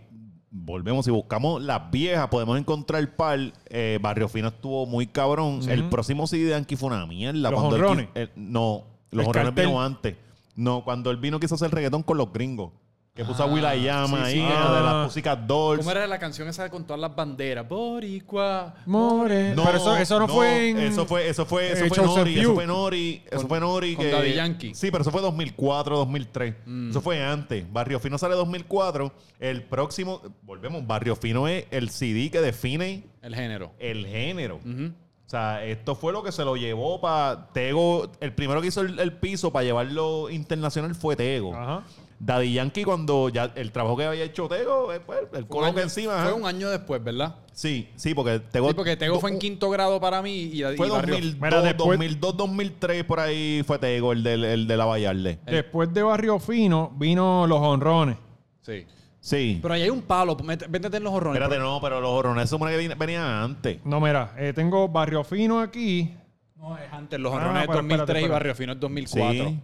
Speaker 3: volvemos y buscamos las viejas podemos encontrar par eh, Barrio Fino estuvo muy cabrón. El próximo CD de Yankee fue una mierda.
Speaker 2: Los
Speaker 3: Cuando él
Speaker 2: jonrones.
Speaker 3: quiso- eh, no, los
Speaker 2: El
Speaker 3: honrones
Speaker 2: cartel.
Speaker 3: vino antes. No, cuando él vino quiso hacer reggaetón con los gringos. Que puso a
Speaker 1: Ah,
Speaker 3: Will.i.am ahí,
Speaker 2: sí, sí.
Speaker 3: que era de
Speaker 2: Ah.
Speaker 3: las músicas Dolls.
Speaker 1: ¿Cómo era la canción esa con todas las banderas? Boricua.
Speaker 2: More. pero eso, eso no, fue en.
Speaker 3: Eso fue, eso fue, eso
Speaker 2: eh,
Speaker 3: fue
Speaker 2: Joseph
Speaker 3: Nori, eso
Speaker 2: Pugh.
Speaker 3: fue Nori, eso fue Nori.
Speaker 1: con Daddy Yankee. Mm.
Speaker 3: Sí, pero eso fue 2004, 2003. Eso fue antes. Barrio Fino sale 2004. El próximo, volvemos, Barrio Fino es el CD que define
Speaker 1: El género.
Speaker 3: el género. O sea, esto fue lo que se lo llevó para Tego. El primero que hizo el, el piso para llevarlo internacional fue Tego.
Speaker 2: Ajá.
Speaker 3: Daddy Yankee cuando ya el trabajo que había hecho Tego, eh, pues, el
Speaker 1: Fue un
Speaker 3: coloca
Speaker 1: año-
Speaker 3: encima. ajá.
Speaker 1: Fue un año después, ¿verdad?
Speaker 3: Sí, sí, porque Tego...
Speaker 1: Sí, porque Tego fue en
Speaker 3: do-
Speaker 1: quinto grado para mí y, y
Speaker 3: Fue
Speaker 1: Barrio-
Speaker 3: 2002,
Speaker 2: Mira, después-
Speaker 3: 2002, 2003, por ahí fue Tego, el, del, el de la Vallarde.
Speaker 2: Después de Barrio Fino vino Los Honrones.
Speaker 1: Sí.
Speaker 3: Sí.
Speaker 1: Pero ahí hay un palo. mete- Métete en los horrones.
Speaker 3: Espérate, no, pero los horrones se supone que vin- venían antes.
Speaker 2: No, mira, eh, tengo Barrio Fino aquí.
Speaker 1: No, es antes. Los
Speaker 2: Ah,
Speaker 1: horrones es
Speaker 2: pero
Speaker 1: 2003
Speaker 2: espérate,
Speaker 1: y
Speaker 2: espérate.
Speaker 1: Barrio Fino es 2004.
Speaker 3: Sí.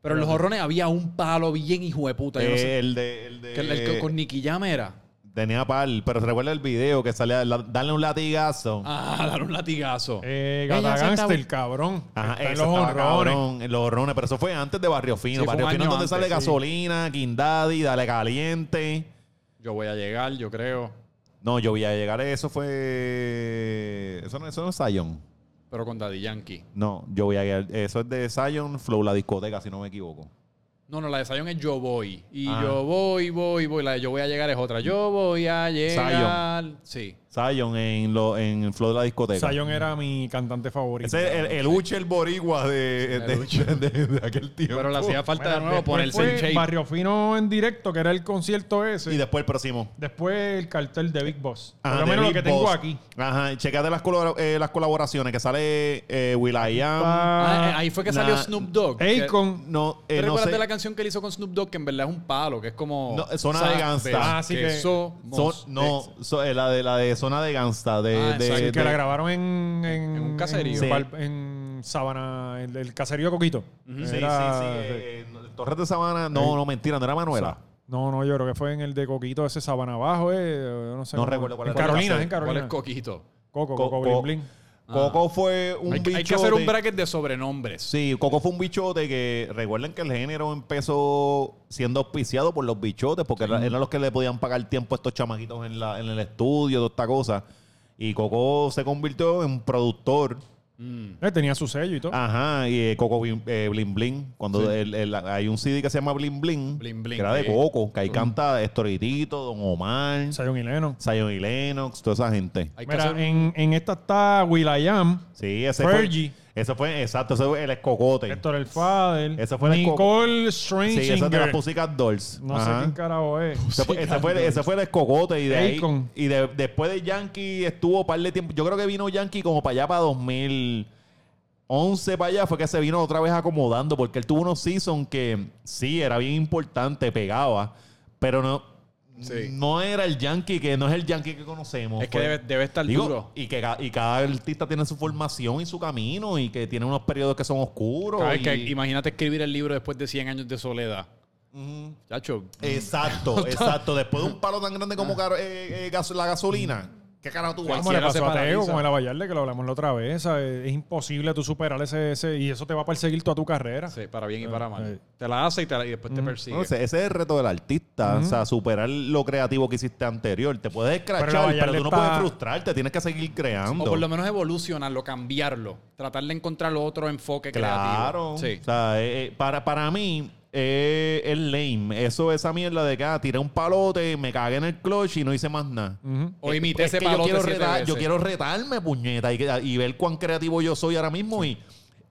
Speaker 1: Pero en los horrones había un palo bien hijo de puta. yo no sé.
Speaker 3: Eh, el de... El de
Speaker 1: Que el, el que con Nicky Jam era.
Speaker 3: Tenía pal, pero se recuerda el video que sale a la- darle un latigazo.
Speaker 1: Ah, dar un latigazo.
Speaker 2: Eh,
Speaker 4: Ella
Speaker 2: Gata
Speaker 4: se está-
Speaker 2: Gangster, cabrón.
Speaker 3: Ajá,
Speaker 2: Está en
Speaker 3: eso
Speaker 2: los
Speaker 3: estaba
Speaker 2: honrones.
Speaker 3: cabrón, en los honrones, pero eso fue antes de Barrio Fino.
Speaker 1: Sí, fue
Speaker 3: Barrio
Speaker 1: un
Speaker 3: Fino es
Speaker 1: año
Speaker 3: donde sale
Speaker 1: antes, sí.
Speaker 3: gasolina, Quindadi, Dale Caliente.
Speaker 1: Yo voy a llegar, yo creo.
Speaker 3: No, yo voy a llegar, eso fue. Eso no, eso no es Zion.
Speaker 1: Pero con Daddy Yankee.
Speaker 3: No, yo voy a llegar, eso es de Zion Flow, la discoteca, si no me equivoco.
Speaker 1: No, no, la de Zion es yo voy. Y
Speaker 3: Ah.
Speaker 1: yo voy, voy, voy. La de yo voy a llegar es otra. Yo voy a llegar. Sí.
Speaker 3: Zion en, lo, en Flow de la discoteca.
Speaker 2: Zion era mi cantante favorito.
Speaker 3: Ese es el, el Uche, el boricua de,
Speaker 1: El
Speaker 3: de,
Speaker 1: Uche.
Speaker 3: de- de- de aquel tiempo.
Speaker 1: Pero le hacía falta
Speaker 2: Mira,
Speaker 1: de nuevo
Speaker 2: después
Speaker 1: ponerse
Speaker 2: fue
Speaker 1: en shape.
Speaker 2: Barrio Fino en directo, que era el concierto ese.
Speaker 3: Y después el próximo.
Speaker 2: Después el cartel de Big Boss. Por
Speaker 3: Ajá,
Speaker 2: lo
Speaker 3: Ah, de
Speaker 2: menos lo
Speaker 3: Big
Speaker 2: que tengo
Speaker 3: Boss.
Speaker 2: aquí.
Speaker 3: Ajá, checate las, colabora- eh, las colaboraciones que sale eh, Will.i.am.
Speaker 1: Ah, eh, ahí fue que
Speaker 3: na-
Speaker 1: salió Snoop Dogg. que-
Speaker 2: Akon.
Speaker 3: No, eh,
Speaker 1: ¿Te
Speaker 3: no
Speaker 1: recuerdas
Speaker 3: sé.
Speaker 1: de la canción que él hizo con Snoop Dogg? Que en verdad es un palo, que es como.
Speaker 3: No, zona de gangsta.
Speaker 2: Ah, así que-
Speaker 3: Son-
Speaker 1: somos-
Speaker 3: no, so- eh, la de la de zona de gangsta de,
Speaker 1: Ah,
Speaker 3: de-
Speaker 1: exacto.
Speaker 2: que
Speaker 3: de-
Speaker 2: la grabaron en, en,
Speaker 1: En un caserío.
Speaker 2: En,
Speaker 3: Sí.
Speaker 2: Val- en Sabana, el, el caserío Coquito.
Speaker 3: Sí, sí, sí,
Speaker 2: Era-
Speaker 3: eh, eh, Torres de Sabana, no, no, mentira, no era Manuela.
Speaker 2: No, no, yo creo que fue en el de Coquito, ese Sabana Abajo, eh, yo no sé.
Speaker 3: No
Speaker 2: cómo-
Speaker 3: recuerdo cuál
Speaker 2: en
Speaker 3: era el
Speaker 2: Carolina,
Speaker 3: caserío.
Speaker 2: en
Speaker 1: ¿Cuál
Speaker 2: Carolina.
Speaker 1: es Coquito?
Speaker 2: Coco,
Speaker 3: Co-
Speaker 2: Coco,
Speaker 3: co-
Speaker 2: Bling Bling.
Speaker 1: Ah.
Speaker 3: Coco fue un
Speaker 1: Hay, que-
Speaker 3: bicho.
Speaker 1: hay que hacer un
Speaker 3: de-
Speaker 1: bracket de sobrenombres.
Speaker 3: Sí, Coco fue un bichote que recuerden que el género empezó siendo auspiciado por los bichotes, porque era- eran los que le podían pagar tiempo a estos chamaquitos en, la, en el estudio, toda esta cosa. Y Coco se convirtió en productor.
Speaker 1: Mm,
Speaker 2: Eh, tenía su sello y todo.
Speaker 3: Ajá, y eh, Coco Blin eh, Blin. Blin. Cuando el- el- hay un CD que se llama Blin Blin,
Speaker 1: Blin Blin,
Speaker 3: que era de
Speaker 1: sí.
Speaker 3: Coco, que ahí canta Estoritito, Don Omar,
Speaker 2: Zion y Lennon.
Speaker 3: Zion y Lennox, toda esa gente.
Speaker 1: Hay que
Speaker 2: Mira,
Speaker 1: hacer un-
Speaker 2: en, en esta está Will.i.am,
Speaker 3: Sí, ese
Speaker 2: Fergie.
Speaker 3: fue. Ese fue, exacto, ese fue el escocote.
Speaker 2: Héctor El Fader,
Speaker 3: Esa fue la
Speaker 2: Nicole
Speaker 3: Sí, esa es de las
Speaker 2: Stranginger.
Speaker 3: Pussycat Dolls.
Speaker 2: no sé
Speaker 3: Ajá.
Speaker 2: quién carajo es.
Speaker 3: Ese fue, ese, fue, ese fue el escocote y de ahí,
Speaker 2: Akon.
Speaker 3: y de- después de Yankee estuvo un par de tiempo. Yo creo que vino Yankee como para allá para 2011 para allá fue que se vino otra vez acomodando porque él tuvo unos seasons que sí era bien importante, pegaba, pero no
Speaker 1: Sí.
Speaker 3: no era el Yankee que no es el Yankee que conocemos.
Speaker 1: Es que
Speaker 3: Fue-
Speaker 1: debe, debe estar
Speaker 3: Digo,
Speaker 1: duro.
Speaker 3: y que ca- y cada artista tiene su formación y su camino y que tiene unos periodos que son oscuros.
Speaker 1: Cada vez
Speaker 3: y-
Speaker 1: que- imagínate escribir el libro después de 100 años de soledad.
Speaker 3: Ujú.
Speaker 1: Chacho,
Speaker 3: Exacto, exacto. Después de un palo tan grande como gar- eh, eh, gas- la gasolina, ¿qué carajo tú vas a
Speaker 2: Como le
Speaker 1: Cualquiera se
Speaker 2: pasó a
Speaker 1: paraliza.
Speaker 2: Tego con el Abayarle, que lo hablamos la otra vez. ¿sabes? Es imposible tú superar ese, ese- Y eso te va a perseguir toda tu carrera.
Speaker 1: sí, para bien y para mal.
Speaker 2: Sí.
Speaker 1: Te la hace y, te la- y después te persigue.
Speaker 3: No, ese, ese es el reto del artista, o sea, superar lo creativo que hiciste anterior. Te puedes escrachar,
Speaker 2: Pero la
Speaker 3: pero,
Speaker 2: Vallarta
Speaker 3: tú no
Speaker 2: está-
Speaker 3: puedes frustrarte, tienes que seguir creando.
Speaker 1: o por lo menos evolucionarlo, cambiarlo. Tratar de encontrar otro enfoque
Speaker 3: claro.
Speaker 1: creativo. Sí.
Speaker 3: O sea, eh, eh, para, para mí eh, es lame. Eso, esa mierda de que ah, tiré un palote, me cagué en el clutch y no hice más nada.
Speaker 2: Ujú.
Speaker 1: O
Speaker 3: Eh,
Speaker 1: imité
Speaker 3: es
Speaker 1: ese
Speaker 3: que yo
Speaker 1: palote
Speaker 3: quiero,
Speaker 1: siete
Speaker 3: retar- yo
Speaker 1: veces.
Speaker 3: quiero retarme, puñeta, y, que- y ver cuán creativo yo soy ahora mismo. Y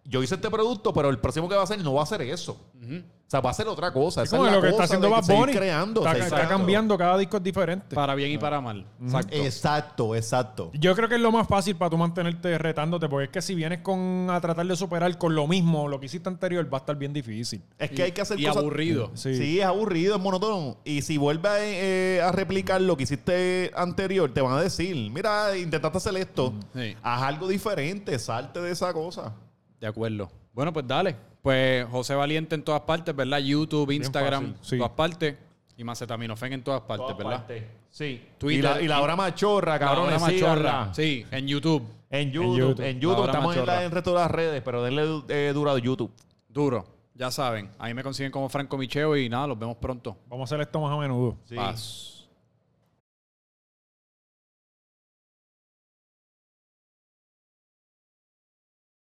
Speaker 3: yo hice este producto, pero el próximo que va a hacer no va a ser eso. O sea, va a ser otra cosa.
Speaker 2: Es
Speaker 3: Esa
Speaker 2: como
Speaker 3: es la
Speaker 2: lo que está
Speaker 3: cosa
Speaker 2: haciendo
Speaker 3: de
Speaker 2: Bad
Speaker 3: seguir
Speaker 2: Bunny.
Speaker 3: creando,
Speaker 2: está,
Speaker 3: seguir
Speaker 2: está
Speaker 3: creando.
Speaker 2: cambiando, cada disco es diferente.
Speaker 1: Para bien y para mal. Exacto.
Speaker 3: Exacto, exacto.
Speaker 2: Yo creo que es lo más fácil para tú mantenerte retándote, porque es que si vienes con a tratar de superar con lo mismo, lo que hiciste anterior, va a estar bien difícil.
Speaker 3: Es que hay que hacer
Speaker 1: y
Speaker 3: cosas.
Speaker 1: aburrido.
Speaker 2: Sí.
Speaker 3: Sí. es aburrido, es monótono. Y si vuelves a, eh, a replicar lo que hiciste anterior, te van a decir: Mira, intentaste hacer esto,
Speaker 1: Sí.
Speaker 3: haz algo diferente, salte de esa cosa.
Speaker 1: De acuerdo. Bueno, pues dale. Pues José Valiente en todas partes, ¿verdad? YouTube, Instagram,
Speaker 2: fácil, sí.
Speaker 1: todas partes. Y Macetaminofen en todas partes,
Speaker 3: Todas
Speaker 1: ¿verdad?
Speaker 3: partes. Sí.
Speaker 1: Twitter,
Speaker 3: y la, y la hora machorra, cabrón.
Speaker 1: Ahora machorra.
Speaker 3: Sí.
Speaker 1: Sí, en YouTube.
Speaker 3: En YouTube. En
Speaker 2: YouTube.
Speaker 3: YouTube.
Speaker 1: La hora
Speaker 3: Estamos en, la-
Speaker 1: machorra.
Speaker 3: en el resto de las redes, pero denle eh, duro a YouTube.
Speaker 1: Duro. Ya saben. Ahí me consiguen como Franco Micheo y nada, los vemos pronto.
Speaker 2: Vamos a hacer esto más a menudo.
Speaker 1: Paz.